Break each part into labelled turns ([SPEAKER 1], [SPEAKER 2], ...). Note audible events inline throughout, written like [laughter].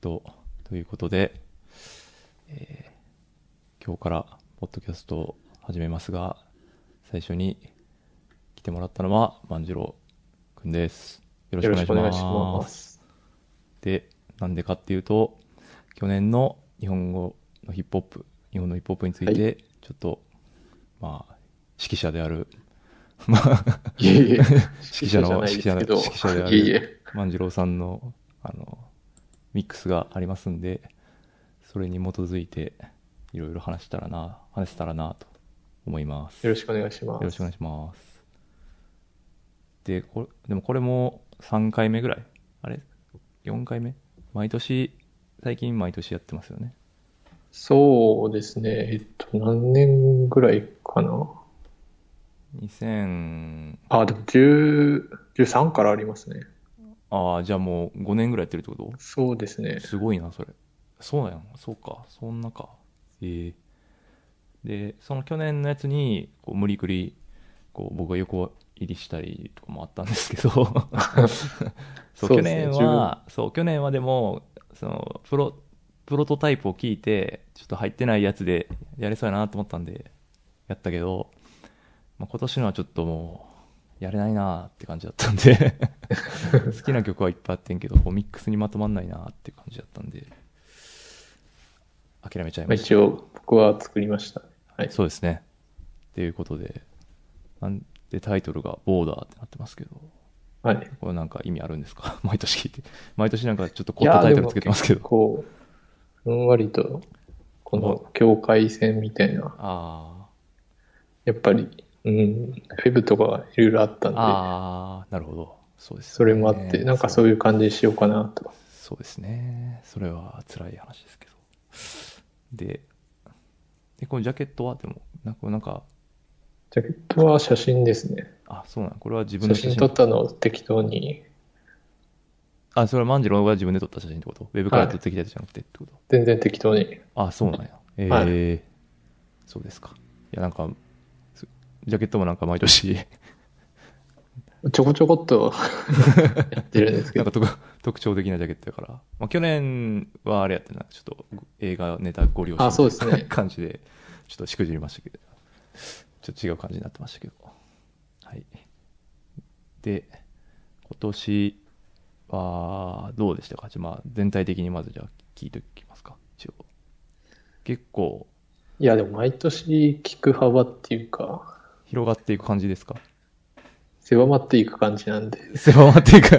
[SPEAKER 1] と、ということで、えー今日から、ポッドキャストを始めますが、最初に来てもらったのは、万次郎くんです。よろしくお願いします。
[SPEAKER 2] す。
[SPEAKER 1] で、なんでかっていうと、去年の日本語のヒップホップ、日本のヒップホップについて、ちょっと、まあ、指揮者である、まあ、
[SPEAKER 2] い [laughs] えいえ、
[SPEAKER 1] 指揮者の、
[SPEAKER 2] 指
[SPEAKER 1] 指揮者の、
[SPEAKER 2] 揮者じゃない
[SPEAKER 1] 指
[SPEAKER 2] です
[SPEAKER 1] 揮者
[SPEAKER 2] け
[SPEAKER 1] で
[SPEAKER 2] ど、
[SPEAKER 1] あ
[SPEAKER 2] いえい
[SPEAKER 1] る、
[SPEAKER 2] え、
[SPEAKER 1] 万次郎さんの、あの、ミックスがありますんで、それに基づいて、いろいろ話したらな、話せたらなと思います。
[SPEAKER 2] よろしくお願いします。
[SPEAKER 1] よろしくお願いします。で、これ、でもこれも3回目ぐらいあれ ?4 回目毎年、最近毎年やってますよね。
[SPEAKER 2] そうですね、えっと、何年ぐらいかな。
[SPEAKER 1] 2000、
[SPEAKER 2] あ、でも10 13からありますね。
[SPEAKER 1] ああ、じゃあもう5年ぐらいやってるってこ
[SPEAKER 2] そうですね
[SPEAKER 1] と。すごいな、それ。そうやん、そうか、そんなか。ええで、その去年のやつに、こう無理くり、こう僕が横入りしたりとかもあったんです
[SPEAKER 2] [laughs]
[SPEAKER 1] けど、そう
[SPEAKER 2] そ
[SPEAKER 1] 去
[SPEAKER 2] うですね
[SPEAKER 1] 年は、そう、去年はでも、その、プロ、プロトタイプを聞いて、ちょっと入ってないやつでやれそうやなと思ったんで、やったけど、まあ、今年のはちょっともう、やれないなって感じだったんで、
[SPEAKER 2] [laughs]
[SPEAKER 1] 好きな曲はいっぱいあってんけど、こうミックスにまとまんないなって感じだったんで、諦めちゃい
[SPEAKER 2] ま
[SPEAKER 1] ま
[SPEAKER 2] あ
[SPEAKER 1] した。
[SPEAKER 2] 一応、僕は作りました。はい。
[SPEAKER 1] そうですね。ということで、なんでタイトルがボーダーってなってますけど、
[SPEAKER 2] はい。
[SPEAKER 1] これなんか意味あるんですか [laughs] 毎年聞いて。毎年なんかちょっと凝
[SPEAKER 2] い
[SPEAKER 1] った
[SPEAKER 2] や
[SPEAKER 1] タイトルつけてますけ
[SPEAKER 2] でも
[SPEAKER 1] ど。
[SPEAKER 2] こう、ふんわりと、この境界線みたいな、
[SPEAKER 1] あ
[SPEAKER 2] やっぱり、うん、フェブとかいろいろあった
[SPEAKER 1] あ、
[SPEAKER 2] んで、
[SPEAKER 1] ああ、なるほど。そうです、ね。
[SPEAKER 2] それもあって、なんかそういう感じにしようかなと。
[SPEAKER 1] そうですね。それは辛い話ですけど。で、で、このジャケットはでも、なんか、なんか
[SPEAKER 2] ジャケットは写真ですね。
[SPEAKER 1] あ、そうなんこれは自分の
[SPEAKER 2] 写
[SPEAKER 1] 写
[SPEAKER 2] 真
[SPEAKER 1] 真。
[SPEAKER 2] 撮ったのを適当に、
[SPEAKER 1] あ、それは万次郎が自分で撮った写真ってことウェブから撮ってきたやつじゃなくてってこと、
[SPEAKER 2] 全然適当に。
[SPEAKER 1] あ、そうなんや。ええ
[SPEAKER 2] は
[SPEAKER 1] そうですか。いや、なんか、すジャケットもなんか毎年、
[SPEAKER 2] ちょこちょこ
[SPEAKER 1] [laughs]
[SPEAKER 2] っとやってるんですけ
[SPEAKER 1] なんか
[SPEAKER 2] ど、
[SPEAKER 1] 特特徴的なジャケットやから、まあ、去年はあれやってなちょっと映画ネタご利用
[SPEAKER 2] あそうで
[SPEAKER 1] し [laughs]
[SPEAKER 2] す
[SPEAKER 1] たみたい
[SPEAKER 2] ね
[SPEAKER 1] な感じでちょっとしくじりましたけどちょっと違う感じになってましたけどはいで今年はどうでしたかじゃあまあ全体的にまずじゃあ聞いておきますか一応結構
[SPEAKER 2] いやでも毎年聞く幅っていうか、
[SPEAKER 1] 広がっていく感じですか
[SPEAKER 2] 狭まっていく感じなんで、
[SPEAKER 1] 狭まってい [laughs] く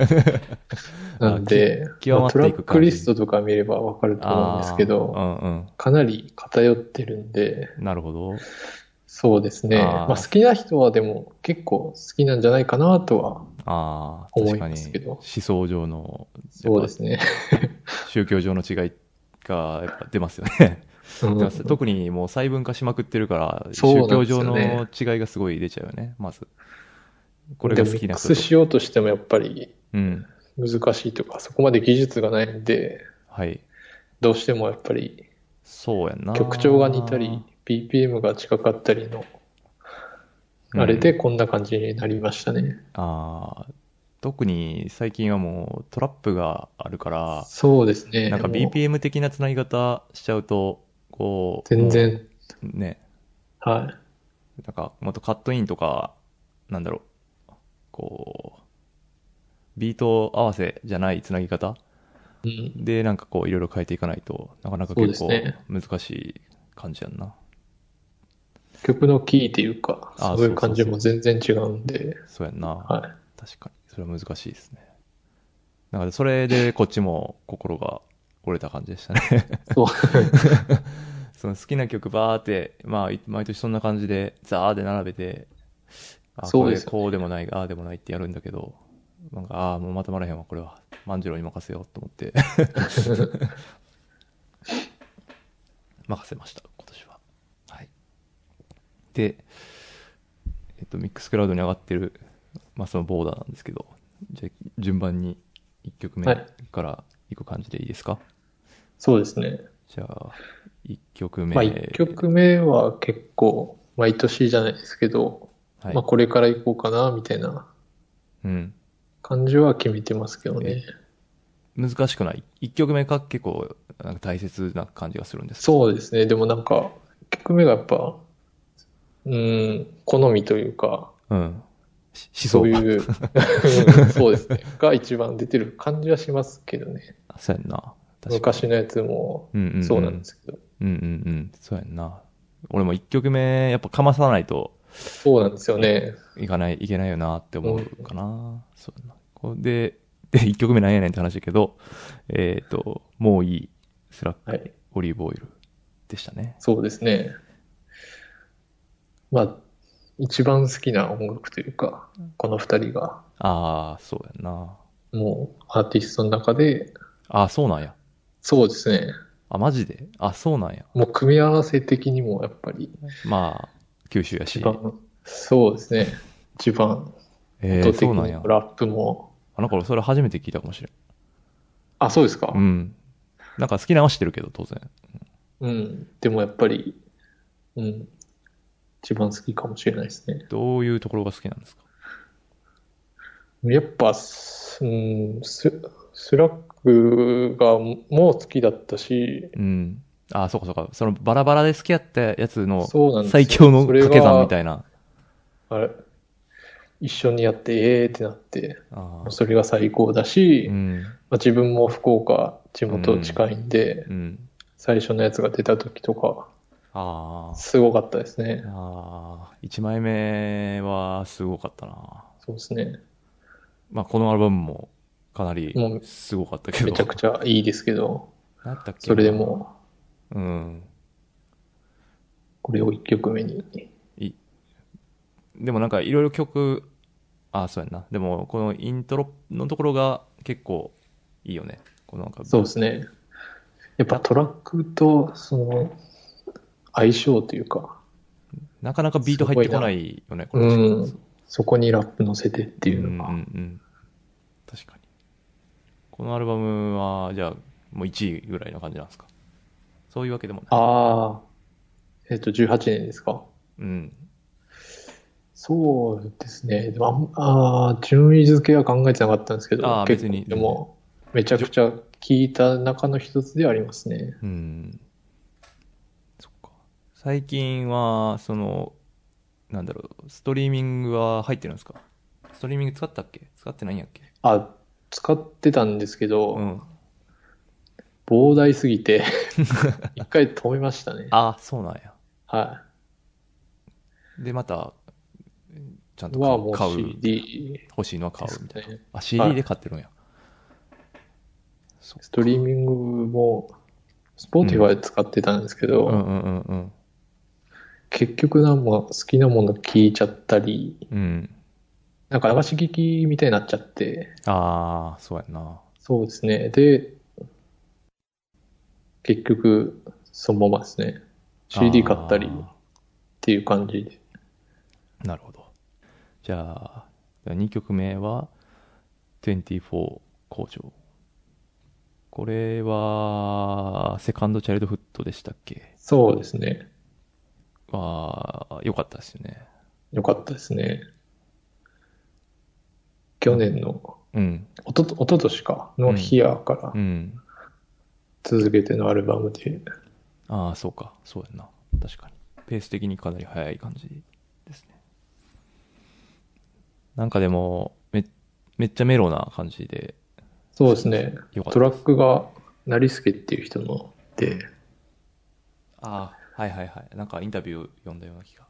[SPEAKER 2] なんで、
[SPEAKER 1] き極まっていく感じ
[SPEAKER 2] トラックリストとか見ればわかると思うんですけど、
[SPEAKER 1] あーうん
[SPEAKER 2] かなり偏ってるんで、
[SPEAKER 1] うんなるほど
[SPEAKER 2] そうですね。
[SPEAKER 1] あー
[SPEAKER 2] まあ好きな人はでも結構好きなんじゃないかなとは、
[SPEAKER 1] ああ、
[SPEAKER 2] 思
[SPEAKER 1] 確
[SPEAKER 2] い
[SPEAKER 1] か
[SPEAKER 2] ま
[SPEAKER 1] に
[SPEAKER 2] すけど
[SPEAKER 1] 思想上の、
[SPEAKER 2] そうですね。
[SPEAKER 1] 宗教上の違いがやっぱ出ますよね。
[SPEAKER 2] うん [laughs]
[SPEAKER 1] 出ます特にもう細分化しまくってるから、
[SPEAKER 2] そうな
[SPEAKER 1] 宗教
[SPEAKER 2] んです
[SPEAKER 1] 上
[SPEAKER 2] よ
[SPEAKER 1] の
[SPEAKER 2] ね
[SPEAKER 1] 違いがすごい出ちゃうよね、まず。これが好き
[SPEAKER 2] でもミッ
[SPEAKER 1] な
[SPEAKER 2] ク
[SPEAKER 1] 人と。
[SPEAKER 2] スしようとしてもやっぱり
[SPEAKER 1] うん。
[SPEAKER 2] 難しいとか、そこまで技術がないんで、
[SPEAKER 1] はい。
[SPEAKER 2] どうしてもやっぱり
[SPEAKER 1] そうやんな。
[SPEAKER 2] 曲調が似たり、BPM が近かったりの、
[SPEAKER 1] うん
[SPEAKER 2] あれでこんな感じになりましたね。
[SPEAKER 1] ああ、特に最近はもうトラップがあるから、
[SPEAKER 2] そうですね。
[SPEAKER 1] なんか
[SPEAKER 2] もう
[SPEAKER 1] BPM 的な繋ぎ方しちゃうと、こう、
[SPEAKER 2] 全然、
[SPEAKER 1] もうね、
[SPEAKER 2] は
[SPEAKER 1] なんか、もっとカットインとか、なんだろう、こう、ビート合わせじゃないつなぎ方
[SPEAKER 2] い。うん、
[SPEAKER 1] で、なんかこう、いろいろ変えていかないとなかなか
[SPEAKER 2] そうで
[SPEAKER 1] 結
[SPEAKER 2] す
[SPEAKER 1] 構
[SPEAKER 2] ね
[SPEAKER 1] 難しい感じやんな。
[SPEAKER 2] 曲のキーっていうか、
[SPEAKER 1] あ
[SPEAKER 2] そういう感じ
[SPEAKER 1] そう
[SPEAKER 2] も
[SPEAKER 1] そ
[SPEAKER 2] 全然違うんで、
[SPEAKER 1] そうやんな。
[SPEAKER 2] は
[SPEAKER 1] [laughs] 確かに。それは難しいですね。なので、それでこっちも心が折れた感じでしたね。
[SPEAKER 2] い。そう。 [laughs]
[SPEAKER 1] その好きな曲バーって、まあ、い毎年そんな感じで、ザーで並べて、あ、
[SPEAKER 2] そ
[SPEAKER 1] こ
[SPEAKER 2] うで
[SPEAKER 1] れ
[SPEAKER 2] すよね
[SPEAKER 1] こうでもない、ああでもないってやるんだけど、なんか、ああ、もうまとまらへんわ、これは。万次郎に任せようと思って、 [laughs] 任せました、今年は。はい。で、えっと、ミックスクラウドに上がってる、まあ、そのボーダーなんですけど、じゃあ順番に1曲目
[SPEAKER 2] はい
[SPEAKER 1] からいく感じでいいですか、
[SPEAKER 2] そうですね。
[SPEAKER 1] じゃあ、1曲目。
[SPEAKER 2] まあ1曲目は結構、毎年じゃないですけど、
[SPEAKER 1] はい
[SPEAKER 2] まあこれから行こうかな、みたいな
[SPEAKER 1] うん。
[SPEAKER 2] 感じは決めてますけどね。
[SPEAKER 1] 難しくない一曲目か結構なんか大切な感じがするんです
[SPEAKER 2] そうですね。でもなんか、1曲目がやっぱ、うーん、好みというか、
[SPEAKER 1] うんし思想
[SPEAKER 2] そうい
[SPEAKER 1] が
[SPEAKER 2] う、うんそうで
[SPEAKER 1] [laughs]
[SPEAKER 2] すね。が一番出てる感じはしますけどね。
[SPEAKER 1] そうやんな確か
[SPEAKER 2] 昔のやつも、
[SPEAKER 1] にうんうん
[SPEAKER 2] そうなんですけど。
[SPEAKER 1] うんうんうんそうやんな俺も一曲目やっぱかまさないと
[SPEAKER 2] そうなんですよね。
[SPEAKER 1] いかない、いけないよなって思うかな。そうやな。こうで、 [laughs] で、1曲目なんやねんって話だけど、えっ、と、もういい、スラック、
[SPEAKER 2] はい。
[SPEAKER 1] オリーブオイルでしたね。
[SPEAKER 2] そうですね。まあ、一番好きな音楽というか、この二人が、
[SPEAKER 1] ああ、そうやんな。
[SPEAKER 2] もうアーティストの中で、
[SPEAKER 1] ああ、そうなんや。
[SPEAKER 2] そうですね。
[SPEAKER 1] あ、マジであ、そうなんや。
[SPEAKER 2] もう組み合わせ的にもやっぱり、
[SPEAKER 1] まあ、九州や
[SPEAKER 2] 一
[SPEAKER 1] し。
[SPEAKER 2] 番、そうですね。一番、
[SPEAKER 1] え
[SPEAKER 2] 圧
[SPEAKER 1] ー、
[SPEAKER 2] 倒的
[SPEAKER 1] そう
[SPEAKER 2] に
[SPEAKER 1] なんや。
[SPEAKER 2] ラップも、
[SPEAKER 1] あ、なんか俺それ初めて聞いたかもしれ
[SPEAKER 2] あ、そうですか。
[SPEAKER 1] ん。うん。なんか好きなのは知ってるけど、当然。
[SPEAKER 2] うん、でもやっぱり、うん、一番好きかもしれないですね。
[SPEAKER 1] どういうところが好きなんですか
[SPEAKER 2] やっぱ、すうん、ススラックがもう好きだったし、
[SPEAKER 1] うん。ああ、そうかそうか。そのバラバラで好きやったやつの
[SPEAKER 2] そうなんですよ
[SPEAKER 1] 最強の
[SPEAKER 2] それ
[SPEAKER 1] 掛け算み
[SPEAKER 2] い
[SPEAKER 1] たいな。
[SPEAKER 2] な。あれ一緒にやって、ええーってなって、
[SPEAKER 1] ああ
[SPEAKER 2] もうそれが最高だし、
[SPEAKER 1] うん。
[SPEAKER 2] まあ、自分も福岡、地元近いんで、
[SPEAKER 1] うん。
[SPEAKER 2] 最初のやつが出た時とか、
[SPEAKER 1] あ
[SPEAKER 2] すごかったです
[SPEAKER 1] あ。
[SPEAKER 2] ね。
[SPEAKER 1] ああ。1枚目はすごかったな。
[SPEAKER 2] そうですね。
[SPEAKER 1] まあ、このアルバムもかなり
[SPEAKER 2] もう
[SPEAKER 1] すごかったけど。
[SPEAKER 2] めちゃくちゃいいですけど、
[SPEAKER 1] なんだったっけ
[SPEAKER 2] それで。も、
[SPEAKER 1] うん。
[SPEAKER 2] これを1曲目に。
[SPEAKER 1] いでもなんかいろいろ曲、ああ、そうやんな。でも、このイントロのところが結構いいよね。このなんか、
[SPEAKER 2] そうですね。やっぱトラックとその相性というか、
[SPEAKER 1] なかなかビート入ってこないよね、これ。
[SPEAKER 2] うんそこにラップ乗せてっていうのが、
[SPEAKER 1] うんうんうん、確かにこのアルバムはじゃあもう1位ぐらいな感じなんですかそういうわけでもない
[SPEAKER 2] ああ、えっ、と、18年ですか。
[SPEAKER 1] うん
[SPEAKER 2] そうですね。でもあんあー、順位付けは考えてなかったんですけど、
[SPEAKER 1] あー
[SPEAKER 2] 結
[SPEAKER 1] 別に
[SPEAKER 2] 構でも、めちゃくちゃ聞いた中の一つではありますね。
[SPEAKER 1] うんそっか最近はそのなんだろうストリーミングは入ってるんですかストリーミング使ったっけ使ってないんやっけ
[SPEAKER 2] あ、使ってたんですけど、
[SPEAKER 1] うん
[SPEAKER 2] 膨大す
[SPEAKER 1] [laughs]
[SPEAKER 2] ぎて、一回止めましたね。
[SPEAKER 1] あそうなんや
[SPEAKER 2] は
[SPEAKER 1] でまたちゃん
[SPEAKER 2] い。
[SPEAKER 1] と
[SPEAKER 2] はもう
[SPEAKER 1] 買う
[SPEAKER 2] CD
[SPEAKER 1] 欲しいのは買
[SPEAKER 2] で
[SPEAKER 1] う
[SPEAKER 2] す
[SPEAKER 1] みたいな、
[SPEAKER 2] ね。
[SPEAKER 1] あ CD で買ってるんや、そっか
[SPEAKER 2] ストリーミングも、Spotify 使ってたんですけど、
[SPEAKER 1] うんうんうんうん
[SPEAKER 2] 結局なんか好きなもの聞いちゃったり、
[SPEAKER 1] うん
[SPEAKER 2] なんか流し聞きみたいになっちゃって、
[SPEAKER 1] ああ、そうやんな。
[SPEAKER 2] そうですね。で、結局、そのままですね。CD 買ったりっ
[SPEAKER 1] あ
[SPEAKER 2] ていう感じで。
[SPEAKER 1] ーなるほど。じゃあ、2曲目は、24工場。これは、セカンドチャイルドフットでしたっけ
[SPEAKER 2] そうですね。
[SPEAKER 1] は、良かったですよね。
[SPEAKER 2] よかったですね。去年の、
[SPEAKER 1] うん、
[SPEAKER 2] おとと、おととしかのヒアから
[SPEAKER 1] うん。
[SPEAKER 2] 続けてのアルバムで、
[SPEAKER 1] ああ、そうか、そうやんな。確かに。ペース的にかなり早い感じですね。なんかでも、め、めっちゃメロな感じで、
[SPEAKER 2] そうですね。
[SPEAKER 1] 良かった
[SPEAKER 2] ト。ラックが成助っていう人ので、
[SPEAKER 1] ああ、はいはいはい。なんかインタビュー読んだような気が。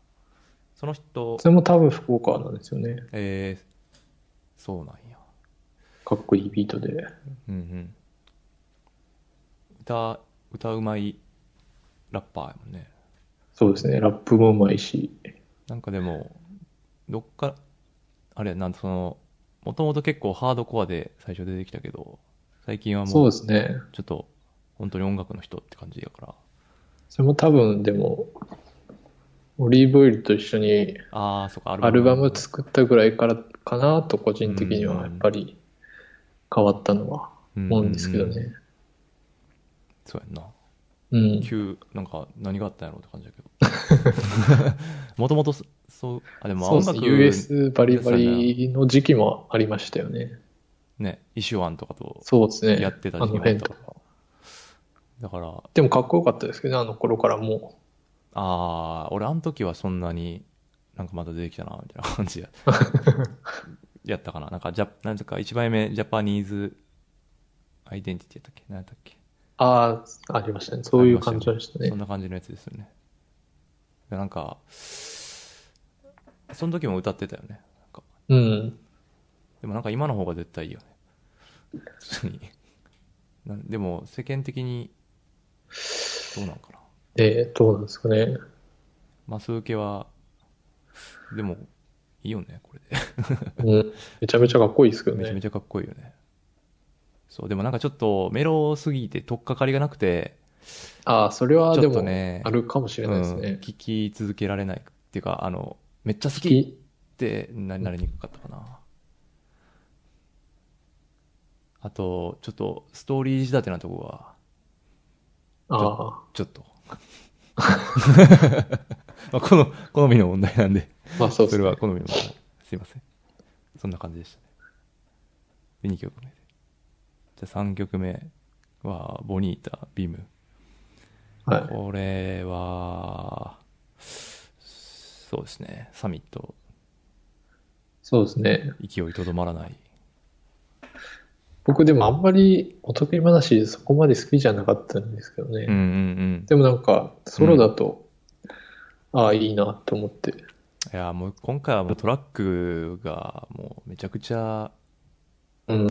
[SPEAKER 1] その人
[SPEAKER 2] そ、れも多分福岡なんですよね。
[SPEAKER 1] えー、そうなんや。
[SPEAKER 2] かっこいいビートで。
[SPEAKER 1] うんうん。歌、歌うまいラッパーやもんね。
[SPEAKER 2] そうですね。ラップもうまいし。
[SPEAKER 1] なんかでも、どっか、あれ、なんその、もともと結構ハードコアで最初出てきたけど、最近は
[SPEAKER 2] そ
[SPEAKER 1] も
[SPEAKER 2] う
[SPEAKER 1] う、
[SPEAKER 2] で
[SPEAKER 1] ち
[SPEAKER 2] すね。
[SPEAKER 1] ょっと、本当に音楽の人って感じやから。
[SPEAKER 2] それも多分でも、オリーブオイルと一緒に
[SPEAKER 1] ああ、そっか、ア
[SPEAKER 2] アルバム
[SPEAKER 1] つ
[SPEAKER 2] 作ったぐらいからかなと個人的にはやっぱり変わったのは思うんですけどね。
[SPEAKER 1] そうやんな。
[SPEAKER 2] うん。
[SPEAKER 1] 急なんか何があったんやろうって感じだけど [laughs] もともとそそうあでも
[SPEAKER 2] そう
[SPEAKER 1] 音
[SPEAKER 2] です
[SPEAKER 1] 楽
[SPEAKER 2] ね。US バリバリの時期もありましたよね。
[SPEAKER 1] ね、イシュワンとかと
[SPEAKER 2] そうですね。
[SPEAKER 1] やってた
[SPEAKER 2] あ
[SPEAKER 1] 時期
[SPEAKER 2] の
[SPEAKER 1] もあっ
[SPEAKER 2] 辺
[SPEAKER 1] た
[SPEAKER 2] と
[SPEAKER 1] から。だから、
[SPEAKER 2] でもかっこよかったですけどね、あの頃からも
[SPEAKER 1] ああ、俺あの時はそんなになんかまた出てきたな、みたいな感 [laughs]
[SPEAKER 2] [laughs]
[SPEAKER 1] じや。やったかな。なんか、ジャなんとか1枚目、ジャパニーズアイデンティティやったっけ何やったっけ
[SPEAKER 2] う。ああ、ありましたね。そういう感じでしたね
[SPEAKER 1] そん。な感じのやつですよね。でなんか、その時も歌ってたよね。なんか
[SPEAKER 2] うん。
[SPEAKER 1] でもなんか今の方が絶対いいよね。普通に。なんでも世間的に、どうなんかな。
[SPEAKER 2] えー、どうなんですか
[SPEAKER 1] [laughs]
[SPEAKER 2] ね。
[SPEAKER 1] マス受けは、でも、いいよね、これで。
[SPEAKER 2] うん。めちゃめちゃかっこいいですけど
[SPEAKER 1] めちゃめ
[SPEAKER 2] ね。
[SPEAKER 1] ちゃかっこいいよね。そう、でもなんかちょっとメロすぎて取っかかりがなくて、
[SPEAKER 2] ああ、それは
[SPEAKER 1] ち
[SPEAKER 2] で
[SPEAKER 1] ょっと
[SPEAKER 2] も、
[SPEAKER 1] ね
[SPEAKER 2] あるかもしれないです
[SPEAKER 1] うん
[SPEAKER 2] ね。
[SPEAKER 1] 聞き続けられないっていうか、あの、めっちゃ好
[SPEAKER 2] 好
[SPEAKER 1] き
[SPEAKER 2] き
[SPEAKER 1] ってななりにくかったかな。あと、ちょっとストーリー仕立てなとこが、
[SPEAKER 2] ああ。
[SPEAKER 1] ちょっ
[SPEAKER 2] [laughs]
[SPEAKER 1] と。 [laughs] まあ、この、好みの問題なんで、
[SPEAKER 2] まあそうで
[SPEAKER 1] そ
[SPEAKER 2] す
[SPEAKER 1] れ
[SPEAKER 2] ね。
[SPEAKER 1] は好みの問題。すいません。そんな感じでしたね。で、2曲目で。じゃあ3曲目は、ボニータ、ビーム。
[SPEAKER 2] はい。
[SPEAKER 1] これは、そうですね。サミット、
[SPEAKER 2] そうですね。
[SPEAKER 1] 勢いとどまらない。
[SPEAKER 2] 僕でもあんまりお得意話そこまで好きじゃなかったんですけどね。
[SPEAKER 1] うんうんうん。
[SPEAKER 2] でもなんか、ソロだと、ああ、いいなと思って。
[SPEAKER 1] いや、もう今回はもうトラックが、もうめちゃくちゃ
[SPEAKER 2] うん。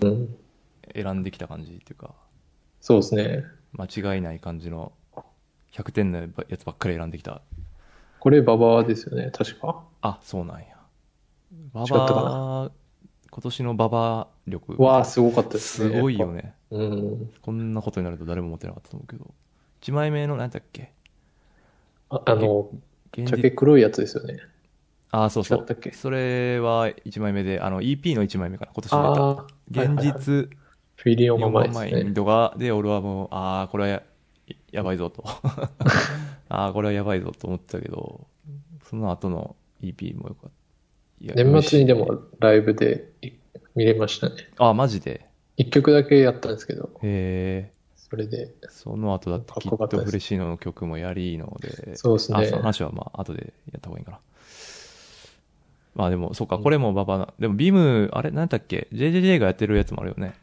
[SPEAKER 1] 選んできた感じっていうか、
[SPEAKER 2] そうですね。
[SPEAKER 1] 間違いない感じの100点のやつばっかり選んできた
[SPEAKER 2] これ、ババアですよね、確か。
[SPEAKER 1] あそうなんやバ
[SPEAKER 2] 違ったか
[SPEAKER 1] バ今年のババ力
[SPEAKER 2] わあ、すごかったです
[SPEAKER 1] す
[SPEAKER 2] ね。
[SPEAKER 1] ごいよ。ね
[SPEAKER 2] うん。
[SPEAKER 1] こんなことになると誰も思ってなかったと思うけど1枚目の何だっけ
[SPEAKER 2] ああの、
[SPEAKER 1] 現
[SPEAKER 2] ジャケ黒いやつですよね。
[SPEAKER 1] あそうそ
[SPEAKER 2] 違ったっ
[SPEAKER 1] う
[SPEAKER 2] け
[SPEAKER 1] それは1枚目であの EP の1枚目かな今年出た
[SPEAKER 2] ああ、
[SPEAKER 1] 現
[SPEAKER 2] はいはいはい
[SPEAKER 1] 実
[SPEAKER 2] フィリオン
[SPEAKER 1] 4
[SPEAKER 2] マ
[SPEAKER 1] 万
[SPEAKER 2] マ
[SPEAKER 1] マ
[SPEAKER 2] です
[SPEAKER 1] イン
[SPEAKER 2] ね。
[SPEAKER 1] ドが、で、俺はもう、ああ、これはややばいぞと。 [laughs] ああ、これはやばいぞと思ってたけど、その後の EP もよかった。
[SPEAKER 2] 年末にで
[SPEAKER 1] 美味しい。
[SPEAKER 2] もライブでい見れましたね。
[SPEAKER 1] ああ、マジで。
[SPEAKER 2] 一曲だけやったんですけど、
[SPEAKER 1] へ
[SPEAKER 2] それで、
[SPEAKER 1] え、その後だって、き
[SPEAKER 2] か
[SPEAKER 1] っ
[SPEAKER 2] っこよかっ
[SPEAKER 1] と
[SPEAKER 2] たです
[SPEAKER 1] フレシーノの曲もやりので、
[SPEAKER 2] そうです
[SPEAKER 1] あ
[SPEAKER 2] ね
[SPEAKER 1] そ。の話はまあ、後でやった方がいいかな。まあでも、そうか、これもババな。でも、ビーム、あれ、なんだっけ ?JJJ がやってるやつもあるよね。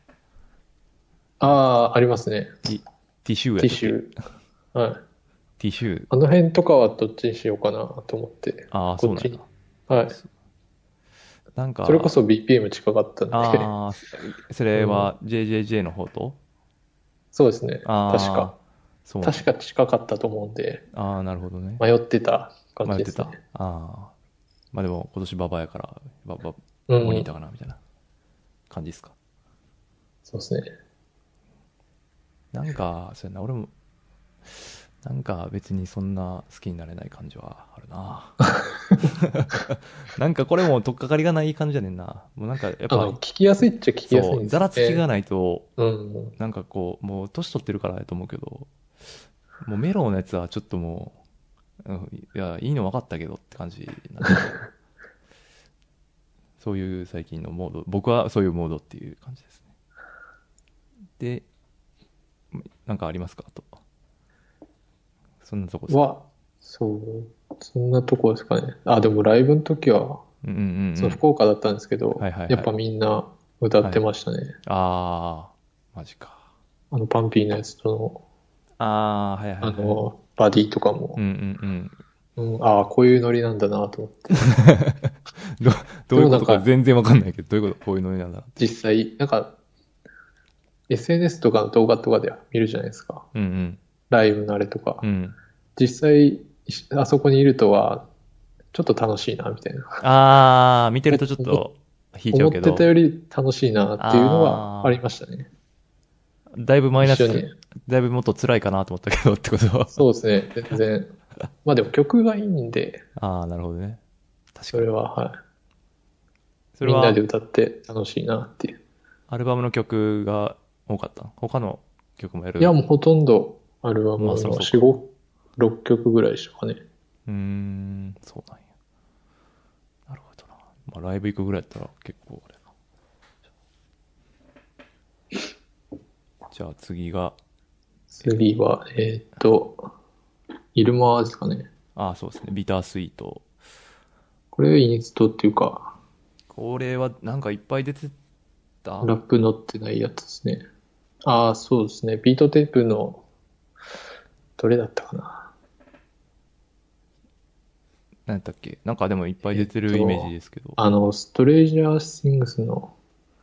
[SPEAKER 2] ああ、ありますね。
[SPEAKER 1] ティッシュや
[SPEAKER 2] ティ
[SPEAKER 1] つ
[SPEAKER 2] ッシュ。はい。
[SPEAKER 1] ティッシュ。
[SPEAKER 2] あの辺とかはどっちにしようかなと思って。
[SPEAKER 1] ああ、そう
[SPEAKER 2] こっ
[SPEAKER 1] な
[SPEAKER 2] ち
[SPEAKER 1] ん
[SPEAKER 2] に
[SPEAKER 1] だ。
[SPEAKER 2] はい。
[SPEAKER 1] なんか、
[SPEAKER 2] それこそ BPM 近かったんで。
[SPEAKER 1] ああ、それは JJJ の方と、
[SPEAKER 2] そうですね。確
[SPEAKER 1] ああ、
[SPEAKER 2] か。。
[SPEAKER 1] そうなんだ
[SPEAKER 2] 確か近かったと思うんで、
[SPEAKER 1] ああ、なるほどね。
[SPEAKER 2] 迷ってた感
[SPEAKER 1] 迷
[SPEAKER 2] じ
[SPEAKER 1] っ
[SPEAKER 2] で
[SPEAKER 1] て
[SPEAKER 2] す
[SPEAKER 1] た。あ
[SPEAKER 2] ね。
[SPEAKER 1] あ。まあでも今年ババやから、ババ、
[SPEAKER 2] う
[SPEAKER 1] モニ
[SPEAKER 2] ん
[SPEAKER 1] タ。かな、みたいな感じですか。
[SPEAKER 2] そうですね。
[SPEAKER 1] なんか、そうやな、俺も、なんか別にそんな好きになれない感じはある
[SPEAKER 2] [laughs]
[SPEAKER 1] な。なんかこれも取っかかりがない感じやねんな。もうなんかやっ
[SPEAKER 2] あの、
[SPEAKER 1] ぱ、
[SPEAKER 2] 聞きやすいっちゃ聞きやす
[SPEAKER 1] そ
[SPEAKER 2] いんです
[SPEAKER 1] う、
[SPEAKER 2] ね
[SPEAKER 1] ざらつきがないと、
[SPEAKER 2] うん。
[SPEAKER 1] なんかこう、もう年取ってるからやと思うけど、もうメロンのやつはちょっともう、うんいや、いいの分かったけどって感じなん [laughs] でそういう最近のモード、僕はそういうモードっていう感じですね。で、なんかありますかあと。そんなとこですか
[SPEAKER 2] は、そう。そんなとこですかね。あ、でもライブの時は、
[SPEAKER 1] うんうんうんうん。
[SPEAKER 2] そう、福岡だったんですけど、
[SPEAKER 1] はいはいはい
[SPEAKER 2] やっぱみんな歌ってましたね。
[SPEAKER 1] あー、マジか。
[SPEAKER 2] あの、パンピーのやつと
[SPEAKER 1] あー、はいはい、
[SPEAKER 2] の、あ
[SPEAKER 1] はい。
[SPEAKER 2] の、バディとかも
[SPEAKER 1] うん、うんうん。
[SPEAKER 2] うんああ、こういうノリなんだなと思って。
[SPEAKER 1] どういうこと
[SPEAKER 2] でもな
[SPEAKER 1] か
[SPEAKER 2] んか
[SPEAKER 1] 全然わかんないけど、どういうことこういうのになんだろ
[SPEAKER 2] 実際、なんか、SNS とかの動画とかで見るじゃないですか。
[SPEAKER 1] う。うん
[SPEAKER 2] ライブのあれとか。
[SPEAKER 1] うん。うん。
[SPEAKER 2] 実際、しあそこにいるとは、ちょっと楽しいな、みたいな。
[SPEAKER 1] あー、見てるとちょっと引いちゃ
[SPEAKER 2] 思
[SPEAKER 1] う
[SPEAKER 2] っ
[SPEAKER 1] け
[SPEAKER 2] て
[SPEAKER 1] ど
[SPEAKER 2] た、より楽しいな、っていうの
[SPEAKER 1] あ
[SPEAKER 2] は
[SPEAKER 1] ー
[SPEAKER 2] ありましたね。
[SPEAKER 1] だいぶマイナ
[SPEAKER 2] 一緒
[SPEAKER 1] ス
[SPEAKER 2] に、。
[SPEAKER 1] だいぶもっと辛いかなと思ったけどってことは。
[SPEAKER 2] そうですね、全然。まあでも曲がいいんで、
[SPEAKER 1] あー、なるほどね。確
[SPEAKER 2] そ
[SPEAKER 1] か
[SPEAKER 2] れ
[SPEAKER 1] に。
[SPEAKER 2] は、はい。
[SPEAKER 1] それ
[SPEAKER 2] みんな
[SPEAKER 1] は
[SPEAKER 2] で、歌って楽しいなっていう。
[SPEAKER 1] アルバムの曲が多かったの他の曲もやる
[SPEAKER 2] いや、もうほとんどアルバム
[SPEAKER 1] まあ
[SPEAKER 2] は
[SPEAKER 1] そりゃそ
[SPEAKER 2] 4、5、6曲ぐらいでしたかね。
[SPEAKER 1] うーん、そうなんや。なるほどな。まあ、ライブ行くぐらいやったら結構あれやなじゃあ次が、
[SPEAKER 2] 次は、えーっと、イルマーですかね。
[SPEAKER 1] ああ、そうですね。ビタースイート。
[SPEAKER 2] これインストっていうか、
[SPEAKER 1] これはなんかいっぱい出てた
[SPEAKER 2] ラップ乗ってないやつですね。ああ、そうですね。ビートテープの、どれだったかな。
[SPEAKER 1] 何だっけなんかでもいっぱい出てるイメージですけど。
[SPEAKER 2] あの、ストレージャースティングスの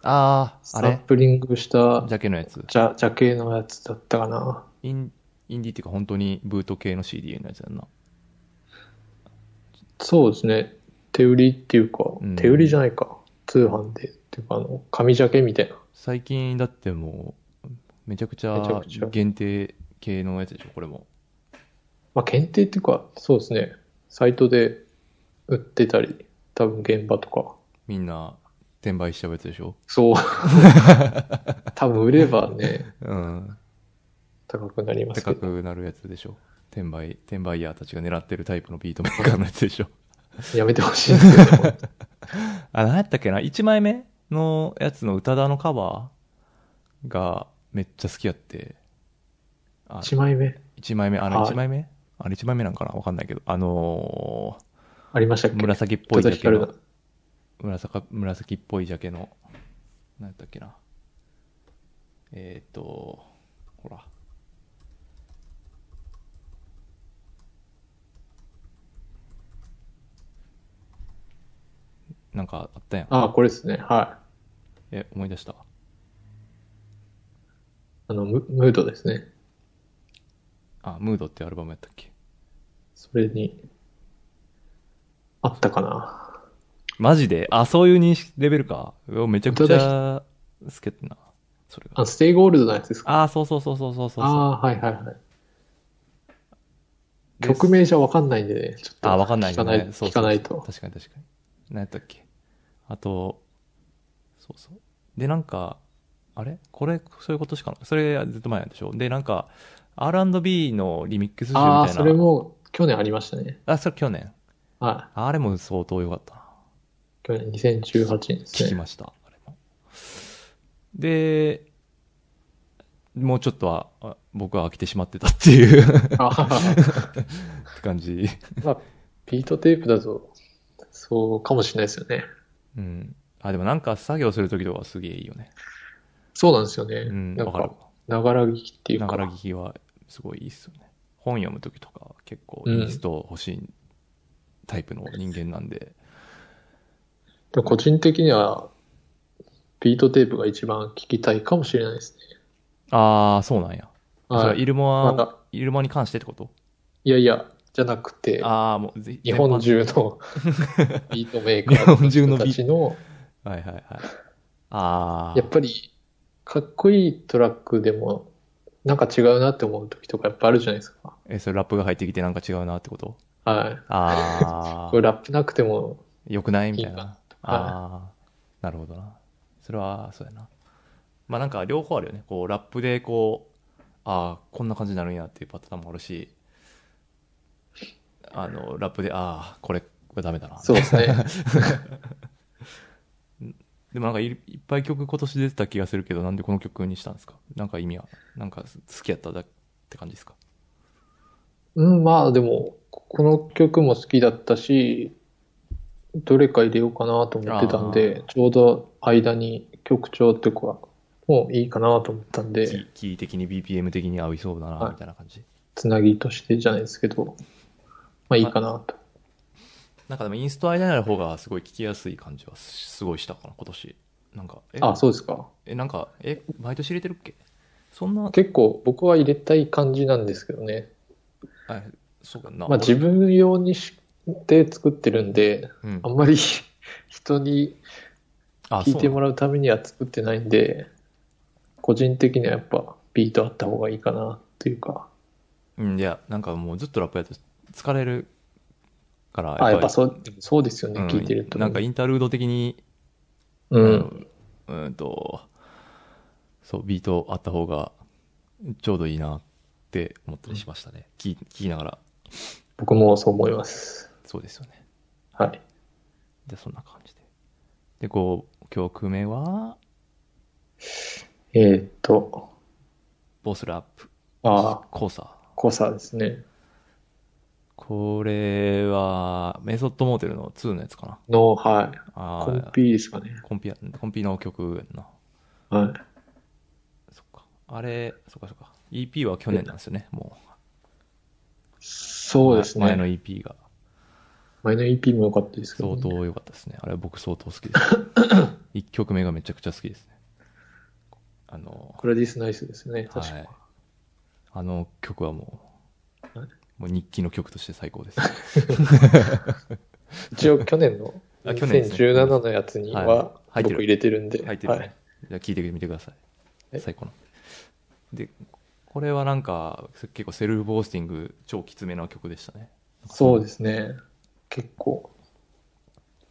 [SPEAKER 1] ああ、
[SPEAKER 2] サ
[SPEAKER 1] あ
[SPEAKER 2] ン
[SPEAKER 1] れ
[SPEAKER 2] プリングした
[SPEAKER 1] ジャケのやつ。
[SPEAKER 2] ジャ、ジャケのやつだったかな。
[SPEAKER 1] インインディっていうか本当にブート系の CD のやつだな。
[SPEAKER 2] そうですね。手売りっていうか、
[SPEAKER 1] うん
[SPEAKER 2] 手売りじゃないか。通販で。っていうか、あの、紙ジャケみたいな。
[SPEAKER 1] 最近だってもう、めちゃくち
[SPEAKER 2] めちゃ
[SPEAKER 1] ゃ
[SPEAKER 2] くちゃ
[SPEAKER 1] 限定系のやつでしょ、これも。
[SPEAKER 2] まあ、検定っていうか、そうですね。サイトで売ってたり、多分現場とか。
[SPEAKER 1] みんな転売しちゃうやつでしょ。
[SPEAKER 2] そう。 [laughs] 多分売ればね、
[SPEAKER 1] うん。
[SPEAKER 2] 高くなります
[SPEAKER 1] 高
[SPEAKER 2] けど。
[SPEAKER 1] くなるやつでしょ。転売、転売ヤーたちが狙ってるタイプのビートメーカーのやつでしょ。 [laughs]
[SPEAKER 2] やめてほしいんですけど。
[SPEAKER 1] あ、何やったっけな ?1 枚目のやつの宇多田のカバーがめっちゃ好きやって。あ
[SPEAKER 2] 1枚目
[SPEAKER 1] 1枚目、あの
[SPEAKER 2] はい
[SPEAKER 1] 1枚目あれ1枚目なんかなわかんないけど。あの
[SPEAKER 2] ありましたっ
[SPEAKER 1] ー
[SPEAKER 2] け
[SPEAKER 1] 紫っぽいジャケ
[SPEAKER 2] 宇多田
[SPEAKER 1] の
[SPEAKER 2] ヒカル。
[SPEAKER 1] 紫紫っぽいジャケの。何やったっけなえっ、ー、と、ほら。なんかあったやん。
[SPEAKER 2] ああ、これですね。はい。
[SPEAKER 1] え、思い出した。
[SPEAKER 2] あの、ムムードですね。
[SPEAKER 1] あ、ムードってアルバムやったっけ
[SPEAKER 2] それに、あったかな。
[SPEAKER 1] マジであ、そういう認識レベルか。うわめちゃくちゃ好きやったな。それが。
[SPEAKER 2] あの、ステイゴールドのやつですか
[SPEAKER 1] あー、そうそうそうそうそうそう。
[SPEAKER 2] ああー、はいはいはい。
[SPEAKER 1] で
[SPEAKER 2] 曲名じゃわかんないんでね、ちょっと。
[SPEAKER 1] あ、わかんない
[SPEAKER 2] 聞
[SPEAKER 1] よ
[SPEAKER 2] か
[SPEAKER 1] ね。
[SPEAKER 2] ない、
[SPEAKER 1] そうそうそう
[SPEAKER 2] 聞かないと。
[SPEAKER 1] 確かに確かに。何やったっけ。あと、そうそう。で、なんか、あれこれ、そういうことしかなそれ、ずっと前なんでしょ。で、なんか、R&B のリミックス集みたいな。
[SPEAKER 2] ああー、それも去年ありましたね。
[SPEAKER 1] あ、それ去年。
[SPEAKER 2] は
[SPEAKER 1] あれも相当良かったな。
[SPEAKER 2] い。去年2018年です
[SPEAKER 1] 聞
[SPEAKER 2] ね。
[SPEAKER 1] きました。あれもで、もうちょっとは、あ僕は飽きてしまってたっていう [laughs]
[SPEAKER 2] あはは
[SPEAKER 1] 感じ。
[SPEAKER 2] まあ、ビートテープだと、そうかもしれないですよね。
[SPEAKER 1] うん。あ、でもなんか作業するときとかすげえいいよね。
[SPEAKER 2] そうなんですよね。
[SPEAKER 1] うん、
[SPEAKER 2] なん
[SPEAKER 1] わかる
[SPEAKER 2] か、。ながら聞きっていう
[SPEAKER 1] な
[SPEAKER 2] か。
[SPEAKER 1] がら聞きはすごいいいっすよね。本読む時とか結構インスト欲しいタイプの人間なんで。
[SPEAKER 2] でも個人的には、ビートテープが一番聞きたいかもしれないですね。
[SPEAKER 1] ああ、そうなんや。それ
[SPEAKER 2] は。
[SPEAKER 1] はいイルモア、
[SPEAKER 2] また
[SPEAKER 1] イルモアに関してってこと
[SPEAKER 2] いやいや、じゃなくて、
[SPEAKER 1] ああ、もうぜ
[SPEAKER 2] 日本。中
[SPEAKER 1] [laughs]
[SPEAKER 2] のビートメーカー
[SPEAKER 1] 日本中の
[SPEAKER 2] の人
[SPEAKER 1] ビ
[SPEAKER 2] たちの、
[SPEAKER 1] 全般はいはいはい。あ
[SPEAKER 2] やっぱり、かっこいいトラックでも、なんか違うなって思う時とかやっぱあるじゃないですか。
[SPEAKER 1] あ、それラップが入ってきてなんか違うなってこと
[SPEAKER 2] はい。
[SPEAKER 1] ああ、
[SPEAKER 2] これラップなくても
[SPEAKER 1] よくないみ
[SPEAKER 2] いい
[SPEAKER 1] たいな。
[SPEAKER 2] な。
[SPEAKER 1] ああ、なるほどな。それは、そうやな。まあなんか両方あるよね。こう、ラップでこう、ああ、こんな感じになるんやっていうパターンもあるし、あの、ラップで、ああ、これ、これダメだな。
[SPEAKER 2] そうで
[SPEAKER 1] [laughs]
[SPEAKER 2] すね。
[SPEAKER 1] でもなんかいいっぱい曲今年出てた気がするけど、なんでこの曲にしたんですかなんか意味は、なんか好きやっただって感じですか
[SPEAKER 2] うん、まあでも、この曲も好きだったし、どれか入れようかなと思ってたんで、ちょうど間に曲調っていうか、もういいかなと思ったん
[SPEAKER 1] キ
[SPEAKER 2] で、
[SPEAKER 1] ーキー的に BPM 的に合いそうだな、
[SPEAKER 2] はい
[SPEAKER 1] みたいな感じ。
[SPEAKER 2] つなぎとしてじゃないですけど、まあいいかなと。
[SPEAKER 1] なんかでもインストアイになる方がすごい聞きやすい感じはすすごいしたかな、今年。なんか、え、
[SPEAKER 2] あ、そうですか。
[SPEAKER 1] え、なんか、え、毎年入れてるっけそんな、
[SPEAKER 2] 結構僕は入れたい感じなんですけどね。
[SPEAKER 1] あそうかな。
[SPEAKER 2] まあ自分用にして作ってるんで、
[SPEAKER 1] うん
[SPEAKER 2] あんまり [laughs] 人に
[SPEAKER 1] あ
[SPEAKER 2] 聞いて
[SPEAKER 1] そう
[SPEAKER 2] もらうためには作ってないんで、個人的にはやっぱビートあった方がいいかなっていうか、
[SPEAKER 1] うん、いや、なんかもうずっとラップやると疲れるから、
[SPEAKER 2] あ、やっぱ
[SPEAKER 1] う、
[SPEAKER 2] そう、そうですよね、
[SPEAKER 1] うん
[SPEAKER 2] 聞いてると。
[SPEAKER 1] なんかインタルード的に、
[SPEAKER 2] う。
[SPEAKER 1] うんん、うんと、そう、ビートあった方がちょうどいいなって思ったりしましたね。聞き聞きながら、
[SPEAKER 2] 僕もそう思います。
[SPEAKER 1] そうですよね。
[SPEAKER 2] はい。
[SPEAKER 1] じゃあそんな感じで。で、こう、曲名は、
[SPEAKER 2] えーっと、
[SPEAKER 1] ボスラップ、
[SPEAKER 2] ああ、
[SPEAKER 1] コーサー。
[SPEAKER 2] 濃さですね。
[SPEAKER 1] これは、メソッドモーテルの2のやつかな。
[SPEAKER 2] の、はい。
[SPEAKER 1] あー
[SPEAKER 2] コンピですかね。
[SPEAKER 1] コンピや、コンピの曲やんな。
[SPEAKER 2] はい。
[SPEAKER 1] そっか。あれ、そっかそっか。EP は去年なんですよね、もう。
[SPEAKER 2] そうですね。
[SPEAKER 1] 前の EP が
[SPEAKER 2] 前の EP も良かったですけど、
[SPEAKER 1] 相
[SPEAKER 2] ね。
[SPEAKER 1] 当良かったですね。あれは僕相当好き
[SPEAKER 2] [laughs]
[SPEAKER 1] です。1曲目がめちゃくちゃ好きですね。あの、
[SPEAKER 2] クラディスナイスですね。確か
[SPEAKER 1] はい。あの曲はもう
[SPEAKER 2] はい、
[SPEAKER 1] もう日記の曲として最高です。
[SPEAKER 2] 一応去年の
[SPEAKER 1] [laughs] あ去年ですね
[SPEAKER 2] 2017のやつに
[SPEAKER 1] はい
[SPEAKER 2] は
[SPEAKER 1] 入ってる
[SPEAKER 2] 僕入れてるんで。
[SPEAKER 1] 入ってるね、
[SPEAKER 2] はい
[SPEAKER 1] じゃあ聞いてみてくださ
[SPEAKER 2] はいい
[SPEAKER 1] 最高のでこれはなんか結構セルフボースティング超きつめな曲でしたね
[SPEAKER 2] そうですね。結構、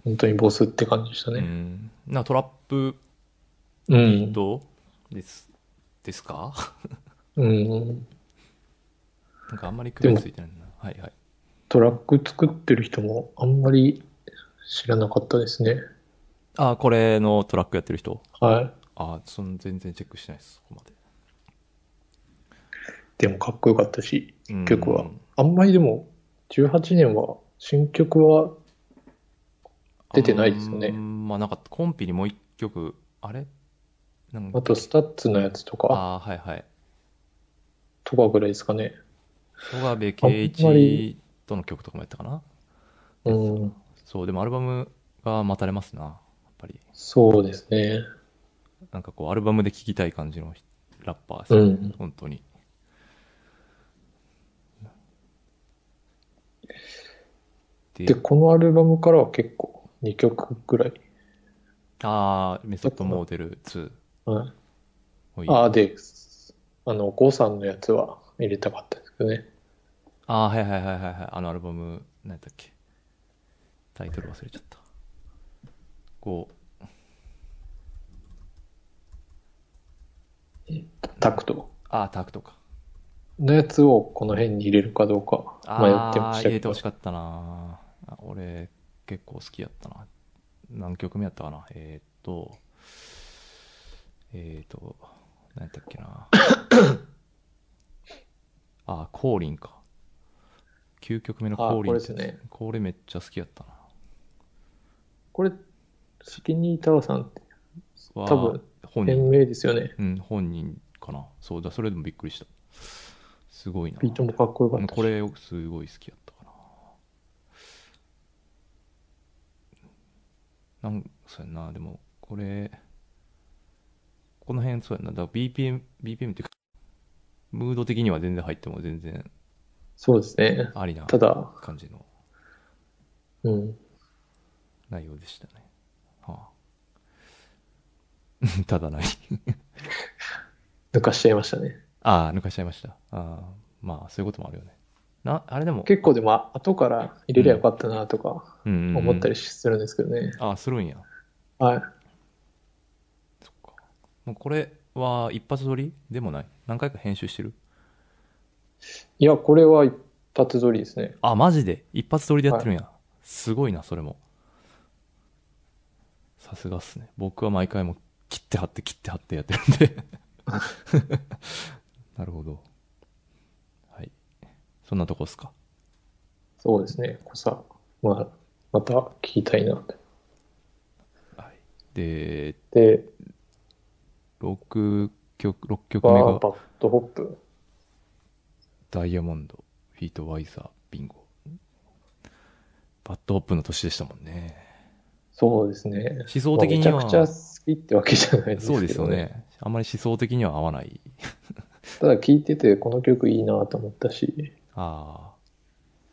[SPEAKER 2] 本当にボスって感じでした
[SPEAKER 1] う
[SPEAKER 2] ね。
[SPEAKER 1] んなんかトラップ
[SPEAKER 2] う
[SPEAKER 1] ビー
[SPEAKER 2] ん。
[SPEAKER 1] トです、ですか [laughs]
[SPEAKER 2] うん。
[SPEAKER 1] なんかあんまり区別ついてないなはいはい
[SPEAKER 2] トラック作ってる人もあんまり知らなかったですね。
[SPEAKER 1] あこれのトラックやってる人
[SPEAKER 2] はい。
[SPEAKER 1] あその全然チェックしてないですそこまで
[SPEAKER 2] でもかっこよかったし、
[SPEAKER 1] うん
[SPEAKER 2] 曲は。あんまりでも、18年は、新曲は、出てないですよね
[SPEAKER 1] あんまあなんかったコンピにもう一曲あれなん
[SPEAKER 2] あ
[SPEAKER 1] か
[SPEAKER 2] とスタッツのやつとか、
[SPEAKER 1] あーはいはい
[SPEAKER 2] とかぐらいですかね。
[SPEAKER 1] 曽我部圭
[SPEAKER 2] あんま
[SPEAKER 1] 一
[SPEAKER 2] り
[SPEAKER 1] との曲とかもやったかな
[SPEAKER 2] うん。
[SPEAKER 1] そうでもアルバムが待たれますなやっぱり
[SPEAKER 2] そうですね。
[SPEAKER 1] なんかこうアルバムで聴きたい感じのラッパーです
[SPEAKER 2] う
[SPEAKER 1] ね、
[SPEAKER 2] ん。
[SPEAKER 1] 本当にで
[SPEAKER 2] で、このアルバムからは結構、2曲ぐらい。
[SPEAKER 1] ああメソッドモーデル2
[SPEAKER 2] はい。
[SPEAKER 1] もういい
[SPEAKER 2] ああ、で、あの、ゴーさんのやつは入れたかったですけどね。
[SPEAKER 1] あーはいはいはいはいはいあのアルバム何やったっけタイトル忘れちゃったこう
[SPEAKER 2] タクト
[SPEAKER 1] ああタクとか
[SPEAKER 2] のやつをこの辺に入れるかどうか迷
[SPEAKER 1] あ
[SPEAKER 2] ってま
[SPEAKER 1] あ
[SPEAKER 2] し
[SPEAKER 1] ー入
[SPEAKER 2] たけ
[SPEAKER 1] れて
[SPEAKER 2] ど
[SPEAKER 1] ほし。かったなあ俺結構好きやったな何曲目やったかなえーっとえーっと何やったっけ
[SPEAKER 2] [coughs]
[SPEAKER 1] なあー降臨か9曲目の
[SPEAKER 2] あー
[SPEAKER 1] 降臨って
[SPEAKER 2] これですね
[SPEAKER 1] これめっちゃ好きやったな
[SPEAKER 2] これ、スキニータワさんって
[SPEAKER 1] は
[SPEAKER 2] 多分
[SPEAKER 1] 本
[SPEAKER 2] 店
[SPEAKER 1] 人
[SPEAKER 2] 名ですよね。
[SPEAKER 1] うん本人かなそうだそれでもびっくりしたすごいな
[SPEAKER 2] ビートもかっこよか
[SPEAKER 1] う
[SPEAKER 2] っ
[SPEAKER 1] ん
[SPEAKER 2] たし。
[SPEAKER 1] これすごい好きやったかななんそうやなでもこれこの辺そうやなだから BPM, BPM っていうかムード的には全然入っても全然
[SPEAKER 2] そうですね。
[SPEAKER 1] ありな
[SPEAKER 2] ただ、
[SPEAKER 1] 感じの
[SPEAKER 2] うん。
[SPEAKER 1] 内容でしたね、はあ、 [laughs] ただない
[SPEAKER 2] 抜かしちゃいましたね。
[SPEAKER 1] ああ抜かしちゃいましたああまあそういうこともあるよねなあれでも
[SPEAKER 2] 結構でも、あ後から入れりゃよかったなとか思
[SPEAKER 1] 思
[SPEAKER 2] ったり
[SPEAKER 1] し
[SPEAKER 2] するんですけどね。
[SPEAKER 1] ああするんや
[SPEAKER 2] はい。
[SPEAKER 1] そっかもうこれは一発撮りでもない何回か編集してる
[SPEAKER 2] いや、これは一発撮りですね。
[SPEAKER 1] あマジで一発撮りでやってるんや、すごいなそれもさすがっすね僕は毎回もう切って貼って切って貼ってやってるん [laughs] でなるほどはいそんなとこっすか
[SPEAKER 2] そうですね。こさ、まあ、また聞きたいなって。
[SPEAKER 1] はいで
[SPEAKER 2] で、
[SPEAKER 1] 6曲6曲
[SPEAKER 2] バ
[SPEAKER 1] 目
[SPEAKER 2] ー
[SPEAKER 1] が
[SPEAKER 2] バッドホップ。
[SPEAKER 1] ダイヤモンドフィートワイザービンゴバッドホップの年でしたもんね
[SPEAKER 2] そうですね。
[SPEAKER 1] 思想的には
[SPEAKER 2] まあめちゃくちゃ好きってわけじゃないですけど、
[SPEAKER 1] そうですよ。ね。あんまり思想的には合わ
[SPEAKER 2] [laughs]
[SPEAKER 1] ない。
[SPEAKER 2] ただ聞いてて、この曲いいなと思ったし、
[SPEAKER 1] あ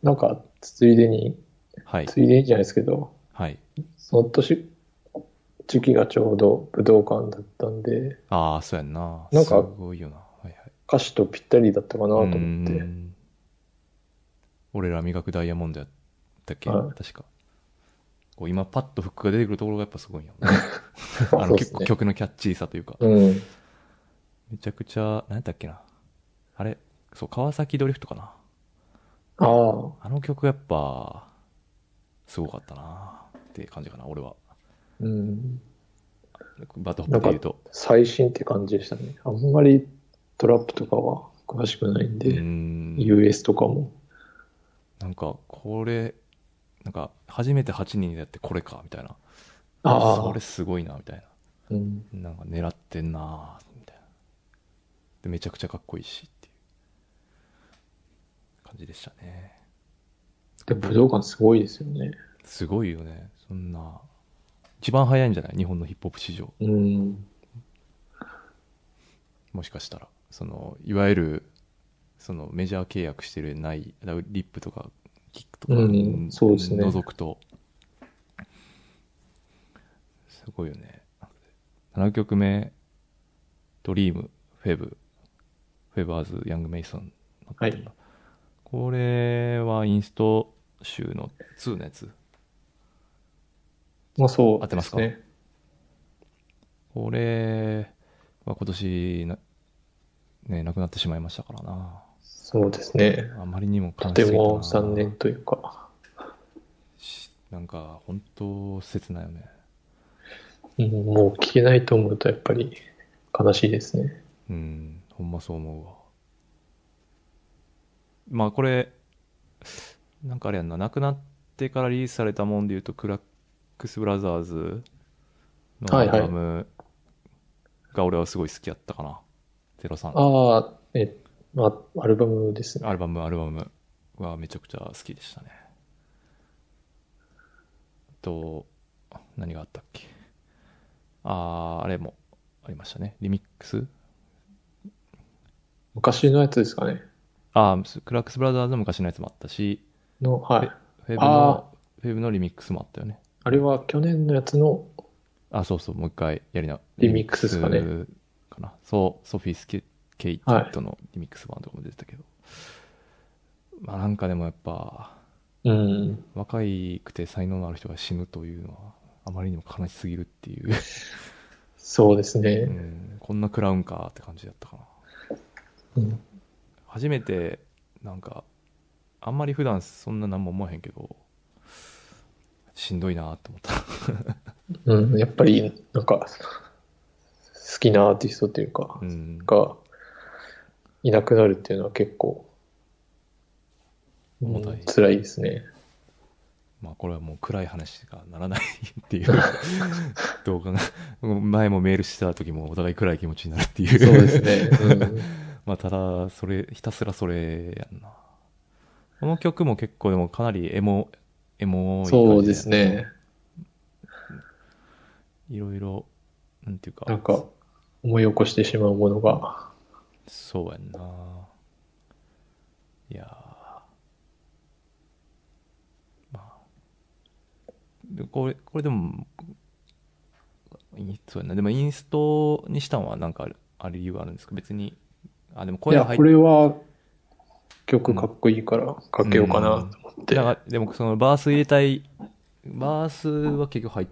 [SPEAKER 2] なんか、ついでに、
[SPEAKER 1] あ。はい。
[SPEAKER 2] ついでにじゃないですけど、
[SPEAKER 1] はい。
[SPEAKER 2] その年、時期がちょうど武道館だったんで、
[SPEAKER 1] ああ、そうやんな。
[SPEAKER 2] なんか
[SPEAKER 1] すごいよな。はいはい。
[SPEAKER 2] 歌詞とぴったりだったかなと
[SPEAKER 1] う
[SPEAKER 2] 思って、
[SPEAKER 1] ーん俺ら磨くダイヤモンドやったっけ、
[SPEAKER 2] はい
[SPEAKER 1] 確か。こう今パッとフックが出てくるところがやっぱすごいよ、
[SPEAKER 2] [laughs] そう
[SPEAKER 1] あの
[SPEAKER 2] です
[SPEAKER 1] 結
[SPEAKER 2] ね
[SPEAKER 1] 構曲のキャッチーさというか。
[SPEAKER 2] うん。
[SPEAKER 1] めちゃくちゃ、何やったっけな。あれ、そう、川崎ドリフトかな。
[SPEAKER 2] ああ、
[SPEAKER 1] あの曲やっぱ、すごかったなって感じかな、俺は。
[SPEAKER 2] うん。
[SPEAKER 1] バッドホップで言うと。
[SPEAKER 2] 最新って感じでしたね。あんまりトラップとかは詳しくないん
[SPEAKER 1] う
[SPEAKER 2] で、
[SPEAKER 1] ん
[SPEAKER 2] US とかも。
[SPEAKER 1] なんかこれなんか初めて8人でやってこれかみたいな
[SPEAKER 2] ああ
[SPEAKER 1] それすごいなみたい
[SPEAKER 2] うん、
[SPEAKER 1] ななんか狙ってんなみたいなでめちゃくちゃかっこいいしっていう感じでしたね
[SPEAKER 2] でも武道館すごいですよね。
[SPEAKER 1] すごいよねそんな一番早いんじゃない日本のヒップホップ史上
[SPEAKER 2] うん。
[SPEAKER 1] もしかしたらそのいわゆるそのメジャー契約してるないだからリップとかキックとか、
[SPEAKER 2] うんそうですね
[SPEAKER 1] 除くとすごいよね7曲目「ドリームフェブフェバーズ・ヤング・メイソン」
[SPEAKER 2] はい。
[SPEAKER 1] これはインスト集の2のやつ
[SPEAKER 2] まあそう、
[SPEAKER 1] 合ってますか
[SPEAKER 2] ね。
[SPEAKER 1] これは今年なね亡くなってしまいましたからな
[SPEAKER 2] そうですね。
[SPEAKER 1] あまりにも悲
[SPEAKER 2] と
[SPEAKER 1] しすぎ
[SPEAKER 2] て
[SPEAKER 1] たな
[SPEAKER 2] も残念というか。
[SPEAKER 1] しなんか本当切ないよね
[SPEAKER 2] うん、もう聞けないと思うとやっぱり悲しいですね。
[SPEAKER 1] うんほんまそう思うわまあこれなんかあれやんな亡くなってからリリースされたもんでいうとクラックスブラザーズのア
[SPEAKER 2] はい
[SPEAKER 1] ル
[SPEAKER 2] はい
[SPEAKER 1] バムが俺はすごい好きやったかな03
[SPEAKER 2] ああ、え、まあ、アルバムですね。
[SPEAKER 1] アルバムアルバムはめちゃくちゃ好きでしたねあと何があったっけあああれもありましたねリミックス
[SPEAKER 2] 昔のやつですかね。
[SPEAKER 1] ああ、クラックスブラザーズの昔のやつもあったし、
[SPEAKER 2] の、はい。
[SPEAKER 1] フェブ
[SPEAKER 2] あ
[SPEAKER 1] の、フェブのリミックスもあったよね。
[SPEAKER 2] あれは去年のやつの、
[SPEAKER 1] あ、そうそう、もう一回やりな。
[SPEAKER 2] リミックスですかね
[SPEAKER 1] リミックスかな。そう、ソフィスケケイティットのリミックス版とかも出てたけど。まあなんかでもやっぱ、
[SPEAKER 2] うん。
[SPEAKER 1] 若いくて才能のある人が死ぬというのは、あまりにも悲しすぎるっていう、
[SPEAKER 2] そうです
[SPEAKER 1] う
[SPEAKER 2] ね。
[SPEAKER 1] ん、 [laughs] こんなクラウンかって感じだったかな。
[SPEAKER 2] うん、
[SPEAKER 1] 初めてなんかあんまり普段そんな何も思わへんけどしんどいなって思った
[SPEAKER 2] うん、やっぱり、なんか、好きなアーティストというか
[SPEAKER 1] う、ん
[SPEAKER 2] が、いなくなるっていうのは結構、
[SPEAKER 1] 重たい
[SPEAKER 2] 辛いですね。
[SPEAKER 1] [laughs] まあこれはもう暗い話しかならないって
[SPEAKER 2] [laughs]
[SPEAKER 1] いうどうかな前もメールした時もお互い暗い気持ちになるっていう
[SPEAKER 2] そうですね。うん、
[SPEAKER 1] [laughs] まあただそれひたすらそれやんなこの曲も結構でもかなりエモエモい感じ
[SPEAKER 2] そうですね。
[SPEAKER 1] いろいろなんていうか
[SPEAKER 2] なんか、思い起こしてしまうものが、
[SPEAKER 1] そうやんないやーまあでこれこれでもいそうやなでもインストにしたのはなんかあるある理由はあるんですか別にあでも
[SPEAKER 2] い
[SPEAKER 1] 声
[SPEAKER 2] や、
[SPEAKER 1] が入っ
[SPEAKER 2] これは、曲かっこいいから、かけようかなと思って。
[SPEAKER 1] だからでもそのバース入れたいバースは結局入っ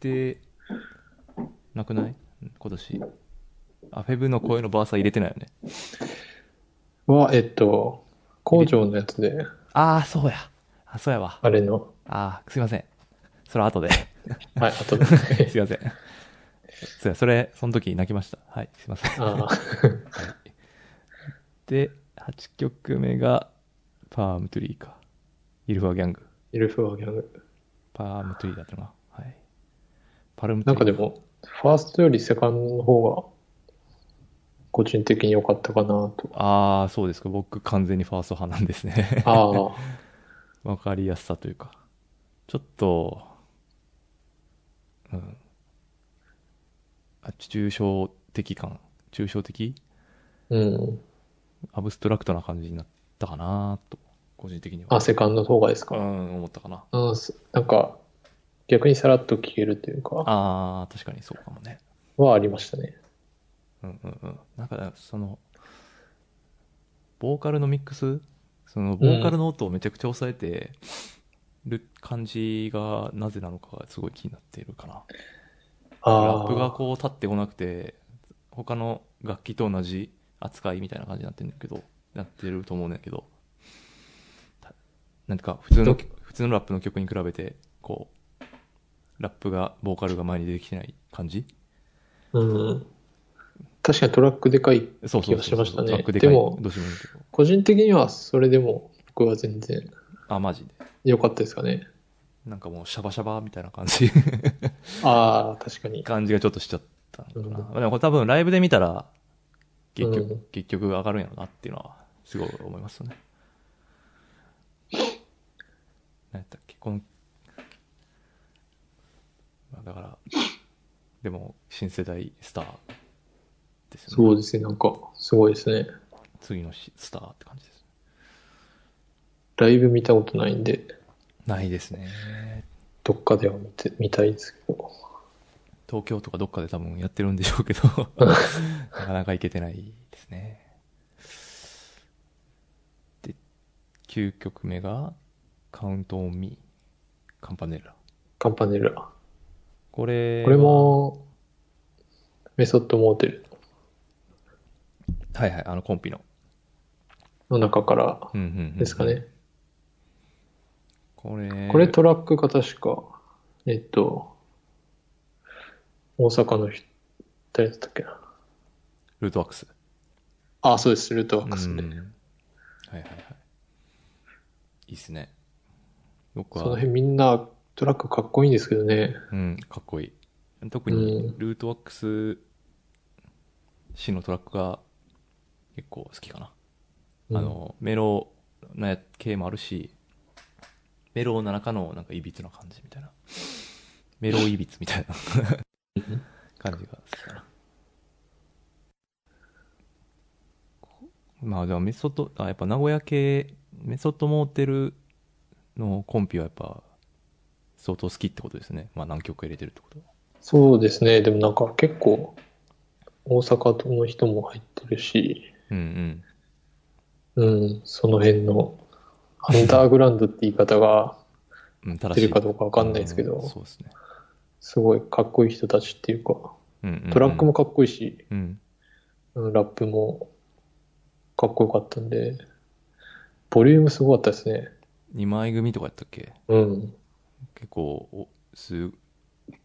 [SPEAKER 1] てなくない今年あフェブの声のバースは入れてないよね
[SPEAKER 2] は、えっと、工場のやつで、
[SPEAKER 1] ああそうやあそうやわ
[SPEAKER 2] あれの、
[SPEAKER 1] ああ、すいません。それは後で。
[SPEAKER 2] はい、
[SPEAKER 1] [laughs]
[SPEAKER 2] あとで、
[SPEAKER 1] すいません。そうや、それ、その時泣きました。はい、すいません。
[SPEAKER 2] ああ、
[SPEAKER 1] で、8曲目が、パームトゥリーか。イルファギャング。
[SPEAKER 2] イルフはギャング。
[SPEAKER 1] パームトゥリーだったな。はい。パルムト
[SPEAKER 2] な
[SPEAKER 1] ゥ
[SPEAKER 2] ん
[SPEAKER 1] リ
[SPEAKER 2] か
[SPEAKER 1] ー。
[SPEAKER 2] でも、ファーストよりセカンドの方が、個人的に良かったかな
[SPEAKER 1] [laughs]
[SPEAKER 2] と。
[SPEAKER 1] ああ、そうですか。僕、完全にファースト派なんですね。
[SPEAKER 2] ああ、
[SPEAKER 1] わかりやすさというか。ちょっと、うん。あ、抽象的感。抽象的
[SPEAKER 2] うん。
[SPEAKER 1] アブストラクトな感じになったかなと、個人的には。
[SPEAKER 2] あ、セカンドの方がです
[SPEAKER 1] う
[SPEAKER 2] か。
[SPEAKER 1] ん、思ったかな。
[SPEAKER 2] うん、すなんか、逆にさらっと聞けるというか、
[SPEAKER 1] ああ、確かにそうかもね。
[SPEAKER 2] はありましたね。
[SPEAKER 1] うんうんうん。なんか、その、ボーカルのミックスその、
[SPEAKER 2] ん
[SPEAKER 1] ボーカルの音をめちゃくちゃ抑えてる感じがなぜなのかがすごい気になっているかな。ラ
[SPEAKER 2] あ
[SPEAKER 1] ップが
[SPEAKER 2] あ、
[SPEAKER 1] こう立ってこなくて、他の楽器と同じ扱いみたいな感じになってるんだけど、なってると思うんだけど、たなんていうか普通の
[SPEAKER 2] ど、
[SPEAKER 1] 普通のラップの曲に比べて、こう、ラップが、ボーカルが前に出てきてない感じ
[SPEAKER 2] うん。確かにトラックでかい。
[SPEAKER 1] そうそうそう
[SPEAKER 2] 気がしましたね
[SPEAKER 1] トラックでかい
[SPEAKER 2] でも
[SPEAKER 1] どうしてもいいけど。
[SPEAKER 2] 個人的にはそれでも僕は全然
[SPEAKER 1] あ、マジで。
[SPEAKER 2] 良かったですかね。
[SPEAKER 1] なんかもうシャバシャバみたいな感じ、
[SPEAKER 2] ああ、確かに。
[SPEAKER 1] 感じがちょっとしちゃったのかな。
[SPEAKER 2] うん
[SPEAKER 1] まあでもこれ多分ライブで見たら、結局、
[SPEAKER 2] うん
[SPEAKER 1] 結局上がるんやろなっていうのは、すごい思いますよね。何やったっけこの、まあ、だから、でも、新世代スターですよね。
[SPEAKER 2] そうですね。なんか、すごいですね。
[SPEAKER 1] 次のしスターって感じです。
[SPEAKER 2] ライブ見たことないんで、
[SPEAKER 1] ないですね。
[SPEAKER 2] どっかでは見て見たいですけど。
[SPEAKER 1] 東京とかどっかで多分やってるんでしょう
[SPEAKER 2] [laughs]
[SPEAKER 1] けど、なかなか行けてないですね。で、9曲目が、カウントオンミー、カンパネラ。
[SPEAKER 2] カンパネラ。
[SPEAKER 1] これは、
[SPEAKER 2] これも、メソッドモーテル
[SPEAKER 1] はいはい、あのコンピの。
[SPEAKER 2] の中から
[SPEAKER 1] うんうんうん
[SPEAKER 2] ですかね。
[SPEAKER 1] これ、
[SPEAKER 2] これトラックが確か、えっと、大阪の人、誰だったっけな。
[SPEAKER 1] ルートワックス。
[SPEAKER 2] あ、そうです、ルートワックス
[SPEAKER 1] う
[SPEAKER 2] で
[SPEAKER 1] ん。はいはいはい。いいっすね。僕
[SPEAKER 2] そ
[SPEAKER 1] は
[SPEAKER 2] の、辺みんなトラックかっこいいんですけどね。
[SPEAKER 1] うん、かっこいい。特に
[SPEAKER 2] う、
[SPEAKER 1] ルートワックス氏のトラックが結構好きかな。あの、メロな系もあるし、メロの中のなんかいびつな感じみたいな。メロいびつみたいな [laughs] 感じが好きかな。まあでもメソッド、あ、やっぱ名古屋系、メソッドモーテルのコンピはやっぱ相当好きってことですね。まあ何曲か入れてるってことは。
[SPEAKER 2] そうですね。でもなんか結構、大阪の人も入ってるし、
[SPEAKER 1] うんうん。
[SPEAKER 2] うん、その辺の、アンダーグラウンドって言い方が
[SPEAKER 1] うん、
[SPEAKER 2] 合
[SPEAKER 1] 正
[SPEAKER 2] っ
[SPEAKER 1] してい。
[SPEAKER 2] るかどうかわかんないですけ
[SPEAKER 1] う
[SPEAKER 2] ど、
[SPEAKER 1] そうですね。
[SPEAKER 2] すごいかっこいい人たちっていうか、
[SPEAKER 1] うんうんうん
[SPEAKER 2] トラックも、かっこいいし、
[SPEAKER 1] うん、
[SPEAKER 2] うんラップもかっこよかったんで、ボリュームすごかったですね。
[SPEAKER 1] 2枚組とかやったっけ
[SPEAKER 2] うん、
[SPEAKER 1] 結構おす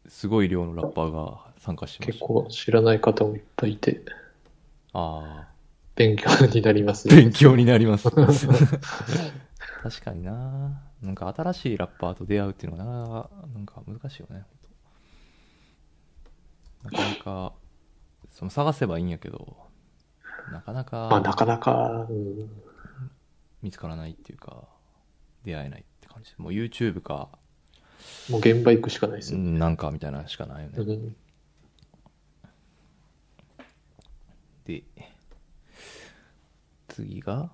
[SPEAKER 1] すごい量のラッパーが参加してました
[SPEAKER 2] 結構知らない方もいっぱいいて、
[SPEAKER 1] ああ
[SPEAKER 2] 勉強になりますね。
[SPEAKER 1] 勉強になります [laughs] 確かにななんか新しいラッパーと出会うっていうのはななんか難しいよねほんとなかなかその探せばいいんやけどなかな
[SPEAKER 2] まあな
[SPEAKER 1] か
[SPEAKER 2] かなか、うん、
[SPEAKER 1] 見つからないっていうか出会えないって感じもう YouTube か
[SPEAKER 2] もう現場行くしかないです
[SPEAKER 1] う
[SPEAKER 2] ね。
[SPEAKER 1] んなんかみたいなのしかないよね、
[SPEAKER 2] うん、
[SPEAKER 1] で、次が、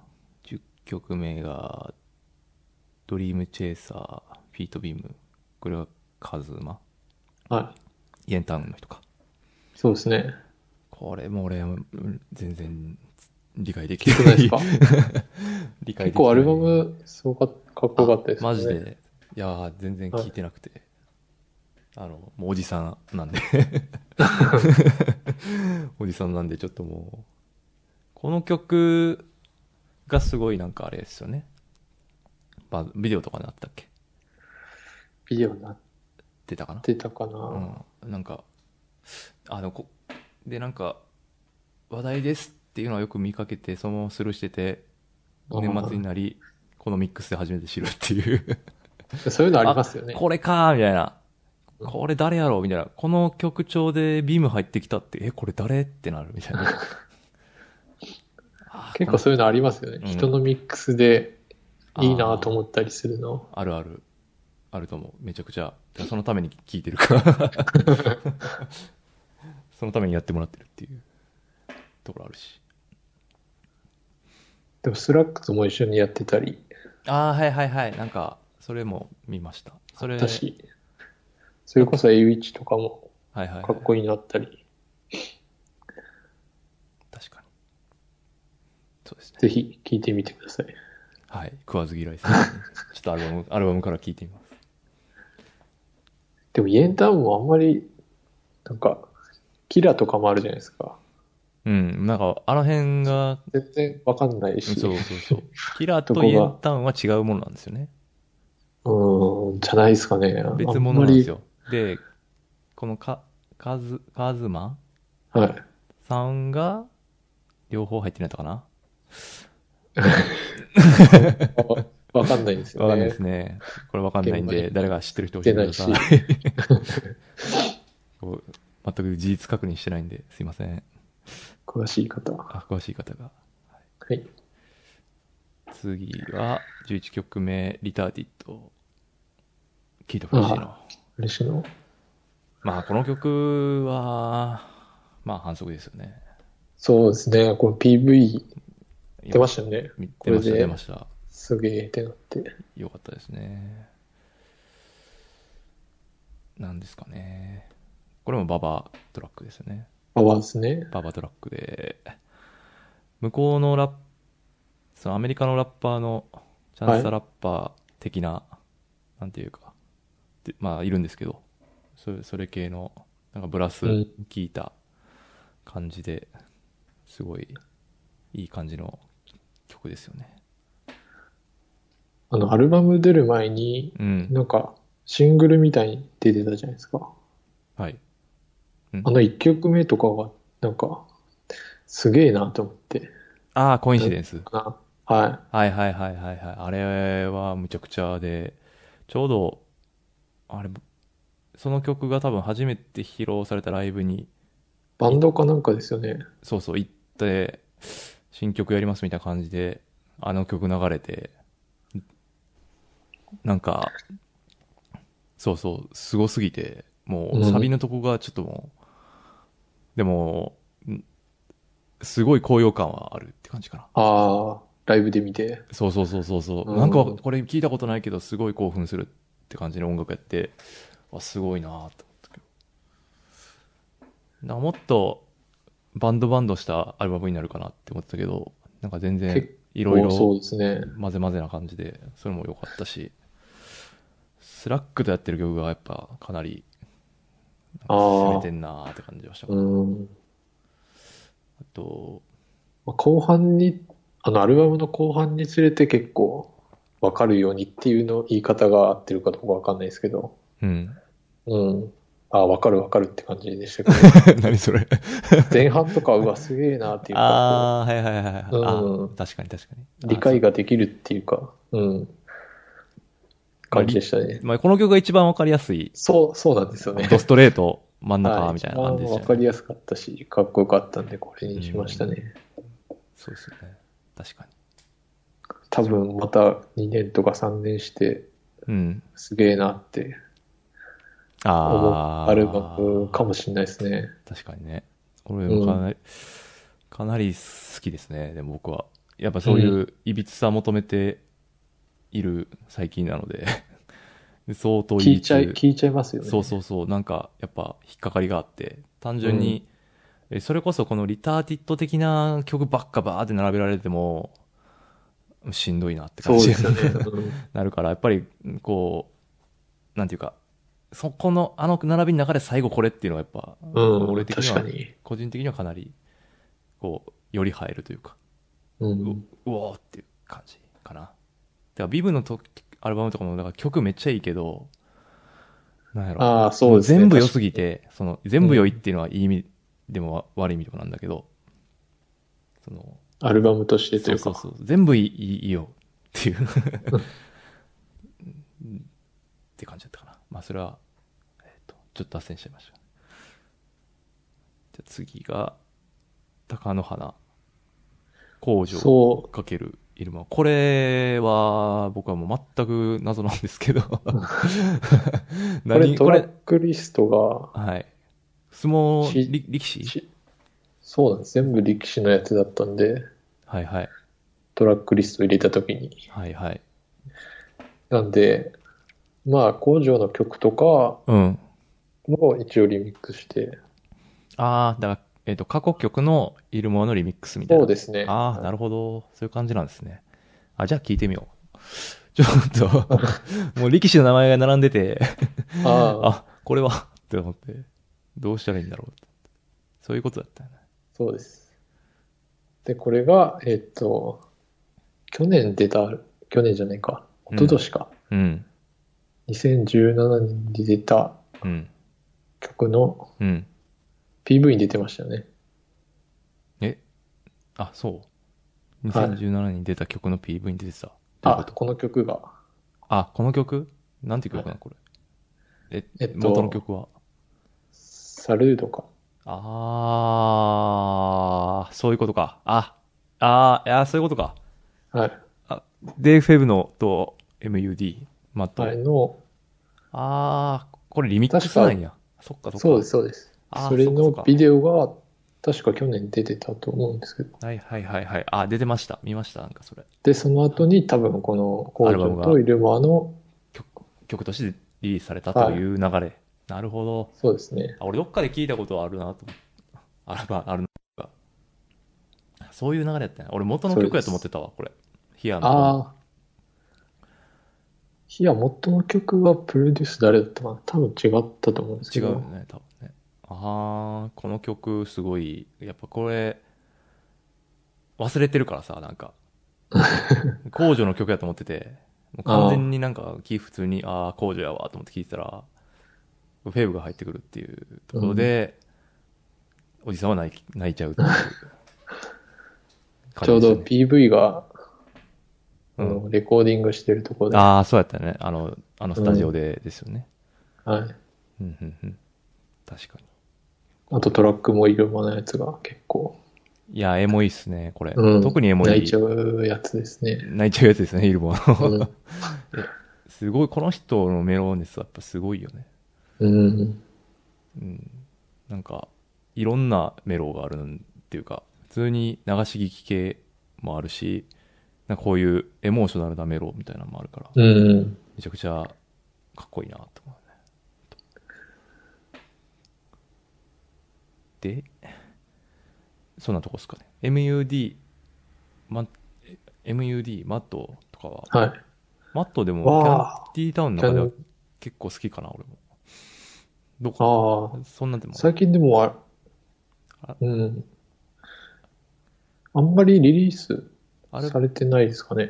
[SPEAKER 1] 10曲目が、ドリームチェイサー、フィートビーム。これはカズマ。
[SPEAKER 2] は
[SPEAKER 1] イエンタウンの人か。
[SPEAKER 2] い、そうですね。
[SPEAKER 1] これも俺、うん全然 [laughs] 理解できて
[SPEAKER 2] どう
[SPEAKER 1] な
[SPEAKER 2] です
[SPEAKER 1] い。
[SPEAKER 2] か
[SPEAKER 1] 理解できてない
[SPEAKER 2] 結構アルバムすごかった、かっこよかったですね。
[SPEAKER 1] マジ。で。いやー、全然聞いてなくて。あの、もうおじさんなん
[SPEAKER 2] [laughs]
[SPEAKER 1] で。おじさんなんで、ちょっともう。この曲がすごいなんかあれですよね。まあ、ビデオとかにあったっけ
[SPEAKER 2] ビデオになっ
[SPEAKER 1] 出たかな
[SPEAKER 2] てたかな。
[SPEAKER 1] うん。なんか、あの、こ、で、なんか、話題ですっていうのはよく見かけて、そのままスルーしてて、年末になり、このミックスで初めて知るっていう。
[SPEAKER 2] そういうのありますよね。
[SPEAKER 1] これかーみたいな。
[SPEAKER 2] うん
[SPEAKER 1] これ誰やろうみたいな。この曲調でビーム入ってきたって、え、これ誰ってなるみたいな。
[SPEAKER 2] [laughs]
[SPEAKER 1] あー
[SPEAKER 2] 結構そういうのありますよ
[SPEAKER 1] うん
[SPEAKER 2] ね。人のミックスでいいなと
[SPEAKER 1] あー
[SPEAKER 2] 思ったりするの。
[SPEAKER 1] あるある。あると思う。めちゃくちゃ。てかそのために聴いてる
[SPEAKER 2] [laughs]
[SPEAKER 1] から。そのためにやってもらってるっていうところあるし。
[SPEAKER 2] でもスラックとも一緒にやってたり、
[SPEAKER 1] ああ、はいはいはい。なんか、それも見ました。それ、はい
[SPEAKER 2] 私それこそ A1 とかも
[SPEAKER 1] はい、はい。
[SPEAKER 2] かっこいいなったり、
[SPEAKER 1] 確
[SPEAKER 2] [laughs]
[SPEAKER 1] かに。そうですね。
[SPEAKER 2] ぜひ聴いてみてください。
[SPEAKER 1] はい。食わず嫌い
[SPEAKER 2] [laughs]
[SPEAKER 1] さん。ちょっとアルバム、アルバムから聴いてみます。
[SPEAKER 2] でもイエンタウンもあんまり、なんか、キラとかもあるじゃないですか。
[SPEAKER 1] うん。なんか、あの辺が
[SPEAKER 2] 全然わかんないし。
[SPEAKER 1] そうそうそう。キラーとイエンタウンは違うものなんですよね。
[SPEAKER 2] うーん、じゃないですかね。
[SPEAKER 1] 別物なんですよ。で、このカ、カズ、カズマ
[SPEAKER 2] あんまり。はい。
[SPEAKER 1] 3が、両方入ってないのかな
[SPEAKER 2] わわかんないんですよ
[SPEAKER 1] わか
[SPEAKER 2] ね。
[SPEAKER 1] んないですね。これわかんないん
[SPEAKER 2] 現場
[SPEAKER 1] で、
[SPEAKER 2] に
[SPEAKER 1] 誰が知ってる人教えてください
[SPEAKER 2] 出。
[SPEAKER 1] こう全く事実確認してないんで、すいません。
[SPEAKER 2] 詳しい方は。
[SPEAKER 1] あ、詳しい方が。
[SPEAKER 2] はい。
[SPEAKER 1] 次は、11曲目、リターディット。聞いてほしいの。
[SPEAKER 2] 嬉しいの。
[SPEAKER 1] まあ、この曲は、まあ、反則ですよね。
[SPEAKER 2] そうですね。この PV
[SPEAKER 1] 今
[SPEAKER 2] 出ましたよね。
[SPEAKER 1] み
[SPEAKER 2] こ
[SPEAKER 1] 出ま
[SPEAKER 2] れ
[SPEAKER 1] した、
[SPEAKER 2] で
[SPEAKER 1] 出ました。
[SPEAKER 2] すげえってなって。
[SPEAKER 1] よかったですね。なんですかね。これもババトラックですよね。
[SPEAKER 2] パワーですね。
[SPEAKER 1] ババトラックで、向こうのラップ、そのアメリカのラッパーの、チャンスタラッパー的な、なんていうか、でまあ、いるんですけど、それそれ系の、なんかブラス
[SPEAKER 2] うん
[SPEAKER 1] 効いた感じで、すごいいい感じの曲ですよね。
[SPEAKER 2] あの、アルバム出る前に、
[SPEAKER 1] うん。
[SPEAKER 2] なんか、シングルみたいに出てたじゃないですか。
[SPEAKER 1] はい。
[SPEAKER 2] あの1曲目とかは、なんか、すげえなと思って。
[SPEAKER 1] ああ、コインシデンス。
[SPEAKER 2] あは
[SPEAKER 1] はいはいはいはいはい。あれはむちゃくちゃで、ちょうど、あれ、その曲が多分初めて披露されたライブに、
[SPEAKER 2] い。バンドかなんかですよね。
[SPEAKER 1] そうそう行って、新曲やりますみたいな感じで、あの曲流れて、なんか、そうそう、すごすぎて、もう
[SPEAKER 2] うん
[SPEAKER 1] サビのとこがちょっともう、でも、んすごい高揚感はあるって感じかな。
[SPEAKER 2] ああ、ライブで見て。
[SPEAKER 1] そうそうそうそうそう、
[SPEAKER 2] うん
[SPEAKER 1] なんかこれ聞いたことないけどすごい興奮するって感じの音楽やってあすごいなと思ったけどなんかもっとバンドバンドしたアルバムになるかなって思ってたけどなんか全然
[SPEAKER 2] 結
[SPEAKER 1] いろい
[SPEAKER 2] おそう
[SPEAKER 1] ろ
[SPEAKER 2] ですね。
[SPEAKER 1] 混ぜ混ぜな感じでそれも良かったしスラックとやってる曲がやっぱかなり
[SPEAKER 2] あー
[SPEAKER 1] 攻めてんなーって感じがしたあ
[SPEAKER 2] うん。
[SPEAKER 1] と
[SPEAKER 2] まあ後半に、あの、アルバムの後半につれて結構、わかるようにっていうの言い方が合ってるかどうかわかんないですけど。
[SPEAKER 1] うん
[SPEAKER 2] うん。ああ、わかるわかるって感じでしたけ
[SPEAKER 1] [laughs] [laughs]
[SPEAKER 2] ど。
[SPEAKER 1] 何それ
[SPEAKER 2] 前半とか、うわ、すげえなっていうか、
[SPEAKER 1] ああはいはいはいはい、
[SPEAKER 2] うん
[SPEAKER 1] あ確かに確かに
[SPEAKER 2] こう理解ができるっていうか、うん。感じでしたね。
[SPEAKER 1] まあ、この曲が一番わかりやすい。
[SPEAKER 2] そう、そうなんですよね。
[SPEAKER 1] ドストレート、真ん
[SPEAKER 2] は
[SPEAKER 1] 中
[SPEAKER 2] い
[SPEAKER 1] みたいな感じでした
[SPEAKER 2] 一番わ
[SPEAKER 1] よ
[SPEAKER 2] か
[SPEAKER 1] ね。
[SPEAKER 2] りやすかったし、かっこよかったんで、これにしましたね。
[SPEAKER 1] そうですよね。確か
[SPEAKER 2] 多分また2年とか3年して、
[SPEAKER 1] に。うん。
[SPEAKER 2] すげえなって思
[SPEAKER 1] あ
[SPEAKER 2] う
[SPEAKER 1] あ。
[SPEAKER 2] アルバムかもしれないですね。
[SPEAKER 1] 確かにね。これもかなり、かなり好きですね。でも僕は。やっぱそういういびつさ求めている最近なので、 [laughs] 相当
[SPEAKER 2] 聞
[SPEAKER 1] い
[SPEAKER 2] い
[SPEAKER 1] びつ
[SPEAKER 2] ちゃい、聞いちゃいますよね。
[SPEAKER 1] そうそうそう。なんか、やっぱ引っかかりがあって、単純に、えそれこそこのリターティット的な曲ばっかバーって並べられても、しんどいなって
[SPEAKER 2] そ
[SPEAKER 1] 感
[SPEAKER 2] う
[SPEAKER 1] じ
[SPEAKER 2] ですよね。うん
[SPEAKER 1] なるから、やっぱり、こう、なんていうか、そこの、あの並びの中で最後これ [laughs] っていうのはやっぱ、
[SPEAKER 2] うん、
[SPEAKER 1] 俺的に
[SPEAKER 2] 確か
[SPEAKER 1] は、
[SPEAKER 2] に。
[SPEAKER 1] 個人的にはかなり、こう、より入るというか、
[SPEAKER 2] う。
[SPEAKER 1] うんうおーっていう感じかな。だから、ビブのとアルバムとかも、だから曲めっちゃいいけど、なんやろ、
[SPEAKER 2] ああ、そうですね。
[SPEAKER 1] 全部良す
[SPEAKER 2] ぎ。
[SPEAKER 1] ぎて、その、全部良いっていうのはいい意味でもわ悪い意味でもなんだけど、その、
[SPEAKER 2] アルバムとしてという
[SPEAKER 1] そう
[SPEAKER 2] か。
[SPEAKER 1] そうそう全部いいいいよっていうって感じだったかなまあそれは、えっとちょっと脱線しちゃいましたじゃあ次が貴乃花工場
[SPEAKER 2] そう。
[SPEAKER 1] かけるイルマこれは僕はもう全く謎なんです
[SPEAKER 2] [laughs]
[SPEAKER 1] けど [laughs]
[SPEAKER 2] これ
[SPEAKER 1] 何
[SPEAKER 2] ト
[SPEAKER 1] こ
[SPEAKER 2] ラッ
[SPEAKER 1] れ
[SPEAKER 2] クリストが、
[SPEAKER 1] はい相撲
[SPEAKER 2] し
[SPEAKER 1] 力力士
[SPEAKER 2] しそうなんです。全部力士のやつだったんで、
[SPEAKER 1] はいはい
[SPEAKER 2] トラックリスト入れたときに。
[SPEAKER 1] はいはい
[SPEAKER 2] なんで、まあ、工場の曲とか
[SPEAKER 1] うん
[SPEAKER 2] も一応リミックスして、
[SPEAKER 1] ああ、だから、えっ、と、過去曲のいるもののリミックスみたいな。
[SPEAKER 2] そうですね。
[SPEAKER 1] ああ、なるほど。そういう感じなんですね。あ、じゃあ聞いてみよう。 [laughs] ちょっと [laughs] 、もう力士の名前が並んでて、 [laughs]
[SPEAKER 2] ああ、
[SPEAKER 1] あ、これは [laughs] って思って、どうしたらいいんだろうって。そういうことだったよね。
[SPEAKER 2] そうです。で、これが、えっと、去年出た、去年じゃないか、
[SPEAKER 1] うん
[SPEAKER 2] 一昨年か、
[SPEAKER 1] うん、
[SPEAKER 2] 2017年に出た
[SPEAKER 1] うん、
[SPEAKER 2] 曲の
[SPEAKER 1] うん。
[SPEAKER 2] PV に出てましたよね。
[SPEAKER 1] あ、そう。
[SPEAKER 2] はい
[SPEAKER 1] 2017に出た曲の PV に出てた。どういうこ
[SPEAKER 2] あ、
[SPEAKER 1] と
[SPEAKER 2] この曲が。
[SPEAKER 1] あ、この曲なんて曲なのこれ。え、
[SPEAKER 2] えっと
[SPEAKER 1] 元の曲は
[SPEAKER 2] サルードか。
[SPEAKER 1] あー、そういうことか。あ、あー、あーそういうことか。
[SPEAKER 2] はい。
[SPEAKER 1] デイフェブのと MUD、マット。
[SPEAKER 2] あれの、
[SPEAKER 1] あー、これリミックスなんや。そっかそっか。
[SPEAKER 2] そうです、。そうです。
[SPEAKER 1] あー
[SPEAKER 2] それ
[SPEAKER 1] そっかそっか
[SPEAKER 2] のビデオが、確か去年出てたと思うんですけど。
[SPEAKER 1] はいはいはいはい。あ、出てました。見ました。なんかそれ。
[SPEAKER 2] で、その後に多分この工
[SPEAKER 1] アルバム
[SPEAKER 2] 場
[SPEAKER 1] が
[SPEAKER 2] とイルマの、
[SPEAKER 1] 曲としてリリースされたという流れ。なるほど。
[SPEAKER 2] そうですね。
[SPEAKER 1] あ、俺どっかで聞いたことあるなと思った。アルバあるな。そういう流れやったんや俺元の曲やと思ってたわ、これ。ヒアの。
[SPEAKER 2] ああ。いや、元の曲はプロデュース誰だったかな多分違ったと思うんです
[SPEAKER 1] 違
[SPEAKER 2] け
[SPEAKER 1] う
[SPEAKER 2] ど。
[SPEAKER 1] よね多分ねああこの曲すごいやっぱこれ忘れてるからさなん
[SPEAKER 2] [laughs]
[SPEAKER 1] か控除の曲やと思っててもう完全になんかキー普通にああ控除やわと思って聞いてたらフェーブが入ってくるっていうところで、おじさんは泣い泣いちゃうっていう
[SPEAKER 2] ちょ
[SPEAKER 1] 感
[SPEAKER 2] う
[SPEAKER 1] じで
[SPEAKER 2] ど
[SPEAKER 1] したね
[SPEAKER 2] PV が、
[SPEAKER 1] うん
[SPEAKER 2] あのレコーディングしてるところで。
[SPEAKER 1] ああそうやったねあのあのスタジオでですよね、
[SPEAKER 2] はい。
[SPEAKER 1] うんうんうん、確か
[SPEAKER 2] あとトラックもいろんなやつが結構、
[SPEAKER 1] にいやエモいっすねこれ、
[SPEAKER 2] うん、
[SPEAKER 1] 特にエモい
[SPEAKER 2] 泣いちゃうやつですね。
[SPEAKER 1] 泣いちゃうやつですね、イルボ
[SPEAKER 2] う
[SPEAKER 1] の。
[SPEAKER 2] ん。
[SPEAKER 1] すごい、この人のメロンネスはやっぱすごいよね。
[SPEAKER 2] うん、
[SPEAKER 1] うん。なんか、いろんなメロがあるっていうか、普通に流し聞き系もあるし、なんかこういうエモーショナルなメロみたいなのもあるから、め
[SPEAKER 2] うん。
[SPEAKER 1] ちゃくちゃかっこいいなと思うね。で、そんなとこですかね。MUD、ま、MUD、マットとかは、
[SPEAKER 2] はい。
[SPEAKER 1] マットでも、キ
[SPEAKER 2] わあ
[SPEAKER 1] ャンティータウンの中では結構好きかな、俺も。どこ
[SPEAKER 2] ああ、
[SPEAKER 1] そんなんでも。
[SPEAKER 2] 最近でも
[SPEAKER 1] あ
[SPEAKER 2] あ、うん。あんまりリリース
[SPEAKER 1] アル
[SPEAKER 2] されてないですかね。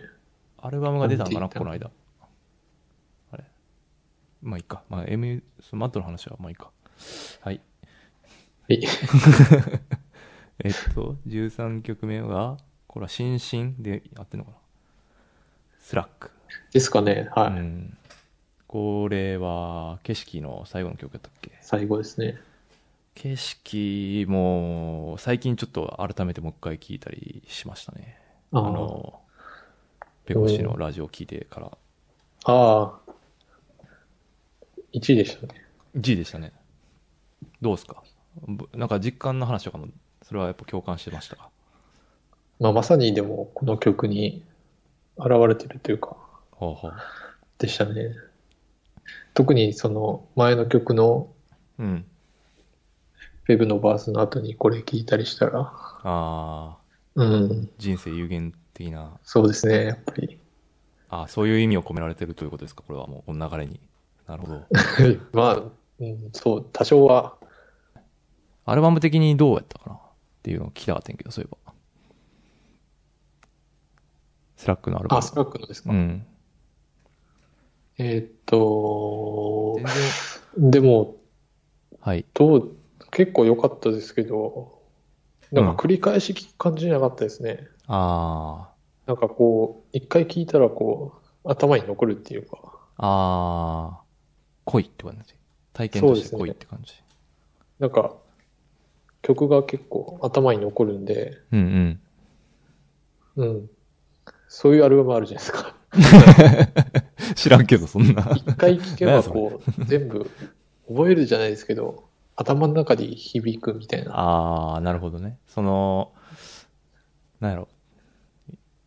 [SPEAKER 1] アルバムが出たのかな、
[SPEAKER 2] キャ
[SPEAKER 1] こ
[SPEAKER 2] ン
[SPEAKER 1] の
[SPEAKER 2] ティ
[SPEAKER 1] 間。あれまあいいか。まあ、M、そのマットの話はまあいいか。はい。
[SPEAKER 2] はい。
[SPEAKER 1] [laughs] えっと、13曲目は、これは新進で合ってんのかなスラック。
[SPEAKER 2] ですかね。はい。
[SPEAKER 1] うん。これは、景色の最後の曲やったっけ
[SPEAKER 2] 最後ですね。
[SPEAKER 1] 景色も、最近ちょっと改めてもう一回聞いたりしましたね。
[SPEAKER 2] あ
[SPEAKER 1] あ
[SPEAKER 2] あ
[SPEAKER 1] の、ベコシのラジオ聞いてから、
[SPEAKER 2] ああ。1位でしたね。
[SPEAKER 1] G でしたね。どうですかぶなんか実感の話とかも、それはやっぱ共感してましたか
[SPEAKER 2] まあ、まさにでもこの曲に現れてるというか、
[SPEAKER 1] ほうほう。
[SPEAKER 2] でしたね。特にその前の曲の
[SPEAKER 1] うん。
[SPEAKER 2] フェブのバースの後にこれ聞いたりしたら、
[SPEAKER 1] ああ、
[SPEAKER 2] うん、
[SPEAKER 1] 人生有限的な、
[SPEAKER 2] そうですね、やっぱり。 [laughs]
[SPEAKER 1] あーそういう意味を込められてるということですかこれはもう、この流れに。なるほ [laughs] ど。
[SPEAKER 2] まあ、うん、そう、多少は、
[SPEAKER 1] アルバム的にどうやったかなっていうのを聞きたかったんやけど、そういえば。スラックのアルバ
[SPEAKER 2] あ、
[SPEAKER 1] ム
[SPEAKER 2] ス。ラックのですか。
[SPEAKER 1] うん。
[SPEAKER 2] えーっと
[SPEAKER 1] 全、然、
[SPEAKER 2] でも、
[SPEAKER 1] はい。
[SPEAKER 2] どう、結構良かったですけど、なんか繰り返し聞く感じじゃなかったですね。
[SPEAKER 1] あ
[SPEAKER 2] なんかこう、一回聞いたらこう、頭に残るっていうか、
[SPEAKER 1] あ、ああ、恋って感じ。体験として
[SPEAKER 2] そう
[SPEAKER 1] 恋
[SPEAKER 2] ですね
[SPEAKER 1] って感じ。
[SPEAKER 2] なんか、曲が結構頭に残るんで、
[SPEAKER 1] うんうん。
[SPEAKER 2] うん。そういうアルバムあるじゃないです
[SPEAKER 1] [laughs]
[SPEAKER 2] か。
[SPEAKER 1] 知らんけど、そん
[SPEAKER 2] [laughs]
[SPEAKER 1] な。
[SPEAKER 2] 一回聴け
[SPEAKER 1] 何
[SPEAKER 2] ば
[SPEAKER 1] それ
[SPEAKER 2] こう、全部覚えるじゃないですけど、頭の中で響くみたいな。
[SPEAKER 1] ああ、なるほどね。その、なんやろ。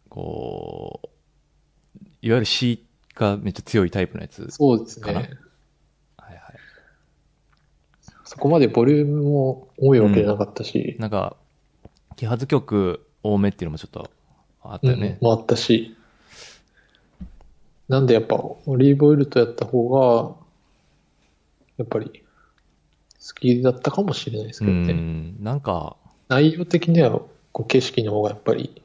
[SPEAKER 1] こう、いわゆる詩がめっちゃ強いタイプのやつ。
[SPEAKER 2] そうです
[SPEAKER 1] かな
[SPEAKER 2] ね。
[SPEAKER 1] はいはい。
[SPEAKER 2] そこまでボリュームも多いわけじゃなかったし、
[SPEAKER 1] なんか、揮発曲多めっていうのもちょっとあったよね。
[SPEAKER 2] もあったし、なんでやっぱオリーブオイルとやった方が、やっぱり好きだったかもしれないです
[SPEAKER 1] う
[SPEAKER 2] けどね。
[SPEAKER 1] ん。なんか、
[SPEAKER 2] 内容的にはこう景色の方がやっぱり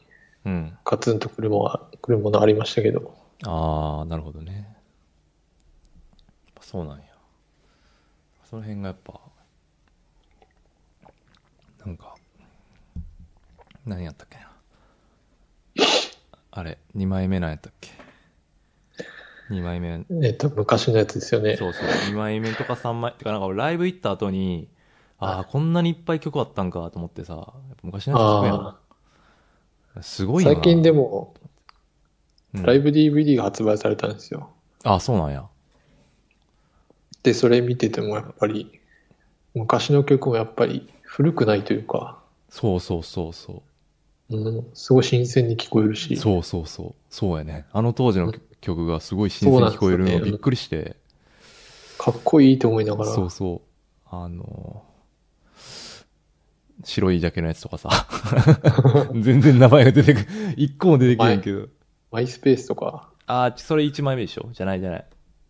[SPEAKER 1] うん。
[SPEAKER 2] ガツンとくるものはくるものありましたけど、
[SPEAKER 1] ああ、なるほどね。やっぱそうなんや。その辺がやっぱ、なんか、何やったっけな。あれ、2枚目なんやったっけ。2枚目。
[SPEAKER 2] えっと、昔のやつですよね。
[SPEAKER 1] そうそう、2枚目とか3枚、てかなんか俺ライブ行った後に、ああ、こんなにいっぱい曲あったんかと思ってさ、やっぱ昔のやつ聞くや
[SPEAKER 2] あ
[SPEAKER 1] ん。すご
[SPEAKER 2] あ、
[SPEAKER 1] いよな。
[SPEAKER 2] 最近でも、
[SPEAKER 1] うん、
[SPEAKER 2] ライブ DVD が発売されたんですよ。
[SPEAKER 1] ああ、そうなんや。
[SPEAKER 2] で、それ見ててもやっぱり、昔の曲もやっぱり古くないというか、
[SPEAKER 1] そうそうそうそう。
[SPEAKER 2] うん、すごい新鮮に聞こえるし、
[SPEAKER 1] そうそうそう。そうやね。あの当時の曲曲がすごい新
[SPEAKER 2] そう
[SPEAKER 1] 鮮
[SPEAKER 2] なん
[SPEAKER 1] に
[SPEAKER 2] で
[SPEAKER 1] 聞こえ
[SPEAKER 2] すよね
[SPEAKER 1] るのびっくりして。
[SPEAKER 2] かっこいいと思いながら、
[SPEAKER 1] そうそう。あのー白いジャケのやつと
[SPEAKER 2] [laughs]
[SPEAKER 1] かさ。全然名前が出てくる。一個も出てけへんけど。
[SPEAKER 2] マイスペースとか、
[SPEAKER 1] あー、それ1枚目でしょじゃないじゃない。う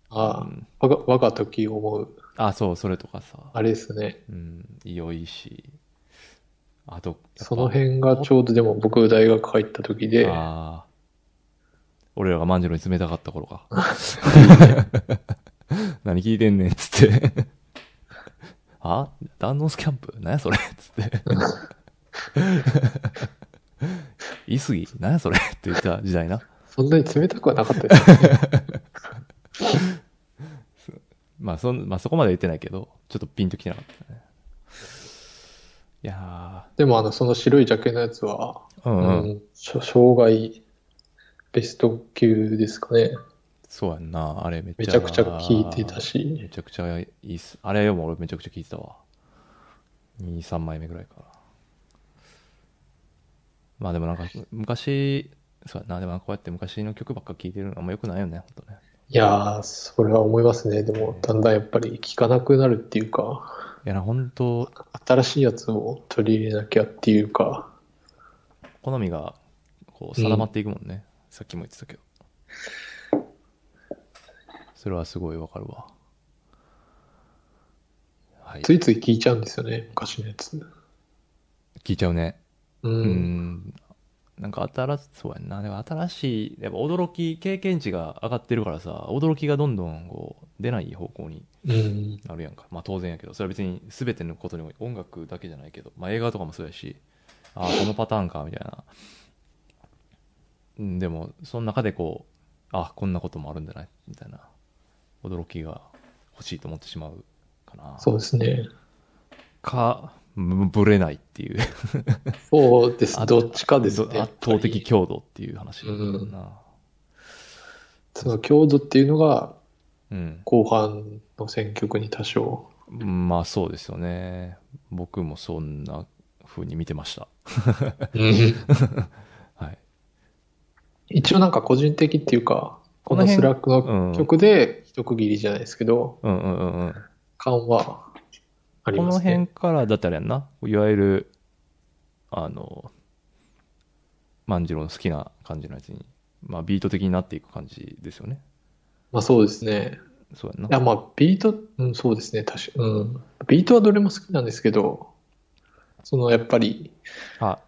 [SPEAKER 2] あ
[SPEAKER 1] ん、
[SPEAKER 2] あ、我が我が時を思う、
[SPEAKER 1] あ、そう、それとかさ。
[SPEAKER 2] あれですね。
[SPEAKER 1] うん、良いし。あと、やっぱ
[SPEAKER 2] その辺がちょうどでも僕大学入った時で、
[SPEAKER 1] ああ。俺らが万次郎に冷たかった頃
[SPEAKER 2] [laughs]
[SPEAKER 1] か。何聞いてんねん、つって。あ弾道スキャンプ何やそれつって。言い過ぎ何やそれって言った時代な。
[SPEAKER 2] そんなに冷たくはなかっ
[SPEAKER 1] [laughs]
[SPEAKER 2] たですね。
[SPEAKER 1] まあそん、まあそこまで言ってないけど、ちょっとピンときてなかったね。いや
[SPEAKER 2] でもあの、その白いジャケのやつは、
[SPEAKER 1] ー、うんうん。
[SPEAKER 2] うんしょ生涯ベスト級ですかね。
[SPEAKER 1] そうやんな。あれめっちゃ。
[SPEAKER 2] めちゃくちゃ聴いてた
[SPEAKER 1] め
[SPEAKER 2] し、
[SPEAKER 1] ちゃくちゃいいっす。あれよ、もう俺めちゃくちゃ聞いてたわ。2、3枚目ぐらいかな。まあでもなんか、昔、そうやな、でもなんかこうやって昔の曲ばっか聴いてるのはもう良くないよね、ほんとね。
[SPEAKER 2] いやー、それは思いますね。でも、だんだんやっぱり聴かなくなるっていうか、
[SPEAKER 1] いやな、ほんと、
[SPEAKER 2] 新しいやつを取り入れなきゃっていうか、
[SPEAKER 1] 好みがこう定まっていくもんね、さっきも言ってたけど。それはすごいわかるわ。はい。
[SPEAKER 2] ついつい聴いちゃうんですよね、昔のやつ。
[SPEAKER 1] 聞いちゃうね。
[SPEAKER 2] う。
[SPEAKER 1] うんんなんか新しそうやんなでも新しいやっぱ驚き経験値が上がってるからさ驚きがどんどんこう出ない方向に
[SPEAKER 2] うん。
[SPEAKER 1] なるやんかまあ当然やけどそれは別に全てのことにも音楽だけじゃないけど、まあ、映画とかもそうやしああこのパターンかみたいなうんでもその中でこうあこんなこともあるんじゃないみたいな驚きが欲しいと思ってしまうかな
[SPEAKER 2] そうですね。
[SPEAKER 1] かぶぶれないっていう
[SPEAKER 2] そうです。
[SPEAKER 1] あ
[SPEAKER 2] どっちかですね。
[SPEAKER 1] 圧倒的強度っていう話だな、
[SPEAKER 2] うんその強度っていうのが
[SPEAKER 1] うん、
[SPEAKER 2] 後半の選曲に多少。
[SPEAKER 1] まあそうですよね僕もそんな風に見てましたはい
[SPEAKER 2] 一応なんか個人的っていうか、こ
[SPEAKER 1] この
[SPEAKER 2] の
[SPEAKER 1] 辺
[SPEAKER 2] スラック
[SPEAKER 1] うん
[SPEAKER 2] の曲で一区切りじゃないですけど、
[SPEAKER 1] うんうんうんうん
[SPEAKER 2] 感はあり
[SPEAKER 1] こ
[SPEAKER 2] ま
[SPEAKER 1] の
[SPEAKER 2] すね
[SPEAKER 1] 辺。からだったらやんないわゆるあの万次郎の好きな感じのやつに、まあ、ビート的になっていく感じですよね
[SPEAKER 2] まあそうですね。
[SPEAKER 1] そうやん
[SPEAKER 2] いや
[SPEAKER 1] な
[SPEAKER 2] まあビート、うん、そうですね、確か、うん。ビートはどれも好きなんですけど、そのやっぱり
[SPEAKER 1] あ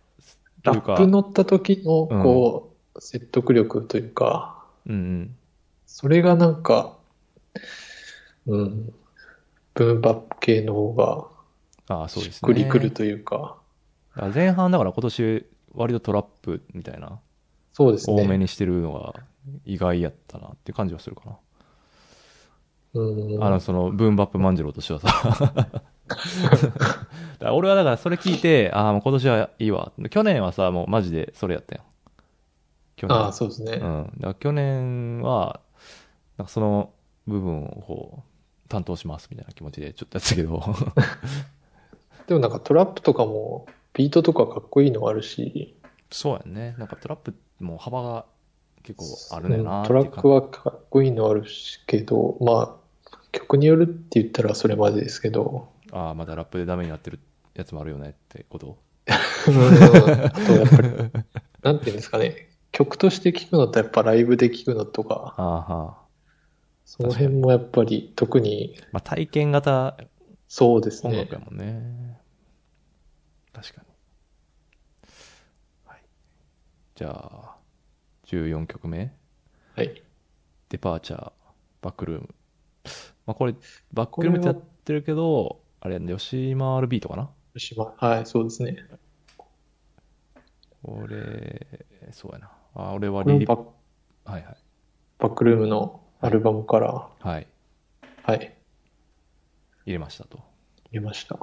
[SPEAKER 1] と
[SPEAKER 2] ラ
[SPEAKER 1] いうか
[SPEAKER 2] ップ乗った時の
[SPEAKER 1] うん
[SPEAKER 2] こう、説得力というか、
[SPEAKER 1] うんうん
[SPEAKER 2] それがなんか、うん、ブームバップ系の方が
[SPEAKER 1] あそう
[SPEAKER 2] し
[SPEAKER 1] で
[SPEAKER 2] っ
[SPEAKER 1] す
[SPEAKER 2] く
[SPEAKER 1] ね
[SPEAKER 2] りくるというか、
[SPEAKER 1] だから前半だから今年割とトラップみたいな
[SPEAKER 2] そうです
[SPEAKER 1] 多め
[SPEAKER 2] ね。
[SPEAKER 1] にしてるのが意外やったなっていう感じはするかな。
[SPEAKER 2] うん、
[SPEAKER 1] あの、その、ブーンバップ万次郎としては
[SPEAKER 2] [laughs]
[SPEAKER 1] さ。だから俺はだからそれ聞いて、ああ、もう今年はいいわ。去年はさ、もうマジでそれやったよ。去年。
[SPEAKER 2] ああ、そうですね。
[SPEAKER 1] うん。だから去年は、なんかその部分をこう、担当しますみたいな気持ちでちょっとやってたけ
[SPEAKER 2] [laughs]
[SPEAKER 1] ど。
[SPEAKER 2] でもなんかトラップとかも、ビートとかかっこいいのあるし、
[SPEAKER 1] そうやんね。なんかトラップも幅が結構あるねんなっ
[SPEAKER 2] うん
[SPEAKER 1] て
[SPEAKER 2] ト
[SPEAKER 1] いう
[SPEAKER 2] ラ
[SPEAKER 1] 感じ
[SPEAKER 2] ックはかっこいいのあるしけど、まあ、曲によるって言ったらそれまでです
[SPEAKER 1] [laughs]
[SPEAKER 2] けど、
[SPEAKER 1] ああ、まだラップでダメになってるやつもあるよねってこと
[SPEAKER 2] うんあとやっぱり、なんていうんですかね、曲として聴くのとやっぱライブで聴くのとか、
[SPEAKER 1] ああは
[SPEAKER 2] その辺もやっぱり特に
[SPEAKER 1] あ。まあ体験型
[SPEAKER 2] そうです
[SPEAKER 1] 音
[SPEAKER 2] ね
[SPEAKER 1] 楽。やもんね。確かに。はい。じゃあ、14曲目。
[SPEAKER 2] はい。
[SPEAKER 1] デパーチャー、バックルーム。まあこれ、バックルームってやってるけど、あれやんね、吉回るビートかな
[SPEAKER 2] しまはい、そうですね。
[SPEAKER 1] 俺、そうやな。あ、俺は
[SPEAKER 2] こ
[SPEAKER 1] リ
[SPEAKER 2] れも
[SPEAKER 1] リ
[SPEAKER 2] バ
[SPEAKER 1] はい
[SPEAKER 2] ッ
[SPEAKER 1] はい。
[SPEAKER 2] バックルームのアルバムから、
[SPEAKER 1] はい。
[SPEAKER 2] はい、
[SPEAKER 1] 入れましたと。
[SPEAKER 2] 入れま
[SPEAKER 1] [laughs]
[SPEAKER 2] した。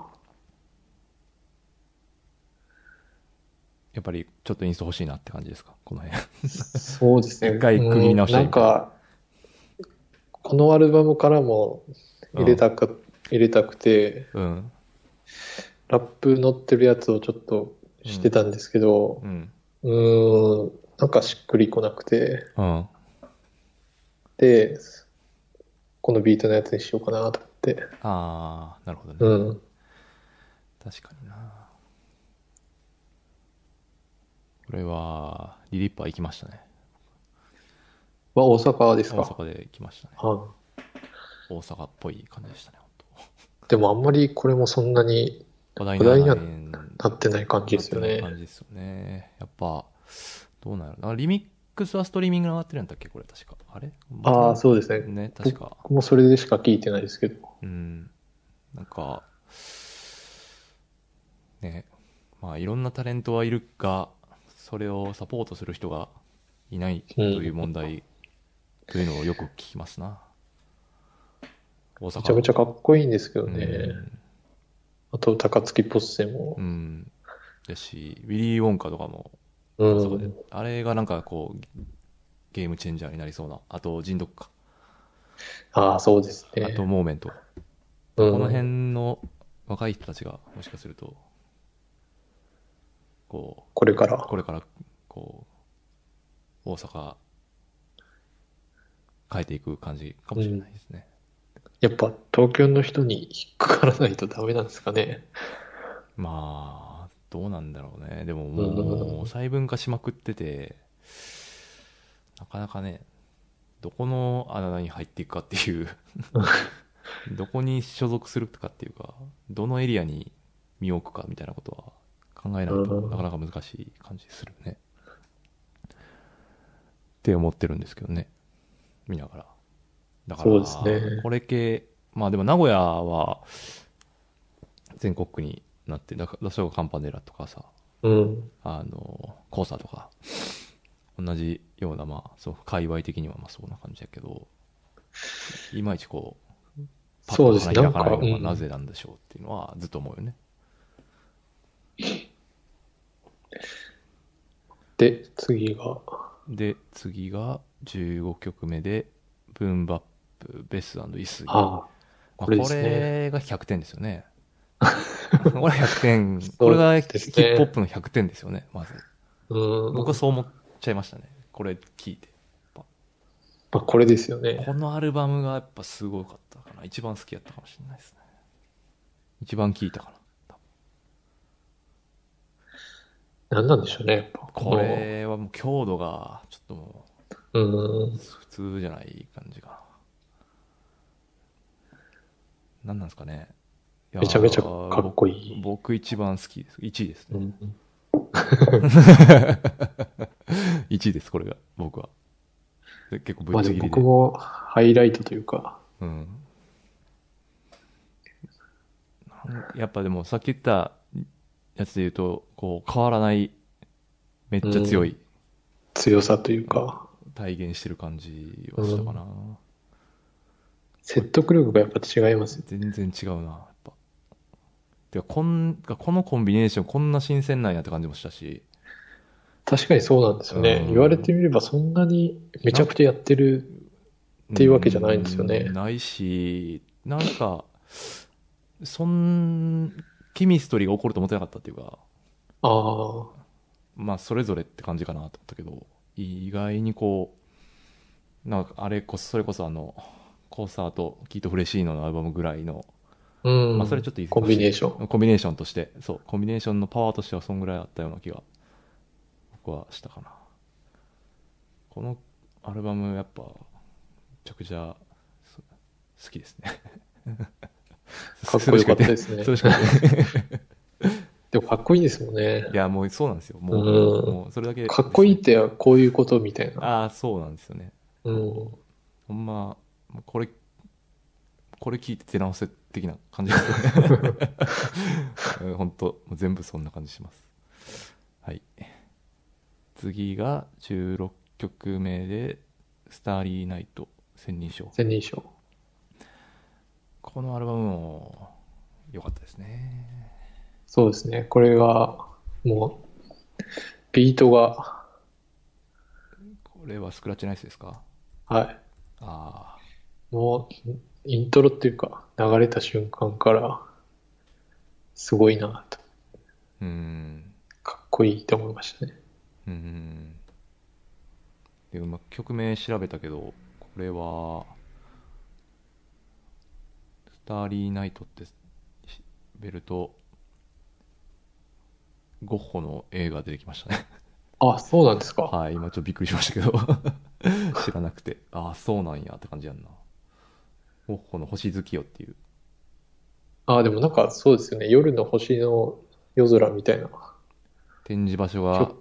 [SPEAKER 1] やっぱりちょっとインスト欲しいなって感じですかこの辺。
[SPEAKER 2] そうですね。
[SPEAKER 1] 一回区切り直した
[SPEAKER 2] う
[SPEAKER 1] い
[SPEAKER 2] んなんか、このアルバムからも入れたか、入れたくて、
[SPEAKER 1] うん。
[SPEAKER 2] ラップ乗ってるやつをちょっとしてたんですけど、
[SPEAKER 1] うん。
[SPEAKER 2] うーん、なんかしっくりこなくて、
[SPEAKER 1] うん。
[SPEAKER 2] で、このビートのやつにしようかなと思って。
[SPEAKER 1] ああ、なるほどね。
[SPEAKER 2] うん。
[SPEAKER 1] 確かにな。これは、リリッパー行きましたね。
[SPEAKER 2] は大阪です
[SPEAKER 1] 大
[SPEAKER 2] か
[SPEAKER 1] 阪で行きましたね。
[SPEAKER 2] は
[SPEAKER 1] 大阪っぽい感じでしたね、本
[SPEAKER 2] い。でもあんまりこれもそんなに
[SPEAKER 1] 当。話題
[SPEAKER 2] 話題には
[SPEAKER 1] にな
[SPEAKER 2] なってない感じですよ
[SPEAKER 1] なって
[SPEAKER 2] ね
[SPEAKER 1] ない。感じですよね。やっぱ、どうなるあリミックスはストリーミングに上がってるんだっけこれ確か。あれ
[SPEAKER 2] ああ、そうですね。
[SPEAKER 1] ね、確か。
[SPEAKER 2] 僕もそれでしか聞いてないですけど。
[SPEAKER 1] うん。なんか、ね、まあいろんなタレントはいるが、それをサポートする人がいないという問題、というのをよく聞きますな。大阪
[SPEAKER 2] めちゃめちゃかっこいいんですけどね。
[SPEAKER 1] うん
[SPEAKER 2] あと、高槻ポッセも
[SPEAKER 1] う。ん。だし、ウィリー・ウォンカとかも、
[SPEAKER 2] う
[SPEAKER 1] 大阪で
[SPEAKER 2] ん。
[SPEAKER 1] あれがなんかこう、ゲームチェンジャーになりそうな。あと、人読か。
[SPEAKER 2] ああ、そうですね。
[SPEAKER 1] あと、モーメント。
[SPEAKER 2] うん、
[SPEAKER 1] この辺の若い人たちが、もしかすると、こ
[SPEAKER 2] これか
[SPEAKER 1] う、
[SPEAKER 2] ら。
[SPEAKER 1] これから、こう、大阪、変えていく感じかもしれないですね。
[SPEAKER 2] やっぱ、東京の人に引っかからないとダメなんですかね。
[SPEAKER 1] まあ、どうなんだろうね。でも
[SPEAKER 2] う
[SPEAKER 1] も
[SPEAKER 2] ん
[SPEAKER 1] う、細分化しまくってて、なかなかね、どこの穴に入っていくかって
[SPEAKER 2] [laughs]
[SPEAKER 1] いう、どこに所属するとかっていうか、どのエリアに身を置くかみたいなことは考えないと
[SPEAKER 2] うん
[SPEAKER 1] なかなか難しい感じするね。って思ってるんですけどね。見ながら。だから、
[SPEAKER 2] そうですね
[SPEAKER 1] これ系、まあでも名古屋は全国区になって、だから、それこそカンパネラとかさ、
[SPEAKER 2] うん。
[SPEAKER 1] あの、コーサとか、同じような、まあ、そう、界隈的にはまあそうな感じだけど、いまいちこう、パッ
[SPEAKER 2] そ
[SPEAKER 1] と
[SPEAKER 2] うです
[SPEAKER 1] 花開
[SPEAKER 2] ね。なん
[SPEAKER 1] かな
[SPEAKER 2] か、
[SPEAKER 1] いの
[SPEAKER 2] う
[SPEAKER 1] は
[SPEAKER 2] ん
[SPEAKER 1] なぜなんでしょうっていうのはずっと思うよね。
[SPEAKER 2] で、次が、
[SPEAKER 1] で、次が15曲目で、ブンバップ、ベスイスイ。
[SPEAKER 2] ああ、
[SPEAKER 1] まあ
[SPEAKER 2] これですね
[SPEAKER 1] これが100点ですよね。 [laughs] これが100点。こ
[SPEAKER 2] う
[SPEAKER 1] れがヒ
[SPEAKER 2] ですね
[SPEAKER 1] ップホップの100点ですよね、まず。
[SPEAKER 2] うん。
[SPEAKER 1] 僕はそう思っちゃいましたね。これ聞いて。
[SPEAKER 2] まあ、これですよね。
[SPEAKER 1] このアルバムがやっぱすごかったかな。一番好きやったかもしれないですね。一番聞いたかな。
[SPEAKER 2] 何なんでしょうね、やっぱ。
[SPEAKER 1] これはもう強度が、ちょっとも
[SPEAKER 2] の。うん
[SPEAKER 1] う、。普通じゃない感じかな。何なんですかね。いやー
[SPEAKER 2] めちゃめちゃかっこいい
[SPEAKER 1] 僕僕一番好きです。1位です
[SPEAKER 2] う
[SPEAKER 1] ね。
[SPEAKER 2] ん。
[SPEAKER 1] 1位です、これが、僕は。で結構ぶ
[SPEAKER 2] ま
[SPEAKER 1] っ
[SPEAKER 2] あ
[SPEAKER 1] ち
[SPEAKER 2] で
[SPEAKER 1] ぎ
[SPEAKER 2] も
[SPEAKER 1] り
[SPEAKER 2] 僕
[SPEAKER 1] で。
[SPEAKER 2] もハイライトというか、
[SPEAKER 1] うん、なんやっぱでもさっき言ったやつで言うと、こう変わらない、めっちゃ強い、
[SPEAKER 2] 強さというか、
[SPEAKER 1] 体現してる感じはしたかな。
[SPEAKER 2] 説得力がやっぱ違いますよ。
[SPEAKER 1] 全然違うな、やっぱ。てかこん、このコンビネーションこんな新鮮なんやって感じもしたし、
[SPEAKER 2] 確かにそうなんですよね
[SPEAKER 1] う。ん
[SPEAKER 2] 言われてみればそんなにめちゃくちゃやってる。っていうわけじゃないんですよね
[SPEAKER 1] うんないし、なんか、そん、ケミストリーが起こると思ってなかったっていうか、
[SPEAKER 2] ああ、
[SPEAKER 1] まあそれぞれって感じかなと思ったけど意外にこうなんかあれこそそれこそあのコーサーとキート・フレシーノのアルバムぐらいの、
[SPEAKER 2] うん。
[SPEAKER 1] まあそれちょっといい
[SPEAKER 2] コンビネーション。
[SPEAKER 1] コンビネーションとしてそうコンビネーションのパワーとしてはそんぐらいあったような気が僕はしたかなこのアルバムやっぱめちゃくちゃそ好きですね
[SPEAKER 2] [laughs] かっこよかったですすね
[SPEAKER 1] そ。れしか言ってない
[SPEAKER 2] でもかっこいいですもんね。
[SPEAKER 1] いやもうそうなんですよもう,、
[SPEAKER 2] うん
[SPEAKER 1] もうそれだけ
[SPEAKER 2] かっこいいってこういうことみたいな。
[SPEAKER 1] ああそうなんですよね
[SPEAKER 2] うん。
[SPEAKER 1] ほんま、これ、これ聞いて手直せ的な感じですね。うん本当、もう全部そんな感じします。はい。次が16曲目で「スターリーナイト」千人称
[SPEAKER 2] 千人称。
[SPEAKER 1] このアルバムも良かったですね
[SPEAKER 2] そうですね。これは、もう、ビートが、
[SPEAKER 1] これはスクラッチナイスですか
[SPEAKER 2] は
[SPEAKER 1] ああ
[SPEAKER 2] い。もう、イントロっていうか、流れた瞬間から、すごいなと、
[SPEAKER 1] うん
[SPEAKER 2] かっこいいと思いましたね。
[SPEAKER 1] うんでま曲名調べたけどこれは「スターリーナイト」ってしベルトゴッホの映画出てきましたね
[SPEAKER 2] あ、そうなんですか。
[SPEAKER 1] はい今ちょっとびっくりしましたけど [laughs] 知らなくてああそうなんやって感じやんなゴッホの「星月夜」っていう
[SPEAKER 2] あ、でもなんかそうですよね。夜の星の夜空みたいな。
[SPEAKER 1] 展示場所が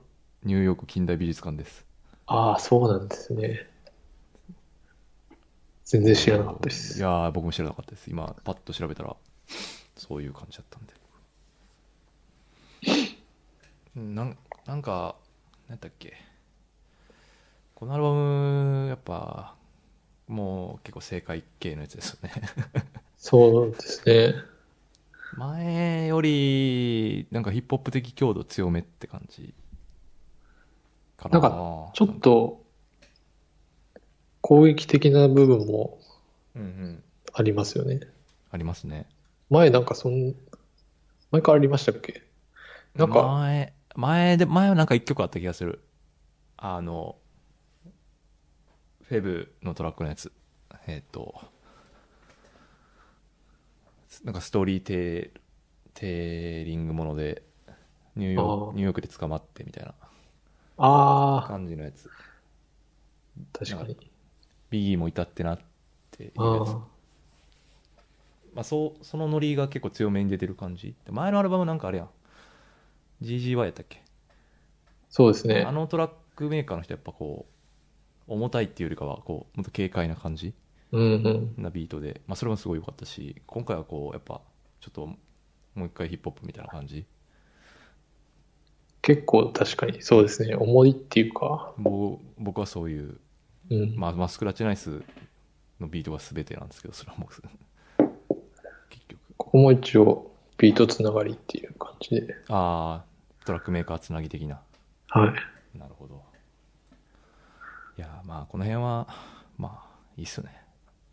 [SPEAKER 1] ニューヨーク近代美術館です
[SPEAKER 2] ああ、そうなんですね。全然知らなかったで
[SPEAKER 1] い
[SPEAKER 2] す。
[SPEAKER 1] やー僕も知らなかったです今パッと調べたらそういう感じだったんでうんなんなんか何だっけこのアルバムやっぱもう結構正解系のやつですよね
[SPEAKER 2] [laughs] そうですね。
[SPEAKER 1] 前よりなんかヒップホップ的強度強めって感じかな
[SPEAKER 2] なんかちょっと攻撃的な部分も
[SPEAKER 1] うんうん
[SPEAKER 2] ありますよね。
[SPEAKER 1] ありますね
[SPEAKER 2] 前なんかそん、前からありましたっけなんか
[SPEAKER 1] 前、前で、前はなんか一曲あった気がする。あの、フェブのトラックのやつ。えっ、と、なんかストーリーテー、テーリングもので、ニューヨー
[SPEAKER 2] あ
[SPEAKER 1] ク、
[SPEAKER 2] ー
[SPEAKER 1] ニューヨークで捕まってみたいな
[SPEAKER 2] ああ、
[SPEAKER 1] 感じのやつ。
[SPEAKER 2] 確かに。
[SPEAKER 1] ビギーもいたってなっていうやつ。
[SPEAKER 2] あ
[SPEAKER 1] まあ、そうそのノリが結構強めに出てる感じ。前のアルバムなんかあれやん。GGY やったっけ
[SPEAKER 2] そうですね
[SPEAKER 1] あ。のトラックメーカーの人やっぱこう重たいっていうよりかはこうもっと軽快な感じ
[SPEAKER 2] うんうん。
[SPEAKER 1] なビートで、まあ、それもすごい良かったし今回はこうやっぱちょっともう一回ヒップホップみたいな感じ
[SPEAKER 2] 結構確かにそうですね。重いっていうか、
[SPEAKER 1] ぼ僕はそういう、
[SPEAKER 2] うん。
[SPEAKER 1] まあ、まあスクラッチナイスのビートが全てなんですけどそれはもう [laughs] 結局
[SPEAKER 2] ここも一応ビートつながりっていう感じで。
[SPEAKER 1] ああトラックメーカーつなぎ的な
[SPEAKER 2] はい。
[SPEAKER 1] なるほどいやーまあこの辺はまあいいっすよね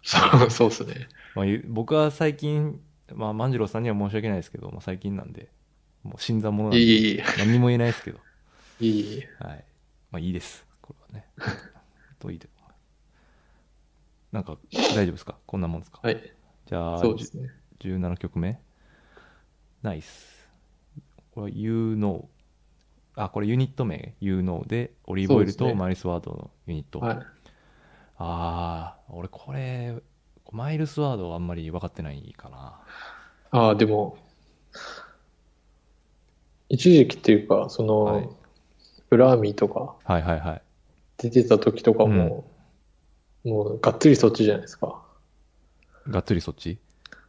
[SPEAKER 2] そうそうですね。
[SPEAKER 1] まあ、ゆ僕は最近、まあ、万次郎さんには申し訳ないですけど、まあ、最近なんで、もう新参者なん
[SPEAKER 2] い
[SPEAKER 1] で、
[SPEAKER 2] い、いい
[SPEAKER 1] 何も言えないですけど、
[SPEAKER 2] いい、いい。
[SPEAKER 1] はい。まあ、いいです。これはね。といいで。なんか、大丈夫ですかこんなもんですか、
[SPEAKER 2] はい。
[SPEAKER 1] じゃあ、
[SPEAKER 2] そうですね。
[SPEAKER 1] じゅ17曲目。ナイス。これは You Know。あ、これユニット名 You Know で、オリーブオイル
[SPEAKER 2] そうで
[SPEAKER 1] と
[SPEAKER 2] すね
[SPEAKER 1] マイルスワードのユニット。
[SPEAKER 2] はい。
[SPEAKER 1] ああ、俺これ、マイルスワードはあんまり分かってないかな。
[SPEAKER 2] ああ、でも、一時期っていうか、その、
[SPEAKER 1] はい
[SPEAKER 2] ブラーミーとか
[SPEAKER 1] はいはいはい。
[SPEAKER 2] 出てた時とかも、もうがっつりそっちじゃないですか。
[SPEAKER 1] がっつりそっち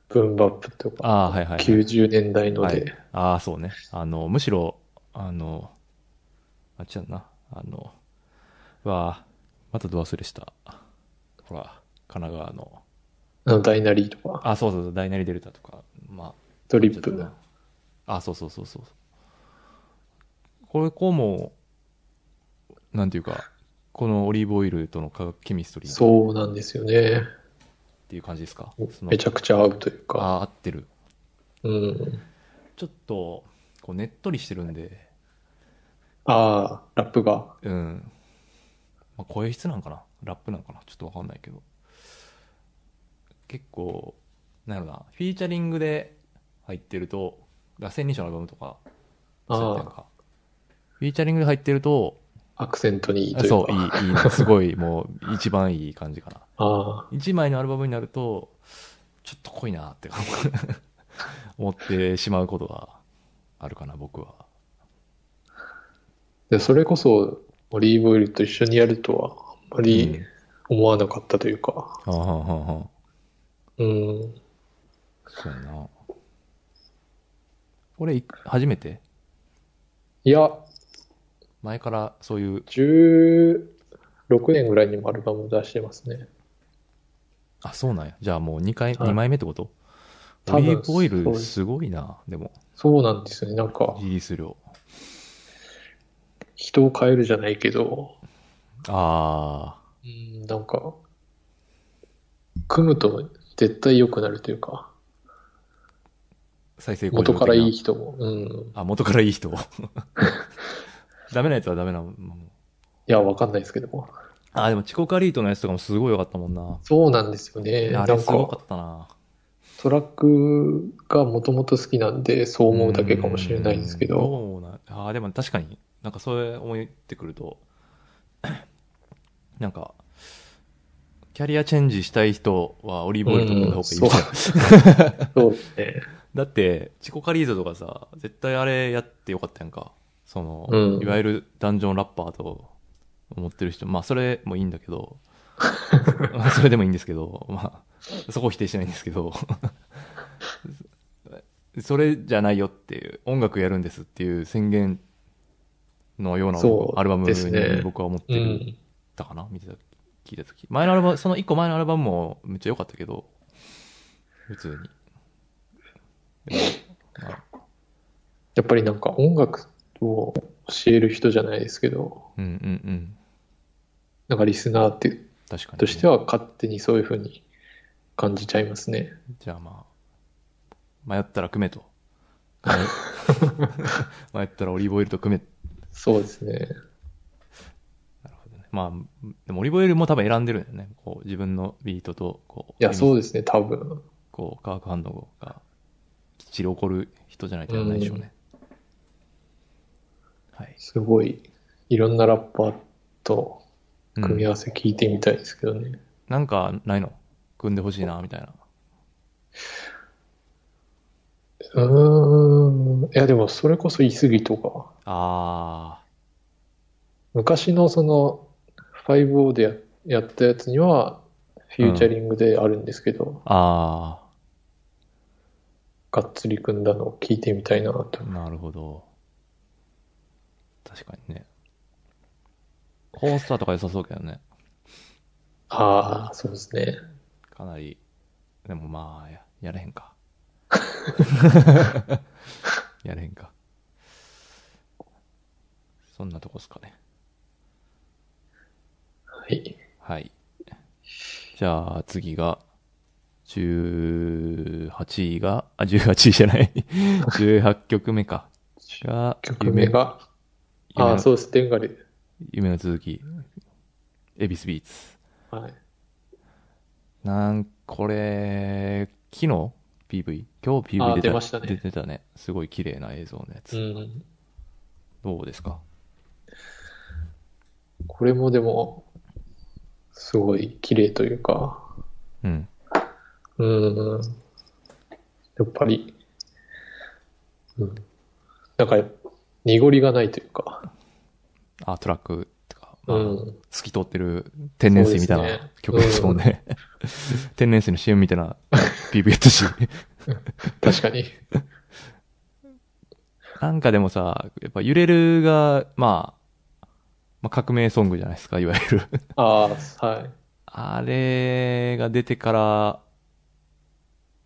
[SPEAKER 2] ブンバップとか、
[SPEAKER 1] ああ、はいはい、はい。
[SPEAKER 2] 90年代の
[SPEAKER 1] は
[SPEAKER 2] で、
[SPEAKER 1] い、ああ、そうね。あの、むしろ、あの、あっちやんな。あの、うわあ、またど忘れした。ほら、神奈川の。
[SPEAKER 2] あのダイナリーとか、
[SPEAKER 1] あ、そうそうそう、ダイナリデルタとか。まあ、
[SPEAKER 2] ドリッ
[SPEAKER 1] ちょっと
[SPEAKER 2] プ
[SPEAKER 1] な。あ、そうそうそうそう。これ、こうも、なんていうか、このオリーブオイルとの化学ケミストリーっ
[SPEAKER 2] そうなんですよね。
[SPEAKER 1] ていう感じですか。その
[SPEAKER 2] めちゃくちゃ合うという
[SPEAKER 1] あ
[SPEAKER 2] か、
[SPEAKER 1] あ、合ってる。
[SPEAKER 2] うん。
[SPEAKER 1] ちょっと、こう、ねっとりしてるんで、
[SPEAKER 2] ああ、ラップが、
[SPEAKER 1] うん。まあ、声質なんかなラップなんかなちょっとわかんないけど。結構、なんやろな、フィーチャリングで入ってると、だ千人称のアルバムとか、
[SPEAKER 2] あー
[SPEAKER 1] そうやったやんかフィーチャリングで入ってると、
[SPEAKER 2] アクセントにいい
[SPEAKER 1] あ
[SPEAKER 2] という
[SPEAKER 1] そう、い
[SPEAKER 2] か、
[SPEAKER 1] い、いいな、すごい、もう、一番いい感じかな。
[SPEAKER 2] ああ、
[SPEAKER 1] 一枚のアルバムになると、ちょっと濃いなって [laughs] 思ってしまうことがあるかな、僕は。
[SPEAKER 2] で、それこそ、オリーブオイルと一緒にやるとは、あんまり思わなかったというか、
[SPEAKER 1] ああ、はあ、はあ。
[SPEAKER 2] うん。
[SPEAKER 1] そうやな。これい、初めて
[SPEAKER 2] いや、
[SPEAKER 1] 前からそういう、
[SPEAKER 2] 16年ぐらいにもアルバム出してますね。
[SPEAKER 1] あ、そうなんや。じゃあもう2回、
[SPEAKER 2] はい
[SPEAKER 1] 二枚目ってこと
[SPEAKER 2] 多
[SPEAKER 1] オ
[SPEAKER 2] 分
[SPEAKER 1] リーブオイ
[SPEAKER 2] そう
[SPEAKER 1] ル
[SPEAKER 2] です
[SPEAKER 1] すごいな、でも、
[SPEAKER 2] そうなんですよね。なんか、
[SPEAKER 1] リリース量。
[SPEAKER 2] 人を変えるじゃないけど、
[SPEAKER 1] あ
[SPEAKER 2] うん、なんか、組むと絶対良くなるというか、
[SPEAKER 1] ー、再生
[SPEAKER 2] 元からいい
[SPEAKER 1] 人。
[SPEAKER 2] 人も。うん。
[SPEAKER 1] あ、元からいい人。 [laughs] ダメなやつはダメなもん。
[SPEAKER 2] いや、わかんないですけども。
[SPEAKER 1] あ、でも、チコカリートのやつとかもすごい良かったもんな。
[SPEAKER 2] そうなんですよね。な
[SPEAKER 1] あ
[SPEAKER 2] んか
[SPEAKER 1] れ、すごかったな。
[SPEAKER 2] トラックがもともと好きなんで、そう思うだけかもしれないですけ
[SPEAKER 1] うん
[SPEAKER 2] ど、
[SPEAKER 1] どうなあーでも確かになんかそれ思ってくると [clears throat] なんかキャリアチェンジしたい人はオリーブオイルと飲んだ方がいいですよ、
[SPEAKER 2] そうで
[SPEAKER 1] [laughs]
[SPEAKER 2] すね。
[SPEAKER 1] だってチコカリーゾとかさ絶対あれやってよかったやんかその、
[SPEAKER 2] うん
[SPEAKER 1] いわゆるダンジョンラッパーと思ってる人まあそれもいいんだけ
[SPEAKER 2] [laughs]
[SPEAKER 1] ど [laughs] まあそれでもいいんですけどまあそこを否定しないんですけど [laughs] それじゃないよっていう音楽やるんですっていう宣言のような
[SPEAKER 2] そう
[SPEAKER 1] アルバム
[SPEAKER 2] ですね
[SPEAKER 1] に僕は思ってる
[SPEAKER 2] うん。
[SPEAKER 1] たかな、見てた聞いた時前のアルバムその1個前のアルバムもめっちゃ良かったけど普通にでもまあ
[SPEAKER 2] やっぱりなんか音楽を教える人じゃないですけど、
[SPEAKER 1] うんうんうん
[SPEAKER 2] なんかリスナーって
[SPEAKER 1] 確かにね、
[SPEAKER 2] としては勝手にそういうふうに感じちゃいますね。
[SPEAKER 1] じゃあまあ迷ったら組め
[SPEAKER 2] [laughs]
[SPEAKER 1] と迷ったらオリーブオイルと組め
[SPEAKER 2] そうですね。
[SPEAKER 1] なるほどねまあでもオリーブオイルも多分選んでるんだよねこう自分のビートとこう
[SPEAKER 2] いや、そう
[SPEAKER 1] で
[SPEAKER 2] ですね、多分。
[SPEAKER 1] こう化学反応がきっちり起こる人じゃないとやらないでしょうね、はい、
[SPEAKER 2] すごい、いろんなラッパーと
[SPEAKER 1] うん
[SPEAKER 2] 組み合わせ聞いてみたいですけどね。
[SPEAKER 1] なんかないの組んでほしいなみたいな
[SPEAKER 2] うーん。いや、でもそれこそ言い過ぎとか、
[SPEAKER 1] あ
[SPEAKER 2] 昔のその 5O でややったやつにはフューチャリングであるんですけど、
[SPEAKER 1] ーあ
[SPEAKER 2] がっつり組んだのを聞いてみたいなと
[SPEAKER 1] ーなるほど確かにねコースターとか良さそうけどね
[SPEAKER 2] ああそうですね
[SPEAKER 1] かなりでもまあややれへんか [laughs] やれへんかそんなとこっすかね
[SPEAKER 2] はい
[SPEAKER 1] はいじゃあ次が18位があ18位じゃない18曲目かが
[SPEAKER 2] 曲名が
[SPEAKER 1] 夢
[SPEAKER 2] ああ
[SPEAKER 1] の
[SPEAKER 2] そうですデンガリ
[SPEAKER 1] 夢の続きエビスビーツ
[SPEAKER 2] はい
[SPEAKER 1] なん、これ、昨日 ?PV? 今日 PV
[SPEAKER 2] あ
[SPEAKER 1] 出た
[SPEAKER 2] 出ましたね
[SPEAKER 1] 出てたね。すごい綺麗な映像のやつ。
[SPEAKER 2] うん
[SPEAKER 1] どうですか
[SPEAKER 2] これもでもすごい綺麗というか
[SPEAKER 1] うん。
[SPEAKER 2] うんやっぱりうんなんか濁りがないというか
[SPEAKER 1] あ、トラックとか、まあ
[SPEAKER 2] うん
[SPEAKER 1] 透き通ってる天然水みたい
[SPEAKER 2] そうです
[SPEAKER 1] な
[SPEAKER 2] ね
[SPEAKER 1] 曲ですもんね。 [laughs] 天然水の CM みたいな PV やったし。
[SPEAKER 2] 確か [laughs] に
[SPEAKER 1] なんかでもさ、やっぱ揺れるが、まあ、まあ、革命ソングじゃないですか、いわゆる。
[SPEAKER 2] ああはい
[SPEAKER 1] あれが出てから、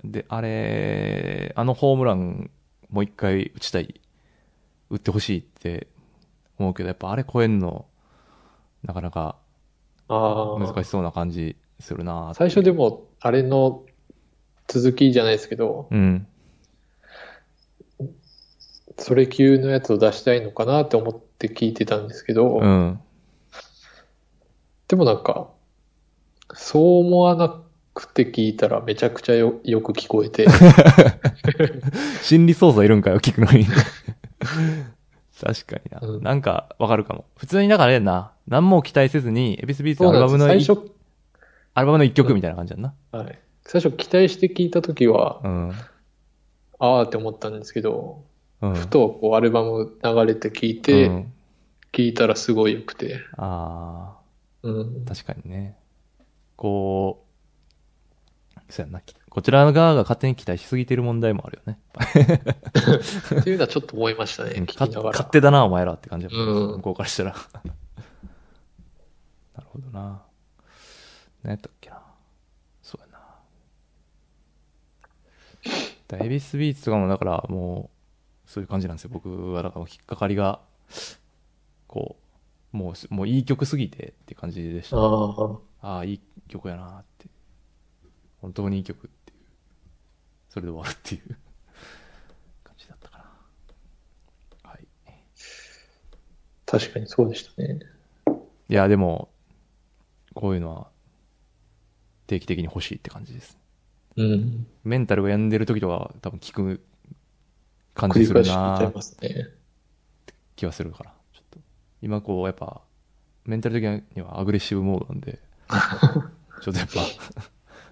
[SPEAKER 1] で、あれ、あのホームラン、もう一回打ちたい、打ってほしいって思うけど、やっぱあれ超えんの、なかなか
[SPEAKER 2] ああ
[SPEAKER 1] 難しそうな感じするな
[SPEAKER 2] 最初で
[SPEAKER 1] も。
[SPEAKER 2] も、あれの続きじゃないですけど、
[SPEAKER 1] うん。
[SPEAKER 2] それ級のやつを出したいのかなって思って聞いてたんですけど、
[SPEAKER 1] うん。
[SPEAKER 2] でもなんか、そう思わなくて聞いたらめちゃくちゃよよく聞こ
[SPEAKER 1] [laughs]
[SPEAKER 2] えて、
[SPEAKER 1] 心理操作いるんかよ、聞くのに。 [laughs] 確かにな。
[SPEAKER 2] うん
[SPEAKER 1] なんか、わかるかも。普通に、だからあれやんな、何も期待せずに、エビスビーツ
[SPEAKER 2] そ
[SPEAKER 1] の
[SPEAKER 2] う
[SPEAKER 1] アル
[SPEAKER 2] な
[SPEAKER 1] バ
[SPEAKER 2] んで
[SPEAKER 1] ム
[SPEAKER 2] す
[SPEAKER 1] の
[SPEAKER 2] 最
[SPEAKER 1] い、
[SPEAKER 2] 初、
[SPEAKER 1] アルバムの一曲みたいな感じやんな。
[SPEAKER 2] はい、最初期待して聞いた時は、
[SPEAKER 1] うん。
[SPEAKER 2] あーって思ったんですけど、
[SPEAKER 1] うん。
[SPEAKER 2] ふとこうアルバム流れて聞いて、
[SPEAKER 1] うん
[SPEAKER 2] 聞いたらすごい良くて、
[SPEAKER 1] ああ。 [laughs]
[SPEAKER 2] うん、
[SPEAKER 1] 確かにね。こう、そうやんな。こちら側が勝手に期待しすぎてる問題もあるよね。
[SPEAKER 2] っていうのはちょっと思いましたね、
[SPEAKER 1] うん
[SPEAKER 2] 聞き
[SPEAKER 1] 勝
[SPEAKER 2] ながら
[SPEAKER 1] 勝。手だな、お前らって感じだもん
[SPEAKER 2] うん
[SPEAKER 1] 向こうからしたら。 [laughs] なるほどな。何やったっけな。そうやな。ダイビスビーツとかも、だからもう、そういう感じなんですよ。僕は、だからもう引っかかりが、こう、もうす、もういい曲すぎてって感じでした。あ
[SPEAKER 2] ああ、
[SPEAKER 1] あー、いい曲やなーって。本当にいい曲っていう。それで終わるっていう感じだったかな。はい。
[SPEAKER 2] 確かにそうでしたね。
[SPEAKER 1] いや、でも、こういうのは、定期的に欲しいって感じです。
[SPEAKER 2] うん。
[SPEAKER 1] メンタルが病んでる時とか、多分聞く感
[SPEAKER 2] 繰
[SPEAKER 1] じ
[SPEAKER 2] り
[SPEAKER 1] する
[SPEAKER 2] 返しちゃ
[SPEAKER 1] ないー
[SPEAKER 2] ますね。
[SPEAKER 1] 気はするから、ちょっと。今こう、やっぱ、メンタル的にはアグレッシブモードなん
[SPEAKER 2] [laughs]
[SPEAKER 1] で、ちょっとやっぱ、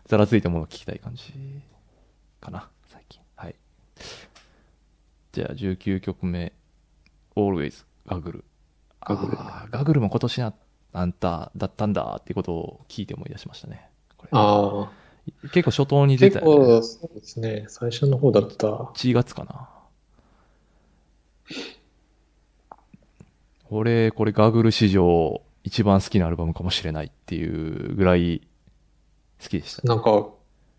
[SPEAKER 1] ざらついたものを聞きたい感じかな、最近。はい。じゃあ、19曲目、Always ガグル。
[SPEAKER 2] ガグル
[SPEAKER 1] あーガグルも今年な、あんただったんだっていうことを聞いて思い出しましたね。これ
[SPEAKER 2] ああ、
[SPEAKER 1] 結構初頭に出
[SPEAKER 2] 結
[SPEAKER 1] たよね。
[SPEAKER 2] 構そうですね。最初の方だった。
[SPEAKER 1] 1月かな。俺、これガーグル史上一番好きなアルバムかもしれないっていうぐらい好きでした。
[SPEAKER 2] なんか、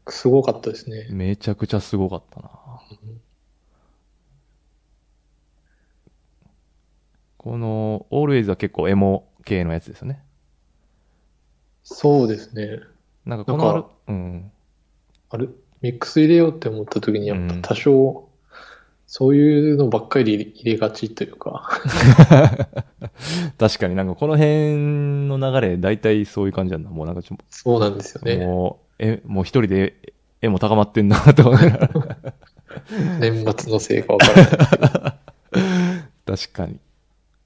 [SPEAKER 2] すごかったですね。
[SPEAKER 1] めちゃくちゃすごかったな。この Always は結構エモ系のやつですよね。
[SPEAKER 2] そうですね。
[SPEAKER 1] なんかこのアル
[SPEAKER 2] なんか、
[SPEAKER 1] うん。
[SPEAKER 2] あれ、ミックス入れようって思った時に、やっぱ
[SPEAKER 1] うん
[SPEAKER 2] 多少、そういうのばっかり入れ入れがちというか、
[SPEAKER 1] 確かになんかこの辺の流れ大体そういう感じなんだ。もうなんかちょっと
[SPEAKER 2] そうなんですよね。
[SPEAKER 1] もう、え、もう一人で絵も高まってんなと思いながら
[SPEAKER 2] 年末のせいかわからない。 [laughs]
[SPEAKER 1] 確かに。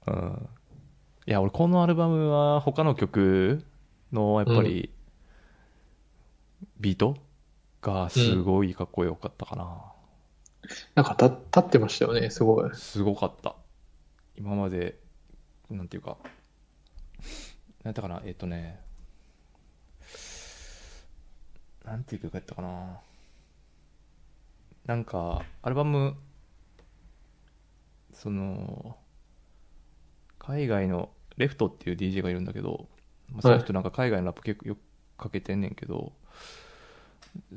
[SPEAKER 1] うん。いや、俺このアルバムは他の曲のやっぱり、ビートがすごいかっこよかったかな。
[SPEAKER 2] なんかた立ってましたよね、すごい。
[SPEAKER 1] すごかった。今まで、なんていうか、なんやったかな、えっとね、なんていう曲やったかな。なんか、アルバム、その、海外のレフトっていう DJ がいるんだけど、まあ、その人なんか海外のラップ結構よくかけてんねんけど、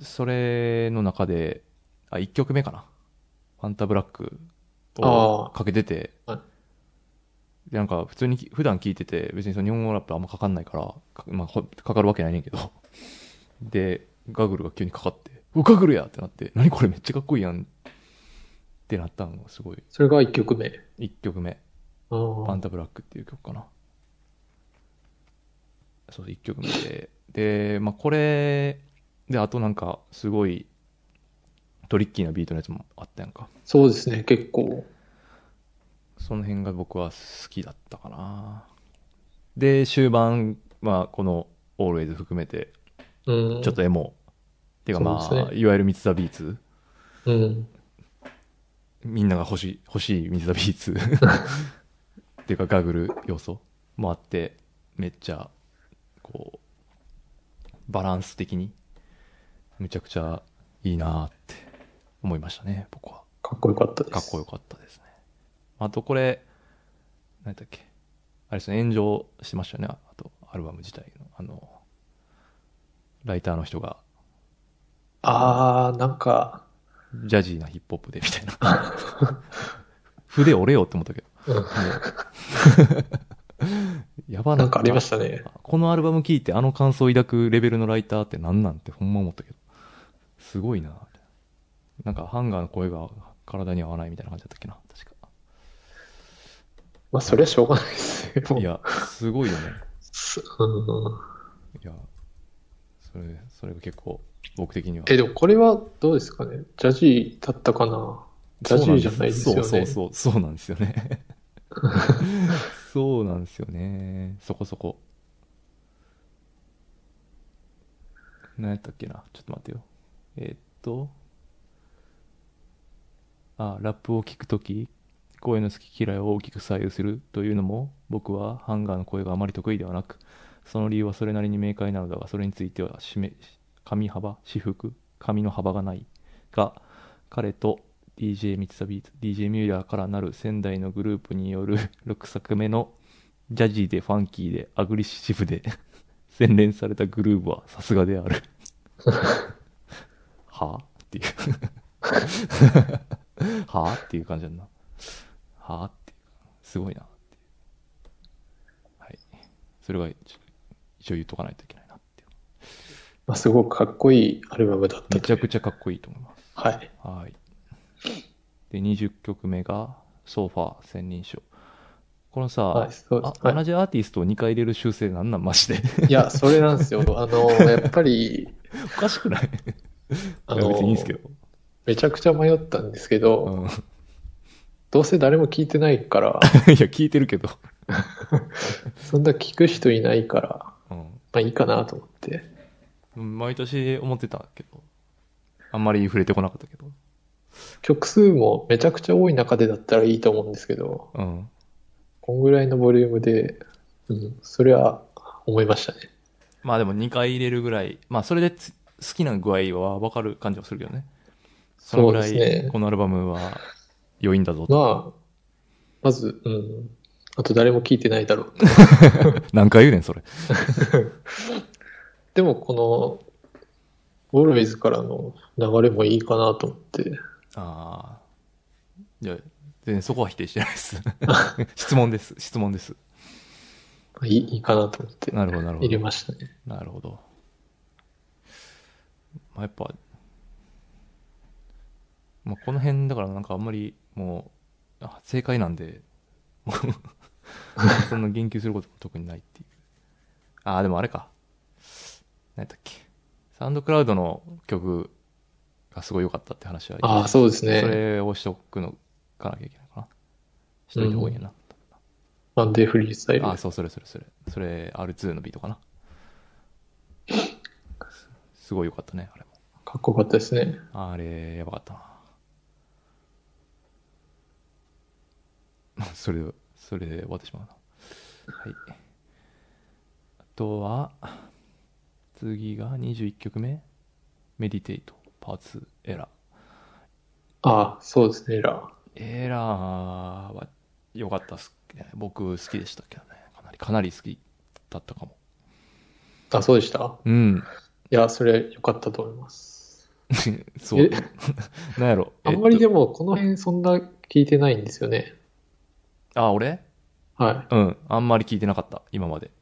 [SPEAKER 1] それの中で、あ、1曲目かな。ファンタブラックを
[SPEAKER 2] あ
[SPEAKER 1] かけてて
[SPEAKER 2] は、
[SPEAKER 1] でなんか普通にき普段聞いてて、別にその日本語ラップあんまかかんないから、か,、まあ、ほかかるわけないねんけど、 [laughs] で、ガグルが急にかかって、うわガグルやってなって、何これめっちゃかっこいいやんってなったのがすごい、
[SPEAKER 2] それが1曲目。
[SPEAKER 1] 1曲目。
[SPEAKER 2] あ
[SPEAKER 1] ファ
[SPEAKER 2] ー
[SPEAKER 1] ンタブラックっていう曲かな。そう、1曲目で。で、まあ、これ、で、あとなんか、すごい、トリッキーなビートのやつもあったやんか。
[SPEAKER 2] そうですね、結構。
[SPEAKER 1] その辺が僕は好きだったかな。で、終盤は、この、オールウェイズ含めて、
[SPEAKER 2] うん。
[SPEAKER 1] ちょっとエモ。ていうかま
[SPEAKER 2] そうです
[SPEAKER 1] あ、いわゆるミツザビーツ。
[SPEAKER 2] うん。
[SPEAKER 1] みんなが欲しい、欲しいミツザビーツ。 [laughs] っていうか、ガーグル要素もあって、めっちゃ、こう、バランス的に、めちゃくちゃいいなーって思いましたね、僕は。
[SPEAKER 2] かっこよかったです。
[SPEAKER 1] かっこよかったですね。あとこれ、何だっけ。あれですね、炎上してましたよね。あと、アルバム自体の。あの、ライターの人が、
[SPEAKER 2] ああ、なんか、
[SPEAKER 1] ジャジーなヒップホップでみたいな。
[SPEAKER 2] [laughs]
[SPEAKER 1] 筆折れよって思ったけど。
[SPEAKER 2] うん
[SPEAKER 1] やば
[SPEAKER 2] なんかありま
[SPEAKER 1] し
[SPEAKER 2] したね。
[SPEAKER 1] た。このアルバム聴いてあの感想を抱くレベルのライターって何なんてほんま思ったけど。すごいな。なんかハンガーの声が体に合わないみたいな感じだったっけな。確か。
[SPEAKER 2] まあ、それはしょうがないですよ。
[SPEAKER 1] いや、すごいよね。
[SPEAKER 2] すうん
[SPEAKER 1] いや、それ、それが結構僕的には。
[SPEAKER 2] え、でもこれはどうですかねジャジーだったかなジャジーじゃないですよね。
[SPEAKER 1] そうなんですそうそうそう、そうなんですよ
[SPEAKER 2] [laughs]
[SPEAKER 1] ね。そうなんですよね。そこそこ。何やったっけなちょっと待ってよ。えーっと。あ、ラップを聞くとき、声の好き嫌いを大きく左右するというのも、僕はハンガーの声があまり得意ではなく、その理由はそれなりに明快なのだが、それについては示髪幅、私服、髪の幅がないが、彼と DJ ミツサビーツ、DJ ミューラーからなる仙台のグループによる [laughs] 6作目のジャジーでファンキーでアグリッシブで [laughs] 洗練されたグルーヴはさすがである。はあっていう [laughs] はあっていう感じだな。はあっていう。すごいなっていう。はい。それは一応一応言っとかないといけないなっていう。
[SPEAKER 2] まあ、すごくかっこいいアルバムだった
[SPEAKER 1] めち
[SPEAKER 2] と
[SPEAKER 1] ゃ
[SPEAKER 2] いう
[SPEAKER 1] くちゃかっこいいと思います。
[SPEAKER 2] はい。
[SPEAKER 1] はい。で、20曲目が、ソファー千人称。このさ、
[SPEAKER 2] はい、そうで
[SPEAKER 1] あ
[SPEAKER 2] す。はい
[SPEAKER 1] 同じアーティストを2回入れる修正なんなんマジで。
[SPEAKER 2] いや、それなんで
[SPEAKER 1] [laughs]
[SPEAKER 2] すよ。あの、やっぱり、
[SPEAKER 1] おかしくない
[SPEAKER 2] あ
[SPEAKER 1] いや
[SPEAKER 2] の、
[SPEAKER 1] 別にいいんですけど。
[SPEAKER 2] めちゃくちゃ迷ったんですけど、
[SPEAKER 1] うん、いや、 [laughs]
[SPEAKER 2] どうせ誰も聞いてないから、
[SPEAKER 1] 聞いてるけど。
[SPEAKER 2] そんな聞く人いないから、まあいいかなと思って。
[SPEAKER 1] うん、毎年思ってたけど。あんまり触れてこなかったけど。
[SPEAKER 2] 曲数もめちゃくちゃ多い中でだったらいいと思うんですけど、
[SPEAKER 1] うん。
[SPEAKER 2] こんぐらいのボリュームで、うん、それは思いましたね。
[SPEAKER 1] まあでも2回入れるぐらい、まあそれでつ好きな具合は分かる感じはするけどね。その
[SPEAKER 2] そ
[SPEAKER 1] ぐ
[SPEAKER 2] うで
[SPEAKER 1] ら
[SPEAKER 2] す
[SPEAKER 1] い、
[SPEAKER 2] ね。
[SPEAKER 1] このアルバムは良いんだぞと。
[SPEAKER 2] まあ、まず、うん、あと誰も聞いてないだろう。
[SPEAKER 1] 何回言うねん、それ。
[SPEAKER 2] でもこの、オールウェイズからの流れもいいかなと思って。
[SPEAKER 1] ああ。いや、全然そこは否定してないです。 [laughs] 質問です。質問です。
[SPEAKER 2] いいいいかなと思って
[SPEAKER 1] なるほど、なるほ
[SPEAKER 2] 入れ
[SPEAKER 1] ど。
[SPEAKER 2] ましたね。
[SPEAKER 1] なるほど。まあ、やっぱ、まあ、この辺だからなんかあんまりもう、あ正解なんで、 [laughs] もうそんな言及することも特にないっていう。ああ、でもあれか。何やったっけ。サウンドクラウドの曲がすごい良かったって話は
[SPEAKER 2] ああ、そうです
[SPEAKER 1] そ
[SPEAKER 2] ね。
[SPEAKER 1] れをしておくのかなきゃいけないかな。しといた方がいいな。
[SPEAKER 2] ワンデーフリースタイル。
[SPEAKER 1] ああ、そう、それそれそれ。それ R2 のビートかな。すすごい良かったね、あれも。
[SPEAKER 2] かっこよかったですね。
[SPEAKER 1] あれ、やばかったな。 [laughs] それで、それで終わってしまうな。はい。あとは、次が21曲目。メディテイト、パーツ、エラー。
[SPEAKER 2] ああ、そうですね、エラ
[SPEAKER 1] エラーは良かったっすね。僕好きでしたけどね。かなり、かなり好きだったかも。
[SPEAKER 2] ー。あ、そうでした。
[SPEAKER 1] うん。
[SPEAKER 2] いや、それ良かったと思います。
[SPEAKER 1] [laughs] そう
[SPEAKER 2] え。
[SPEAKER 1] なんやろ。
[SPEAKER 2] あんまり
[SPEAKER 1] え
[SPEAKER 2] で
[SPEAKER 1] っ
[SPEAKER 2] も、この辺そんな聞いてないんですよね。
[SPEAKER 1] とあ、俺
[SPEAKER 2] は
[SPEAKER 1] うん。あんまり聞いてなかった。今まで。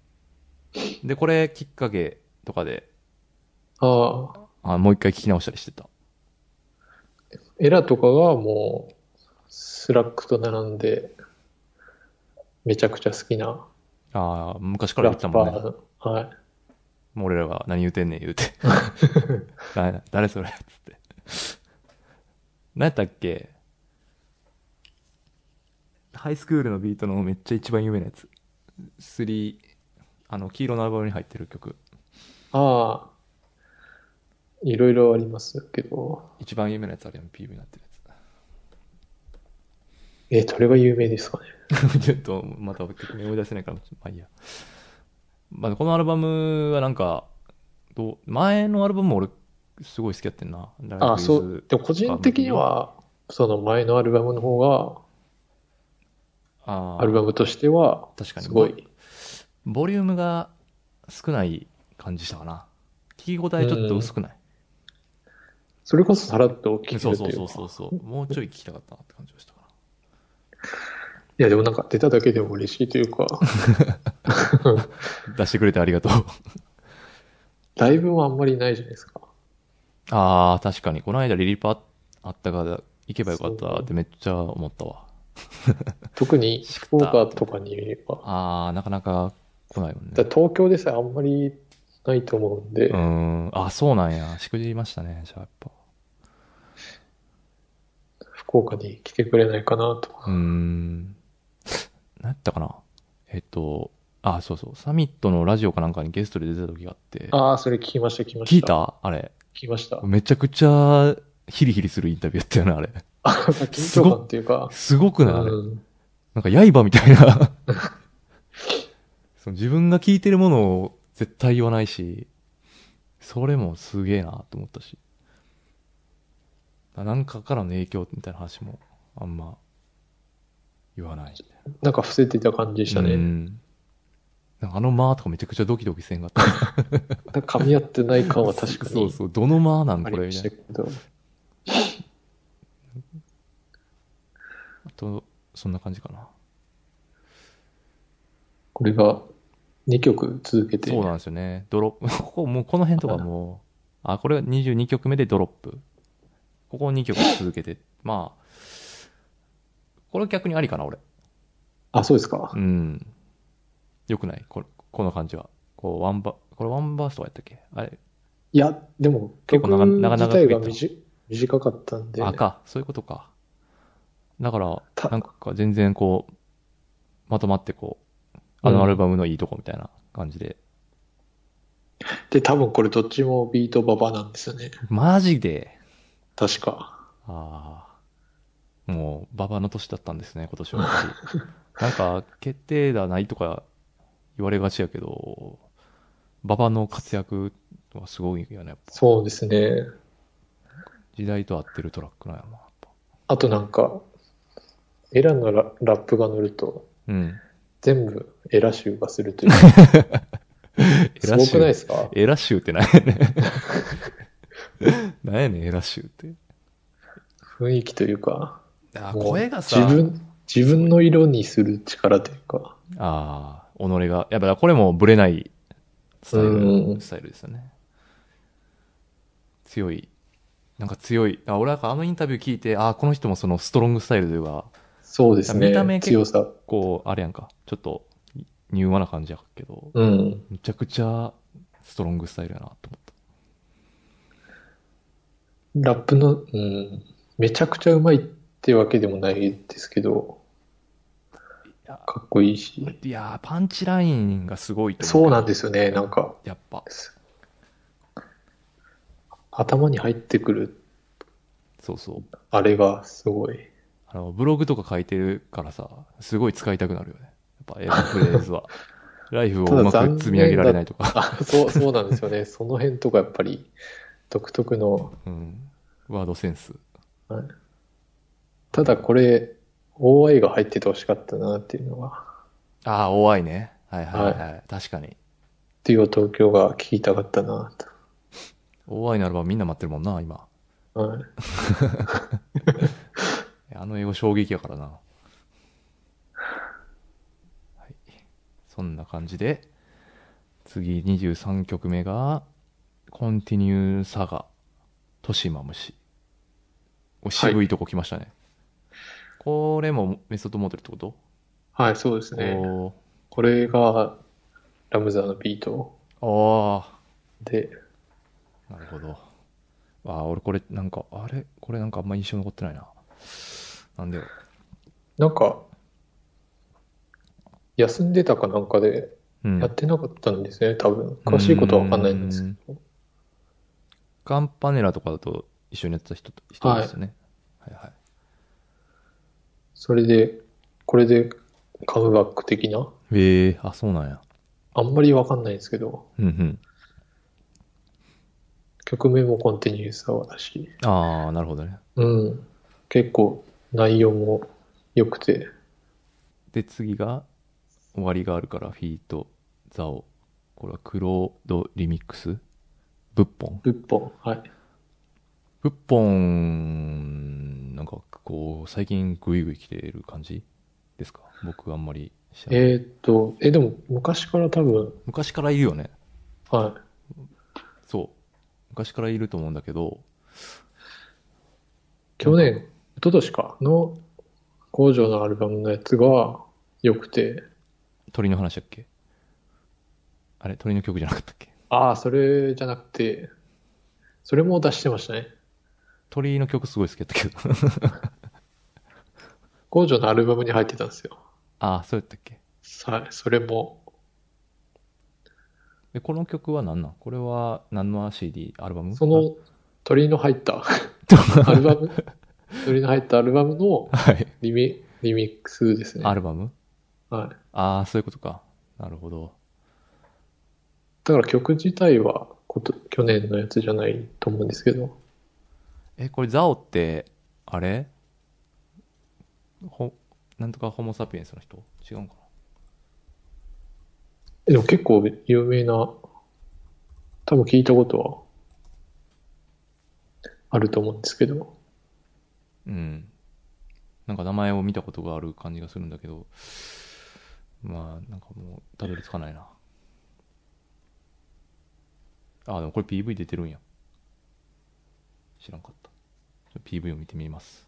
[SPEAKER 1] で、これきっかけとかで、
[SPEAKER 2] い。ああ、
[SPEAKER 1] あもう一回聞き直したりしてた。
[SPEAKER 2] エラとかがもう、スラックと並んで、めちゃくちゃ好きな
[SPEAKER 1] ああ、昔から
[SPEAKER 2] ラ
[SPEAKER 1] 言ってた
[SPEAKER 2] ッ
[SPEAKER 1] も
[SPEAKER 2] パ
[SPEAKER 1] んね。
[SPEAKER 2] ー。はい。
[SPEAKER 1] もう俺らが何言うてんねん言
[SPEAKER 2] [laughs]
[SPEAKER 1] うて。誰誰それっつって。何やったっけハイスクールのビートのめっちゃ一番有名なやつ。スリー、あの、黄色のアルバムに入ってる曲。
[SPEAKER 2] ああ、いろいろありますけど、
[SPEAKER 1] 一番有名なやつあれやん、PV になってる
[SPEAKER 2] えー、どれが有名ですかね。
[SPEAKER 1] やつ。ち [laughs] ょっと、また曲名思い出せないから、まあいいや。まあ、このアルバムはなんか、どう前のアルバムも俺、すごい好きやってんな。
[SPEAKER 2] ああ、そ
[SPEAKER 1] Life is-
[SPEAKER 2] う。でも個人的には、その前のアルバムの方が、
[SPEAKER 1] あー
[SPEAKER 2] アルバムとしては、
[SPEAKER 1] 確かに
[SPEAKER 2] すごい。
[SPEAKER 1] ボリュームが少ない感じしたかな。聞き応えちょっと薄くない、
[SPEAKER 2] それこそさらっと聴けると
[SPEAKER 1] そ
[SPEAKER 2] いうう
[SPEAKER 1] そうそう
[SPEAKER 2] か
[SPEAKER 1] そうそう。もうちょい聞きたかったなって感じがしたか
[SPEAKER 2] いや、でもなんか出ただけでも嬉しいとい
[SPEAKER 1] [laughs]
[SPEAKER 2] うか、 [laughs]
[SPEAKER 1] な。出してくれてありがとう。
[SPEAKER 2] ライブはあんまりないじゃないですか。
[SPEAKER 1] [laughs] ああ、確かに。この間リリパあったから行けばよかった
[SPEAKER 2] そう
[SPEAKER 1] ってめっちゃ思ったわ。
[SPEAKER 2] 特に
[SPEAKER 1] しく
[SPEAKER 2] 福
[SPEAKER 1] った
[SPEAKER 2] 岡とかにいれば。
[SPEAKER 1] ああ、なかなか来ないもんね。
[SPEAKER 2] だから東京でさえあんまりないと思うんで、
[SPEAKER 1] うーん。あ、そうなんや。しくじりましたね。じゃあやっぱ。
[SPEAKER 2] 福岡に来てくれないかなと。
[SPEAKER 1] うーん。何やったかな。えっと、あ、そうそう。サミットのラジオかなんかにゲストで出た時があって。
[SPEAKER 2] ああ、それ聞きました、聞きま
[SPEAKER 1] 聞
[SPEAKER 2] し
[SPEAKER 1] い
[SPEAKER 2] た。
[SPEAKER 1] たあれ。
[SPEAKER 2] 聞きました。
[SPEAKER 1] めちゃくちゃヒリヒリするインタビューやったよな、あれ。
[SPEAKER 2] 緊張感っていうか、
[SPEAKER 1] すごくない、あれ。
[SPEAKER 2] うん
[SPEAKER 1] なんか刃みたいな [laughs] その自分が聞いてるものを絶対言わないし、それもすげえなと思ったしあなんかからの影響みたいな話もあんま言わない
[SPEAKER 2] なんか伏せてた感じでした
[SPEAKER 1] う
[SPEAKER 2] ね。
[SPEAKER 1] んなんかあの間とかめちゃくちゃドキドキせんかった
[SPEAKER 2] なんか噛み合ってない感は確か
[SPEAKER 1] そう
[SPEAKER 2] に
[SPEAKER 1] そうどの間なん
[SPEAKER 2] あ
[SPEAKER 1] こ
[SPEAKER 2] り
[SPEAKER 1] れ
[SPEAKER 2] ま
[SPEAKER 1] みた
[SPEAKER 2] し
[SPEAKER 1] いな
[SPEAKER 2] たけど。
[SPEAKER 1] あとそんな感じかな
[SPEAKER 2] これが2曲続けて。
[SPEAKER 1] そうなんですよねドロップ [laughs] ここもうこの辺とかもうあこれが22曲目でドロップここを2曲続けてまあこれ逆にありかな俺
[SPEAKER 2] あ、そうですか
[SPEAKER 1] う。ん。よくないここの感じは。こう、ワンバ、これワンバースとかやったっけあれ、
[SPEAKER 2] いや、でも
[SPEAKER 1] 結
[SPEAKER 2] 曲
[SPEAKER 1] 構長長々
[SPEAKER 2] 自
[SPEAKER 1] と
[SPEAKER 2] 体
[SPEAKER 1] いった
[SPEAKER 2] が短短かったんで。
[SPEAKER 1] あか、そういうことか。だから、
[SPEAKER 2] た
[SPEAKER 1] なんか全然こう、まとまってこう、あ
[SPEAKER 2] うん
[SPEAKER 1] のアルバムのいいとこみたいな感じで。
[SPEAKER 2] で、多分これどっちもビートババなんですよね。
[SPEAKER 1] マジで
[SPEAKER 2] 確か。
[SPEAKER 1] ああ。もう、ババの年だったんですね、今年は。
[SPEAKER 2] [laughs]
[SPEAKER 1] なんか、決定打ないとか言われがちやけど、ババの活躍はすごいよね。やっぱ
[SPEAKER 2] そうですね。
[SPEAKER 1] 時代と合ってるトラックなんやな。やっぱ
[SPEAKER 2] あとなんか、エラのララップが乗ると、
[SPEAKER 1] うん。
[SPEAKER 2] 全部エラ集がす
[SPEAKER 1] [laughs]
[SPEAKER 2] るという。
[SPEAKER 1] エ
[SPEAKER 2] す
[SPEAKER 1] ラ
[SPEAKER 2] ご
[SPEAKER 1] 州
[SPEAKER 2] くないですか
[SPEAKER 1] エラ州って何やね
[SPEAKER 2] [laughs]
[SPEAKER 1] ん。何やねん、エラ州って。
[SPEAKER 2] 雰囲気というか。
[SPEAKER 1] あ
[SPEAKER 2] もう自分、自分の色にする力というか。
[SPEAKER 1] ああ、己が。やっぱだこれもブレないスタイ
[SPEAKER 2] うん
[SPEAKER 1] ル、スタイルですよね。強い。なんか強い。あ俺はあのインタビュー聞いて、ああ、この人もそのストロングスタイルというか、
[SPEAKER 2] そうですね。
[SPEAKER 1] 見た目結
[SPEAKER 2] 強さ。
[SPEAKER 1] こう、あれやんか、ちょっと、柔和な感じやけど、
[SPEAKER 2] うん。
[SPEAKER 1] めちゃくちゃストロングスタイルやなと思った。
[SPEAKER 2] ラップの、うん、めちゃくちゃうまいってわけでもないですけど、かっこいいし。
[SPEAKER 1] いやー、パンチラインがすごいと思。
[SPEAKER 2] そうなんですすよね。なんか、
[SPEAKER 1] やっぱ。
[SPEAKER 2] 頭に入ってくる
[SPEAKER 1] そうそう。
[SPEAKER 2] あれがすごい。
[SPEAKER 1] あの、ブログとか書いてるからさ、すごい使いたくなるよね。やっぱ英語フレーズ
[SPEAKER 2] [laughs]
[SPEAKER 1] は。ライフをうまく積み上げられないとか。
[SPEAKER 2] あ、そう、そうなんですよね。 [laughs] その辺とかやっぱり独特の、
[SPEAKER 1] うん。ワードセンス。
[SPEAKER 2] はいただこれ、OI が入っててほしかったなっていうのは、
[SPEAKER 1] ああ、多いね。はいはいはい。確かに。
[SPEAKER 2] デュオ東京が聞きたかったな
[SPEAKER 1] 多いならばみんな待ってるもんな、今。
[SPEAKER 2] と。はい
[SPEAKER 1] あの英語衝撃やからな。はい。そんな感じで、次23曲目が、コンティニューサガ、トシマムシ。お渋いとこ来ましたね。これもメソッドモデルってこと
[SPEAKER 2] はい、そうですね。
[SPEAKER 1] お
[SPEAKER 2] これが、ラムザのビート
[SPEAKER 1] ーあ
[SPEAKER 2] で、
[SPEAKER 1] ー、なるほど。ああ、俺これなんか、あれこれなんかあんま印象残ってないな。なんでよ。
[SPEAKER 2] なんか、休んでたかなんかで
[SPEAKER 1] うん
[SPEAKER 2] やってなかったんですね、多分。詳しいことはわかんないんですけど。
[SPEAKER 1] カンパネラとかだと一緒にやってた人と人ですよね。はい、はい、
[SPEAKER 2] それで、これでカムバック的な
[SPEAKER 1] へえ、あ、そうなんや。
[SPEAKER 2] あんまりわかんないんですけど、
[SPEAKER 1] うんうん。
[SPEAKER 2] 曲名もコンティニューサーだし、
[SPEAKER 1] ああ、なるほどね。
[SPEAKER 2] うん。結構内容も良くて、
[SPEAKER 1] で、次が、終わりがあるから、フィート、ザオ。これはクロードリミックス。ブッポン。
[SPEAKER 2] ルッポン、はい。
[SPEAKER 1] ブッポン、なんかこう、最近グイグイ来てる感じですか僕あんまり知らない。
[SPEAKER 2] えーっと、え、でも昔から多分、
[SPEAKER 1] 昔からいるよね。
[SPEAKER 2] は
[SPEAKER 1] そう。昔からいると思うんだけど、
[SPEAKER 2] い。去年、一昨年かの工場のアルバムのやつが良くて、
[SPEAKER 1] 鳥の話だっけあれ鳥の曲じゃなかったっけ
[SPEAKER 2] ああ、それじゃなくて、それも出してましたね。
[SPEAKER 1] 鳥の曲すごい好きだったけど。 [laughs]
[SPEAKER 2] 工場のアルバムに入ってたんですよ。
[SPEAKER 1] ああ、そうやったっけ
[SPEAKER 2] はい、それも、
[SPEAKER 1] で、この曲は何なんこれは何の CD、アルバム
[SPEAKER 2] そ、の鳥の入った [laughs] アルバム、鳥の入ったアルバムの
[SPEAKER 1] あはい。
[SPEAKER 2] リミリミックスですね。
[SPEAKER 1] アルバム
[SPEAKER 2] はい。
[SPEAKER 1] ああ、そういうことか。なるほど。
[SPEAKER 2] だから曲自体はこと、去年のやつじゃないと思うんですけど。
[SPEAKER 1] え、これザオって、あれほ、なんとかホモサピエンスの人違うんか
[SPEAKER 2] でも結構有名な、多分聞いたことはあると思うんですけど。
[SPEAKER 1] なうん。なんか名前を見たことがある感じがするんだけど、まあ、なんかもう、たどり着かないな。あ、でもこれ PV 出てるんや。知らんかった。ちょっと PV を見てみます。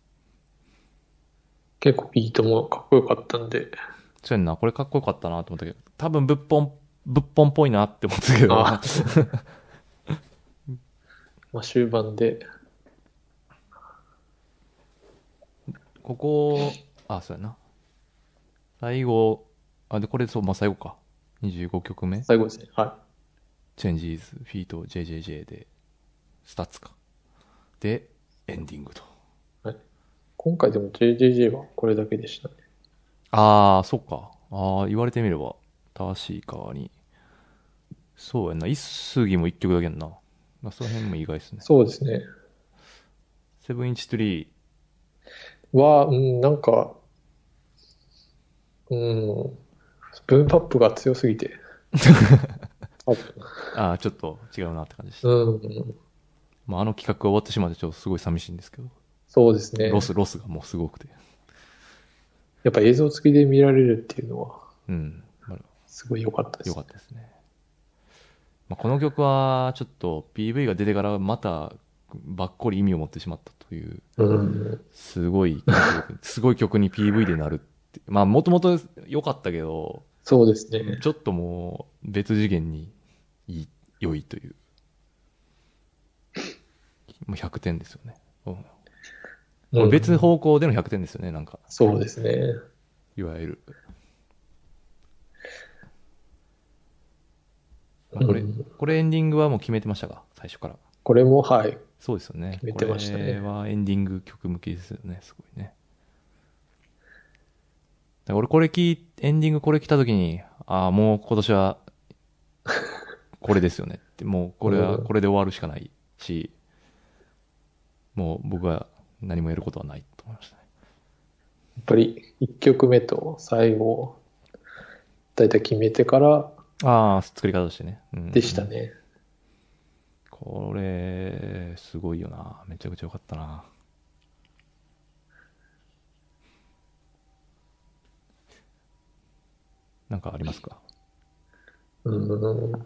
[SPEAKER 2] 結構ビートもかっこよかったんで。
[SPEAKER 1] そうやんな、これかっこよかったなと思ったけど、多分ぶっぽん、ぶっぽんっぽいなって思ったけど、
[SPEAKER 2] あまあ終盤で。
[SPEAKER 1] ここ、あ、そうやな。最後、あ、で、これ、そう、まあ、最後か。25曲目。
[SPEAKER 2] 最後ですね。は
[SPEAKER 1] チェンジーズ、フィート、JJJ で、スタッツか。で、エンディングと。
[SPEAKER 2] い。はい、今回でも JJJ はこれだけでしたね。
[SPEAKER 1] ああ、そっか。ああ、言われてみれば、正しい側に。そうやんな。一杉も一曲だけやんな。まあ、その辺も意外ですね。
[SPEAKER 2] そうですね。
[SPEAKER 1] セブンインチトリー、
[SPEAKER 2] は、うん、なんか、うん、ブームパップが強す
[SPEAKER 1] [laughs]
[SPEAKER 2] ぎて。多分
[SPEAKER 1] ああ、ちょっと違うなって感じでした。
[SPEAKER 2] うん、
[SPEAKER 1] まあ、あの企画が終わってしまって、ちょっとすごい寂しいんですけど、
[SPEAKER 2] そうですね。
[SPEAKER 1] ロス、ロスがもうすごくて。
[SPEAKER 2] やっぱ映像付きで見られるっていうのは、
[SPEAKER 1] うん。まあ
[SPEAKER 2] すごい良かったです。
[SPEAKER 1] 良かったですね。まあ、この曲は、ちょっと PV が出てからまた、ばっこり意味を持ってしまったという、
[SPEAKER 2] うん、
[SPEAKER 1] すごい曲、すごい曲に PV でなるって。まあ、もともと良かったけど、
[SPEAKER 2] そうですね。
[SPEAKER 1] ちょっともう、別次元に、いい、良いという。もう100点ですよね。うんもう別
[SPEAKER 2] うん
[SPEAKER 1] 方向での100点ですよね、なんか。
[SPEAKER 2] そうですね。
[SPEAKER 1] いわゆる。ま
[SPEAKER 2] う
[SPEAKER 1] あ
[SPEAKER 2] ん
[SPEAKER 1] これ、これエンディングはもう決めてましたか最初から。
[SPEAKER 2] これも、はい。
[SPEAKER 1] そうですよね。
[SPEAKER 2] 決めてましたね
[SPEAKER 1] これはエンディング曲向きですよね。すごいね。だから俺これ聞い、エンディングこれ来た時に、ああ、もう今年は、これですよねって、もうこれは、
[SPEAKER 2] うん
[SPEAKER 1] これで終わるしかないし、もう僕は何もやることはないと思いましたね。
[SPEAKER 2] やっぱり1曲目と最後、だいたい決めてから
[SPEAKER 1] ああ、作り方としてね。うん
[SPEAKER 2] でしたね。
[SPEAKER 1] これ、すごいよな。めちゃくちゃ良かったな。なんかありますか
[SPEAKER 2] うん、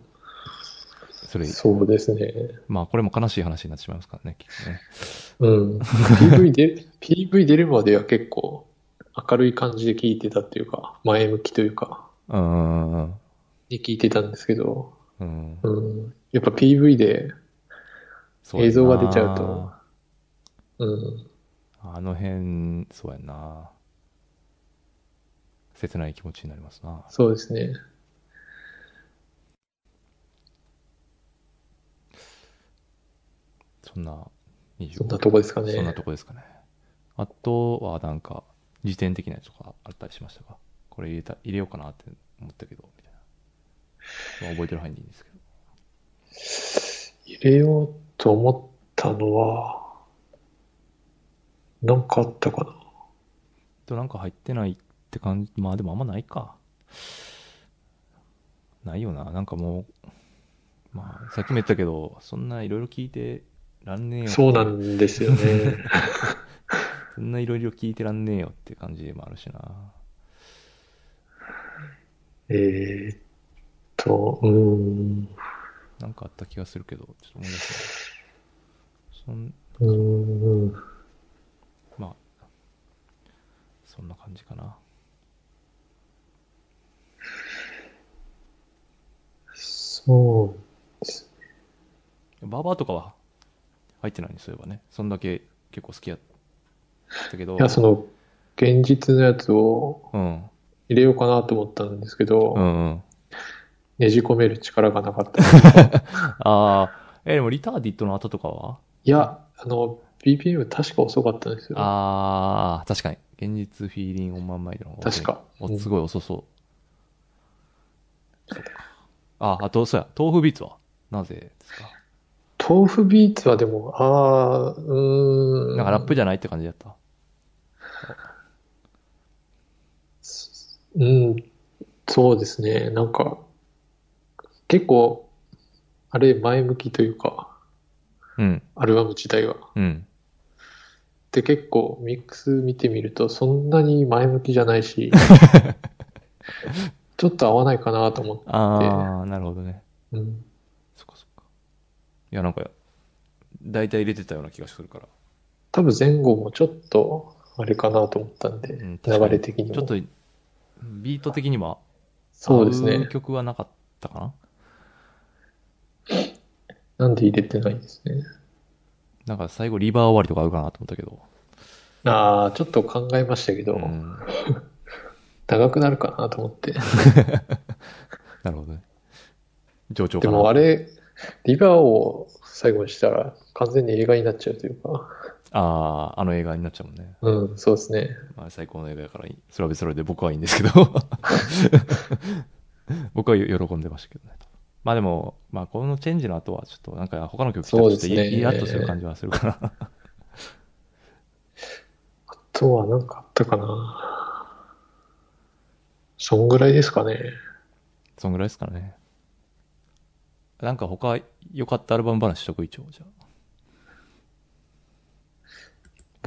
[SPEAKER 1] それ、
[SPEAKER 2] そうですね。
[SPEAKER 1] まあこれも悲しい話になってしまいますからね、きっとね。 [laughs]
[SPEAKER 2] うん。PV で、PV 出るまでは結構明るい感じで聴いてたっていうか、前向きというか、
[SPEAKER 1] うんうん
[SPEAKER 2] に聴いてたんですけど、
[SPEAKER 1] うんうん。
[SPEAKER 2] うん。やっぱ PV で、
[SPEAKER 1] そうやな
[SPEAKER 2] 映像が出ちゃうと。うん。
[SPEAKER 1] あの辺、そうやんな。切ない気持ちになりますな。
[SPEAKER 2] そうですね。
[SPEAKER 1] そんな25
[SPEAKER 2] そんなとこですかね。
[SPEAKER 1] そんなとこですかね。あとはなんか、時点的なやつとかあったりしましたかこれ入れた、入れようかなって思ったけど、みたいな。まあ、覚えてる範囲でいいんですけど。
[SPEAKER 2] 入れようと思ったのは、なんかあったかな。
[SPEAKER 1] となんか入ってないって感じ、まあでもあんまないか。ないよな。なんかもう、まあ、さっきも言ったけど、そんないろいろ聞いてらんねえよ。
[SPEAKER 2] そうなんですよね。
[SPEAKER 1] [laughs] そんないろいろ聞いてらんねえよって感じでもあるしな。
[SPEAKER 2] えーっと、うん。
[SPEAKER 1] なんかあった気がするけど、ちょっと思い出せない。そん
[SPEAKER 2] うん。
[SPEAKER 1] まあ、そんな感じかな。
[SPEAKER 2] そうです。
[SPEAKER 1] バーバーとかは入ってないにすればね。そんだけ結構好きやったけど。
[SPEAKER 2] いや、その、現実のやつを
[SPEAKER 1] うん。
[SPEAKER 2] 入れようかなと思ったんですけど、
[SPEAKER 1] うんうん。
[SPEAKER 2] ねじ込める力がなか
[SPEAKER 1] [laughs]
[SPEAKER 2] った。い
[SPEAKER 1] ああ、え、でもリターディットの後とかは
[SPEAKER 2] や、あの、BPM 確か遅かったんですよ。
[SPEAKER 1] ああ、確かに。現実フィーリングオンマンマイドの方が
[SPEAKER 2] 確か
[SPEAKER 1] お
[SPEAKER 2] うん
[SPEAKER 1] すごい遅そう。そっかあ、あと、そうや。豆腐ビーツはなぜですか
[SPEAKER 2] 豆腐ビーツはでも、ああ、うーん。
[SPEAKER 1] なんかラップじゃないって感じだった。
[SPEAKER 2] うん、そうですね。なんか、結構、あれ、前向きというか、
[SPEAKER 1] うん、
[SPEAKER 2] アルバム自体は。
[SPEAKER 1] うん。
[SPEAKER 2] で、結構、ミックス見てみると、そんなに前向きじゃな
[SPEAKER 1] [laughs]
[SPEAKER 2] いし、ちょっと合わないかなと思って。
[SPEAKER 1] ああ、なるほどね。
[SPEAKER 2] うん、
[SPEAKER 1] そっかそっか。いや、なんか、大体入れてたような気がするから。
[SPEAKER 2] 多分前後もちょっと、あれかなと思ったんで、
[SPEAKER 1] うん確かに
[SPEAKER 2] 流れ的にも。
[SPEAKER 1] ちょっと、ビート的には、
[SPEAKER 2] そうです
[SPEAKER 1] 合
[SPEAKER 2] ね。
[SPEAKER 1] 曲はなかったかな
[SPEAKER 2] なんで入れてないんですね。
[SPEAKER 1] なんか最後リバー終わりとかあるかなと思ったけど。
[SPEAKER 2] ああ、ちょっと考えましたけど、
[SPEAKER 1] うん。
[SPEAKER 2] 長くなるかなと思って。
[SPEAKER 1] なるほどね。上長か
[SPEAKER 2] で
[SPEAKER 1] な。
[SPEAKER 2] もあれ、リバーを最後にしたら完全に映画になっちゃうというか。
[SPEAKER 1] ああ、あの映画になっちゃうもんね。
[SPEAKER 2] うん、そうですね。
[SPEAKER 1] まあ、最高の映画やからいい、それは別にそれで僕はいいんですけど。 [laughs] 僕は喜んでましたけどね。まあでも、まあこのチェンジの後はちょっとなんか他の曲聴
[SPEAKER 2] そう
[SPEAKER 1] く
[SPEAKER 2] で
[SPEAKER 1] と
[SPEAKER 2] す
[SPEAKER 1] ちょっ
[SPEAKER 2] ね
[SPEAKER 1] とイイラッとする感じはするから。
[SPEAKER 2] あとは何かあったかな。そんぐらいですかね。
[SPEAKER 1] そんぐらいですかね。なんか他良かったアルバム話しとく一応、じゃあ。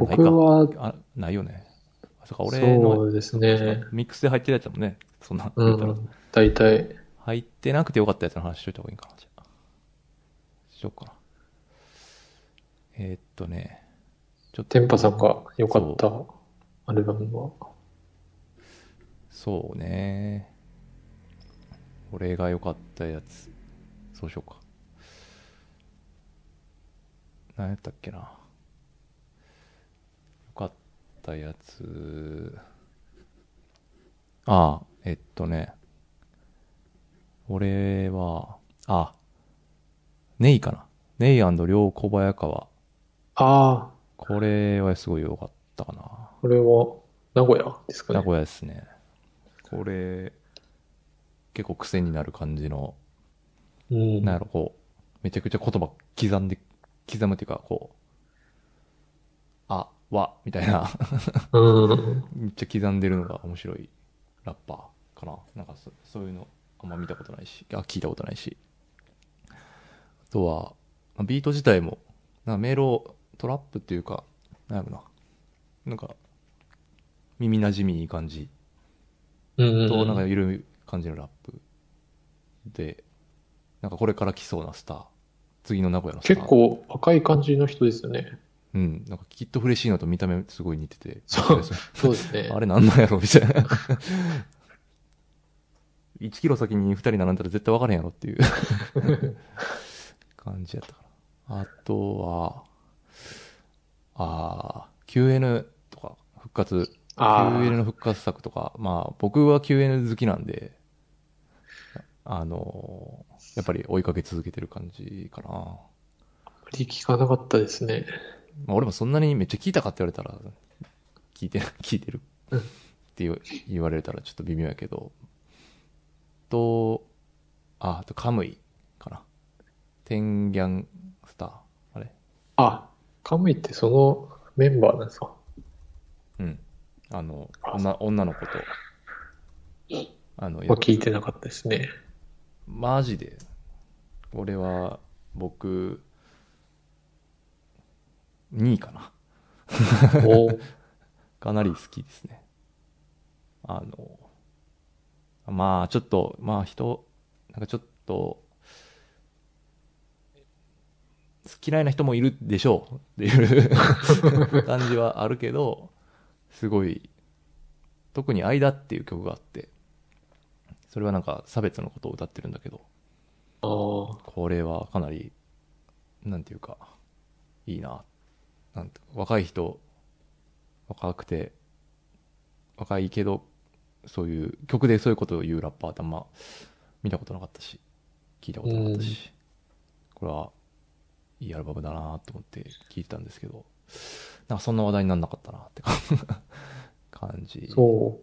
[SPEAKER 1] ない
[SPEAKER 2] 僕
[SPEAKER 1] か
[SPEAKER 2] は、
[SPEAKER 1] あ、ないよね。あそっか、俺
[SPEAKER 2] そ
[SPEAKER 1] の
[SPEAKER 2] うですね。
[SPEAKER 1] ミックスで入ってるやつだもんね。そんな、
[SPEAKER 2] う
[SPEAKER 1] 言ったら
[SPEAKER 2] ん、大体。
[SPEAKER 1] 入ってなくてよかったやつの話しといた方がいいかな、じゃあ。しようかな。えーっとね、ちょっと、
[SPEAKER 2] テンパさんが良かったアルバムは。
[SPEAKER 1] そうね。俺が良かったやつ。そうしようか。何やったっけな。良かったやつ。ああ、えっとね。俺は、あ、ネイかな。ネイ両小早川。
[SPEAKER 2] ああ、
[SPEAKER 1] これはすごい良かったかな。
[SPEAKER 2] これは名古屋ですか
[SPEAKER 1] 名
[SPEAKER 2] ね。
[SPEAKER 1] 古屋ですね。これ、結構癖になる感じの、
[SPEAKER 2] うん。
[SPEAKER 1] なんやろ、こう、めちゃくちゃ言葉刻んで、刻むっていうか、こう、あ、わ、みたいな、 [laughs]
[SPEAKER 2] うん。
[SPEAKER 1] めっちゃ刻んでるのが面白いラッパーかな。なんかそ、そういうの、あんま見たことないし、あ、聞いたことないし。あとは、まあビート自体も、なんかメロ、トラップっていうか、なんやろな。なんか、耳馴染みいい感じ
[SPEAKER 2] うん。
[SPEAKER 1] となんか緩い感じのラップでなんかこれから来そうなスター次の名古屋のスター
[SPEAKER 2] 結構若い感じの人ですよね。
[SPEAKER 1] うんなんかきっとフレッシーなと見た目すごい似てて
[SPEAKER 2] そうそうですね。
[SPEAKER 1] [laughs] あれなんなんやろみたいな [laughs] 1キロ先に2人並んだら絶対分からへんやろっていう
[SPEAKER 2] [laughs]
[SPEAKER 1] 感じやったからあとはああ QN とか復活
[SPEAKER 2] あ
[SPEAKER 1] QL
[SPEAKER 2] あ、
[SPEAKER 1] の復活作とか、まあ僕は QL 好きなんで、あのーやっぱり追いかけ続けてる感じかな。
[SPEAKER 2] あまり聞かなかったですね。
[SPEAKER 1] まあ俺もそんなにめっちゃ聞いたかって言われたら、聞いて、 [laughs] 聞いてる
[SPEAKER 2] うん
[SPEAKER 1] って言わ言われたらちょっと微妙やけど、と、あ、あとカムイかな。テンギャンスター。あれ
[SPEAKER 2] あ、カムイってそのメンバーなんですか
[SPEAKER 1] うん。あの、女女の子と、あの、
[SPEAKER 2] は聞いてなかったで
[SPEAKER 1] [laughs]
[SPEAKER 2] すね。
[SPEAKER 1] マジで俺は僕2位かな
[SPEAKER 2] おー
[SPEAKER 1] かなり好きですねあのまあちょっとまあ人なんかちょっと嫌いな人もいるでしょうっていう [laughs] 感じはあるけどすごい特に「間」っていう曲があってそれはなんか差別のことを歌ってるんだけど
[SPEAKER 2] あー
[SPEAKER 1] これはかなり、なんていうか、いいな。なんて若い人、若くて、若いけど、そういう、曲でそういうことを言うラッパーってあんま見たことなかったし、聞いたことなかったし、これは、いいアルバムだなと思って聞いてたんですけど、なんかそんな話題にならなかったなって感感じ。
[SPEAKER 2] そ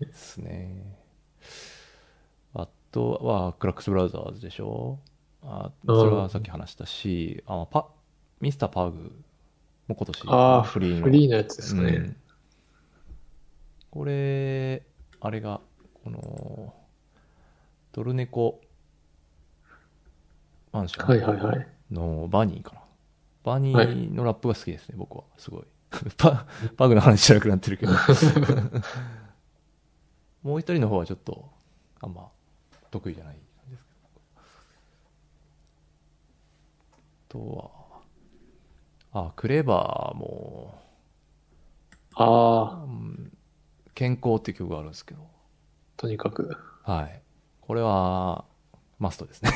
[SPEAKER 2] う。
[SPEAKER 1] ですね。あとは、クラックスブラウザーズでしょあそれはさっき話したし、あパミスターパーグも今年
[SPEAKER 2] ああ、
[SPEAKER 1] フリーの
[SPEAKER 2] フリーのやつですね。
[SPEAKER 1] うんこれあれがこのドルネコマンシ
[SPEAKER 2] はい
[SPEAKER 1] ョ
[SPEAKER 2] はいはい。
[SPEAKER 1] ンのバニーかな、バニーのラップが好きですね、僕はすごい [laughs] パパグの話じゃなくなってるけど [laughs] もう一人の方はちょっとあんま得意じゃない感じですけどあとはあクレバーも
[SPEAKER 2] ああ、
[SPEAKER 1] うん健康っていう曲があるんですけど、
[SPEAKER 2] とにかく。
[SPEAKER 1] はい。これは、マスト
[SPEAKER 2] [laughs]
[SPEAKER 1] ですね。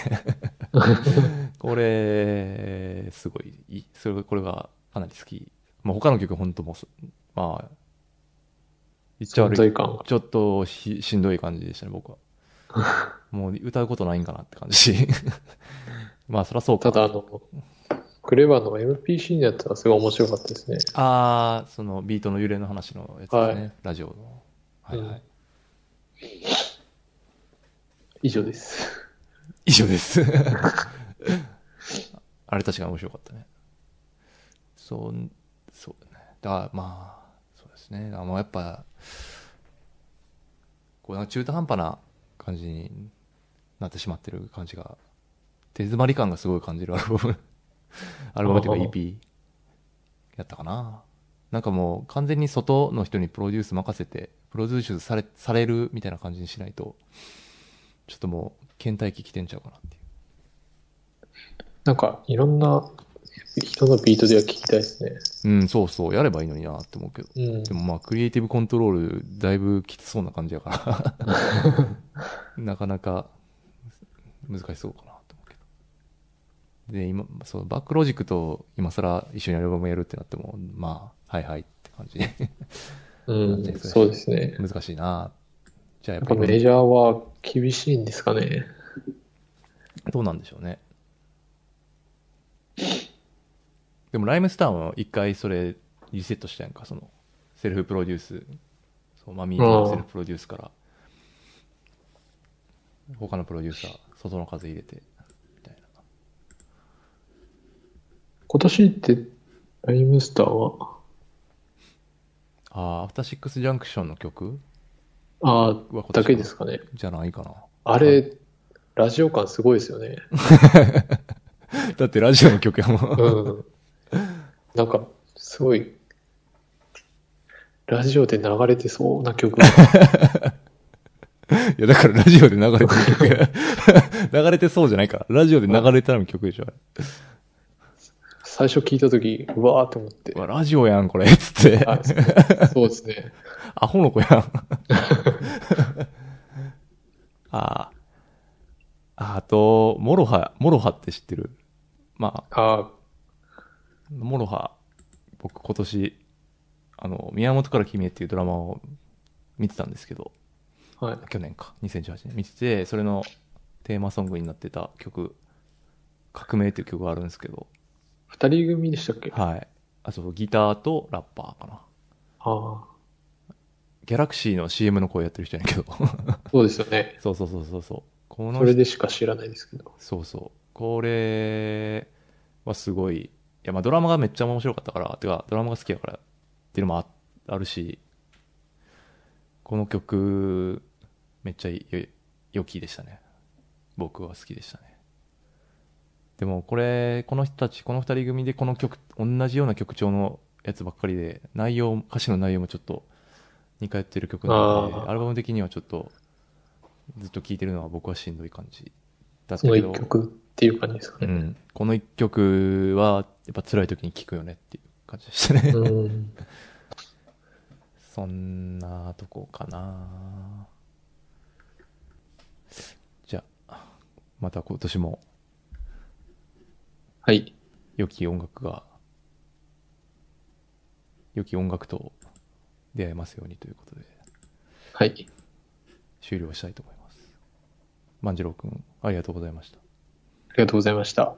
[SPEAKER 1] これ、すごいいい。それ、これはかなり好き。まあ、他の曲、本当もうそ、まあ、言っちゃ
[SPEAKER 2] 存
[SPEAKER 1] 悪い。
[SPEAKER 2] 在感が。
[SPEAKER 1] ちょっとししんどい感じでしたね、
[SPEAKER 2] [laughs]
[SPEAKER 1] 僕は。もう歌うことないんかなって感じ [laughs] し。まあ、そりゃそうか。
[SPEAKER 2] ただあの、クレバの MPC のやつはすごい面白かったですね。
[SPEAKER 1] ああ、そのビートの揺れの話のやつですね。ラジオの。はいはい。
[SPEAKER 2] うん以上です。
[SPEAKER 1] 以上です。あれたちが面白かったね。そう、そうだね。だからまあ、そうですね。だからもうやっぱ、こうなんか中途半端な感じになってしまってる感じが、手詰まり感がすごい感じるアルバム。アルバムというか EP やったかな。なんかもう完全に外の人にプロデュース任せて、プロデュースされされるみたいな感じにしないと、ちょっともう倦怠期来てんちゃうかなっていう。
[SPEAKER 2] なんか、いろんな人のビートでは聞きたいですね。
[SPEAKER 1] うん、そうそう、やればいいのになって思うけど。
[SPEAKER 2] うん
[SPEAKER 1] で。もまあ、クリエイティブコントロール、だいぶきつそうな感じやから、なかなか難しそうかなと思うけど。で、今、そう、バックロジックと今更一緒にアルバムやるってなっても、まあ、はいはいって感じ。
[SPEAKER 2] うん、そうですね。
[SPEAKER 1] 難しいなじゃあや
[SPEAKER 2] や
[SPEAKER 1] っ
[SPEAKER 2] っ
[SPEAKER 1] ぱ
[SPEAKER 2] ぱメ
[SPEAKER 1] り、
[SPEAKER 2] ジャーは厳しいんですかね。
[SPEAKER 1] どうなんでしょうね。でも、ライムスターも一回それリセットしたやんか、その、セルフプロデュース。そう、マミーとのセルフプロデュースから、他のプロデューサー、外の風入れて、みたいな。
[SPEAKER 2] 今年って、ライムスターは、
[SPEAKER 1] ああ、アフターシックスジャンクションの曲
[SPEAKER 2] あ
[SPEAKER 1] は今
[SPEAKER 2] あ、だけ
[SPEAKER 1] 年
[SPEAKER 2] ですかね。
[SPEAKER 1] じゃないかな。
[SPEAKER 2] あれ、ラジオ感すごいですよね。
[SPEAKER 1] だってラジオの曲やも [laughs] ん。
[SPEAKER 2] うん。なんか、すごい、ラジオで流れてそうな曲が。
[SPEAKER 1] いや、だからラジオで流れてる曲や [laughs] 流れてそうじゃないから。ラジオで流れてたの曲でしょ、あれ
[SPEAKER 2] 最初聞いたとき、うわーって思って
[SPEAKER 1] う。わ、ラジオやん、これ。つって。
[SPEAKER 2] あそうそうで
[SPEAKER 1] [laughs]
[SPEAKER 2] すね。
[SPEAKER 1] アホの子やん。ああ。あと、モロハ、モロハって知ってるまあ、
[SPEAKER 2] あ
[SPEAKER 1] モロハ、僕今年、あの、宮本から君へっていうドラマを見てたんですけど、
[SPEAKER 2] あ、はい。
[SPEAKER 1] 去年か、2018年見てて、それのテーマソングになってた曲、革命っていう曲があるんですけど、
[SPEAKER 2] 二人組でしたっけあ
[SPEAKER 1] はい。あ、そう、ギターとラッパーかな。
[SPEAKER 2] あ、
[SPEAKER 1] ギャラクシーの CM の声やってる人やねんけど。 [laughs]
[SPEAKER 2] そうですよね。
[SPEAKER 1] そうそうそうそうそう。この
[SPEAKER 2] そ
[SPEAKER 1] 人
[SPEAKER 2] れでしか知らないですけど。
[SPEAKER 1] そうそう。これはすごい。いや、まあドラマがめっちゃ面白かったから、てか、ドラマが好きやからっていうのもああるし、この曲、めっちゃよ良きでしたね。僕は好きでしたね。でもこれ、この人たち、この二人組でこの曲、同じような曲調のやつばっかりで、内容、歌詞の内容もちょっと似通ってる曲なので
[SPEAKER 2] あ、ー
[SPEAKER 1] アルバム的にはちょっと、ずっと聴いてるのは僕はしんどい感じだった
[SPEAKER 2] その
[SPEAKER 1] け
[SPEAKER 2] 一
[SPEAKER 1] ど、
[SPEAKER 2] 曲っていう感じですか
[SPEAKER 1] う
[SPEAKER 2] ね。
[SPEAKER 1] ん、この一曲はやっぱ辛い時に聴くよねっていう感じでしたね、
[SPEAKER 2] うん。
[SPEAKER 1] [laughs] そんなとこかなじゃあまた今年も
[SPEAKER 2] はい。
[SPEAKER 1] 良き音楽が良き音楽と出会えますようにということで
[SPEAKER 2] はい。
[SPEAKER 1] 終了したいと思います万次郎君ありがとうございました
[SPEAKER 2] ありがとうございました。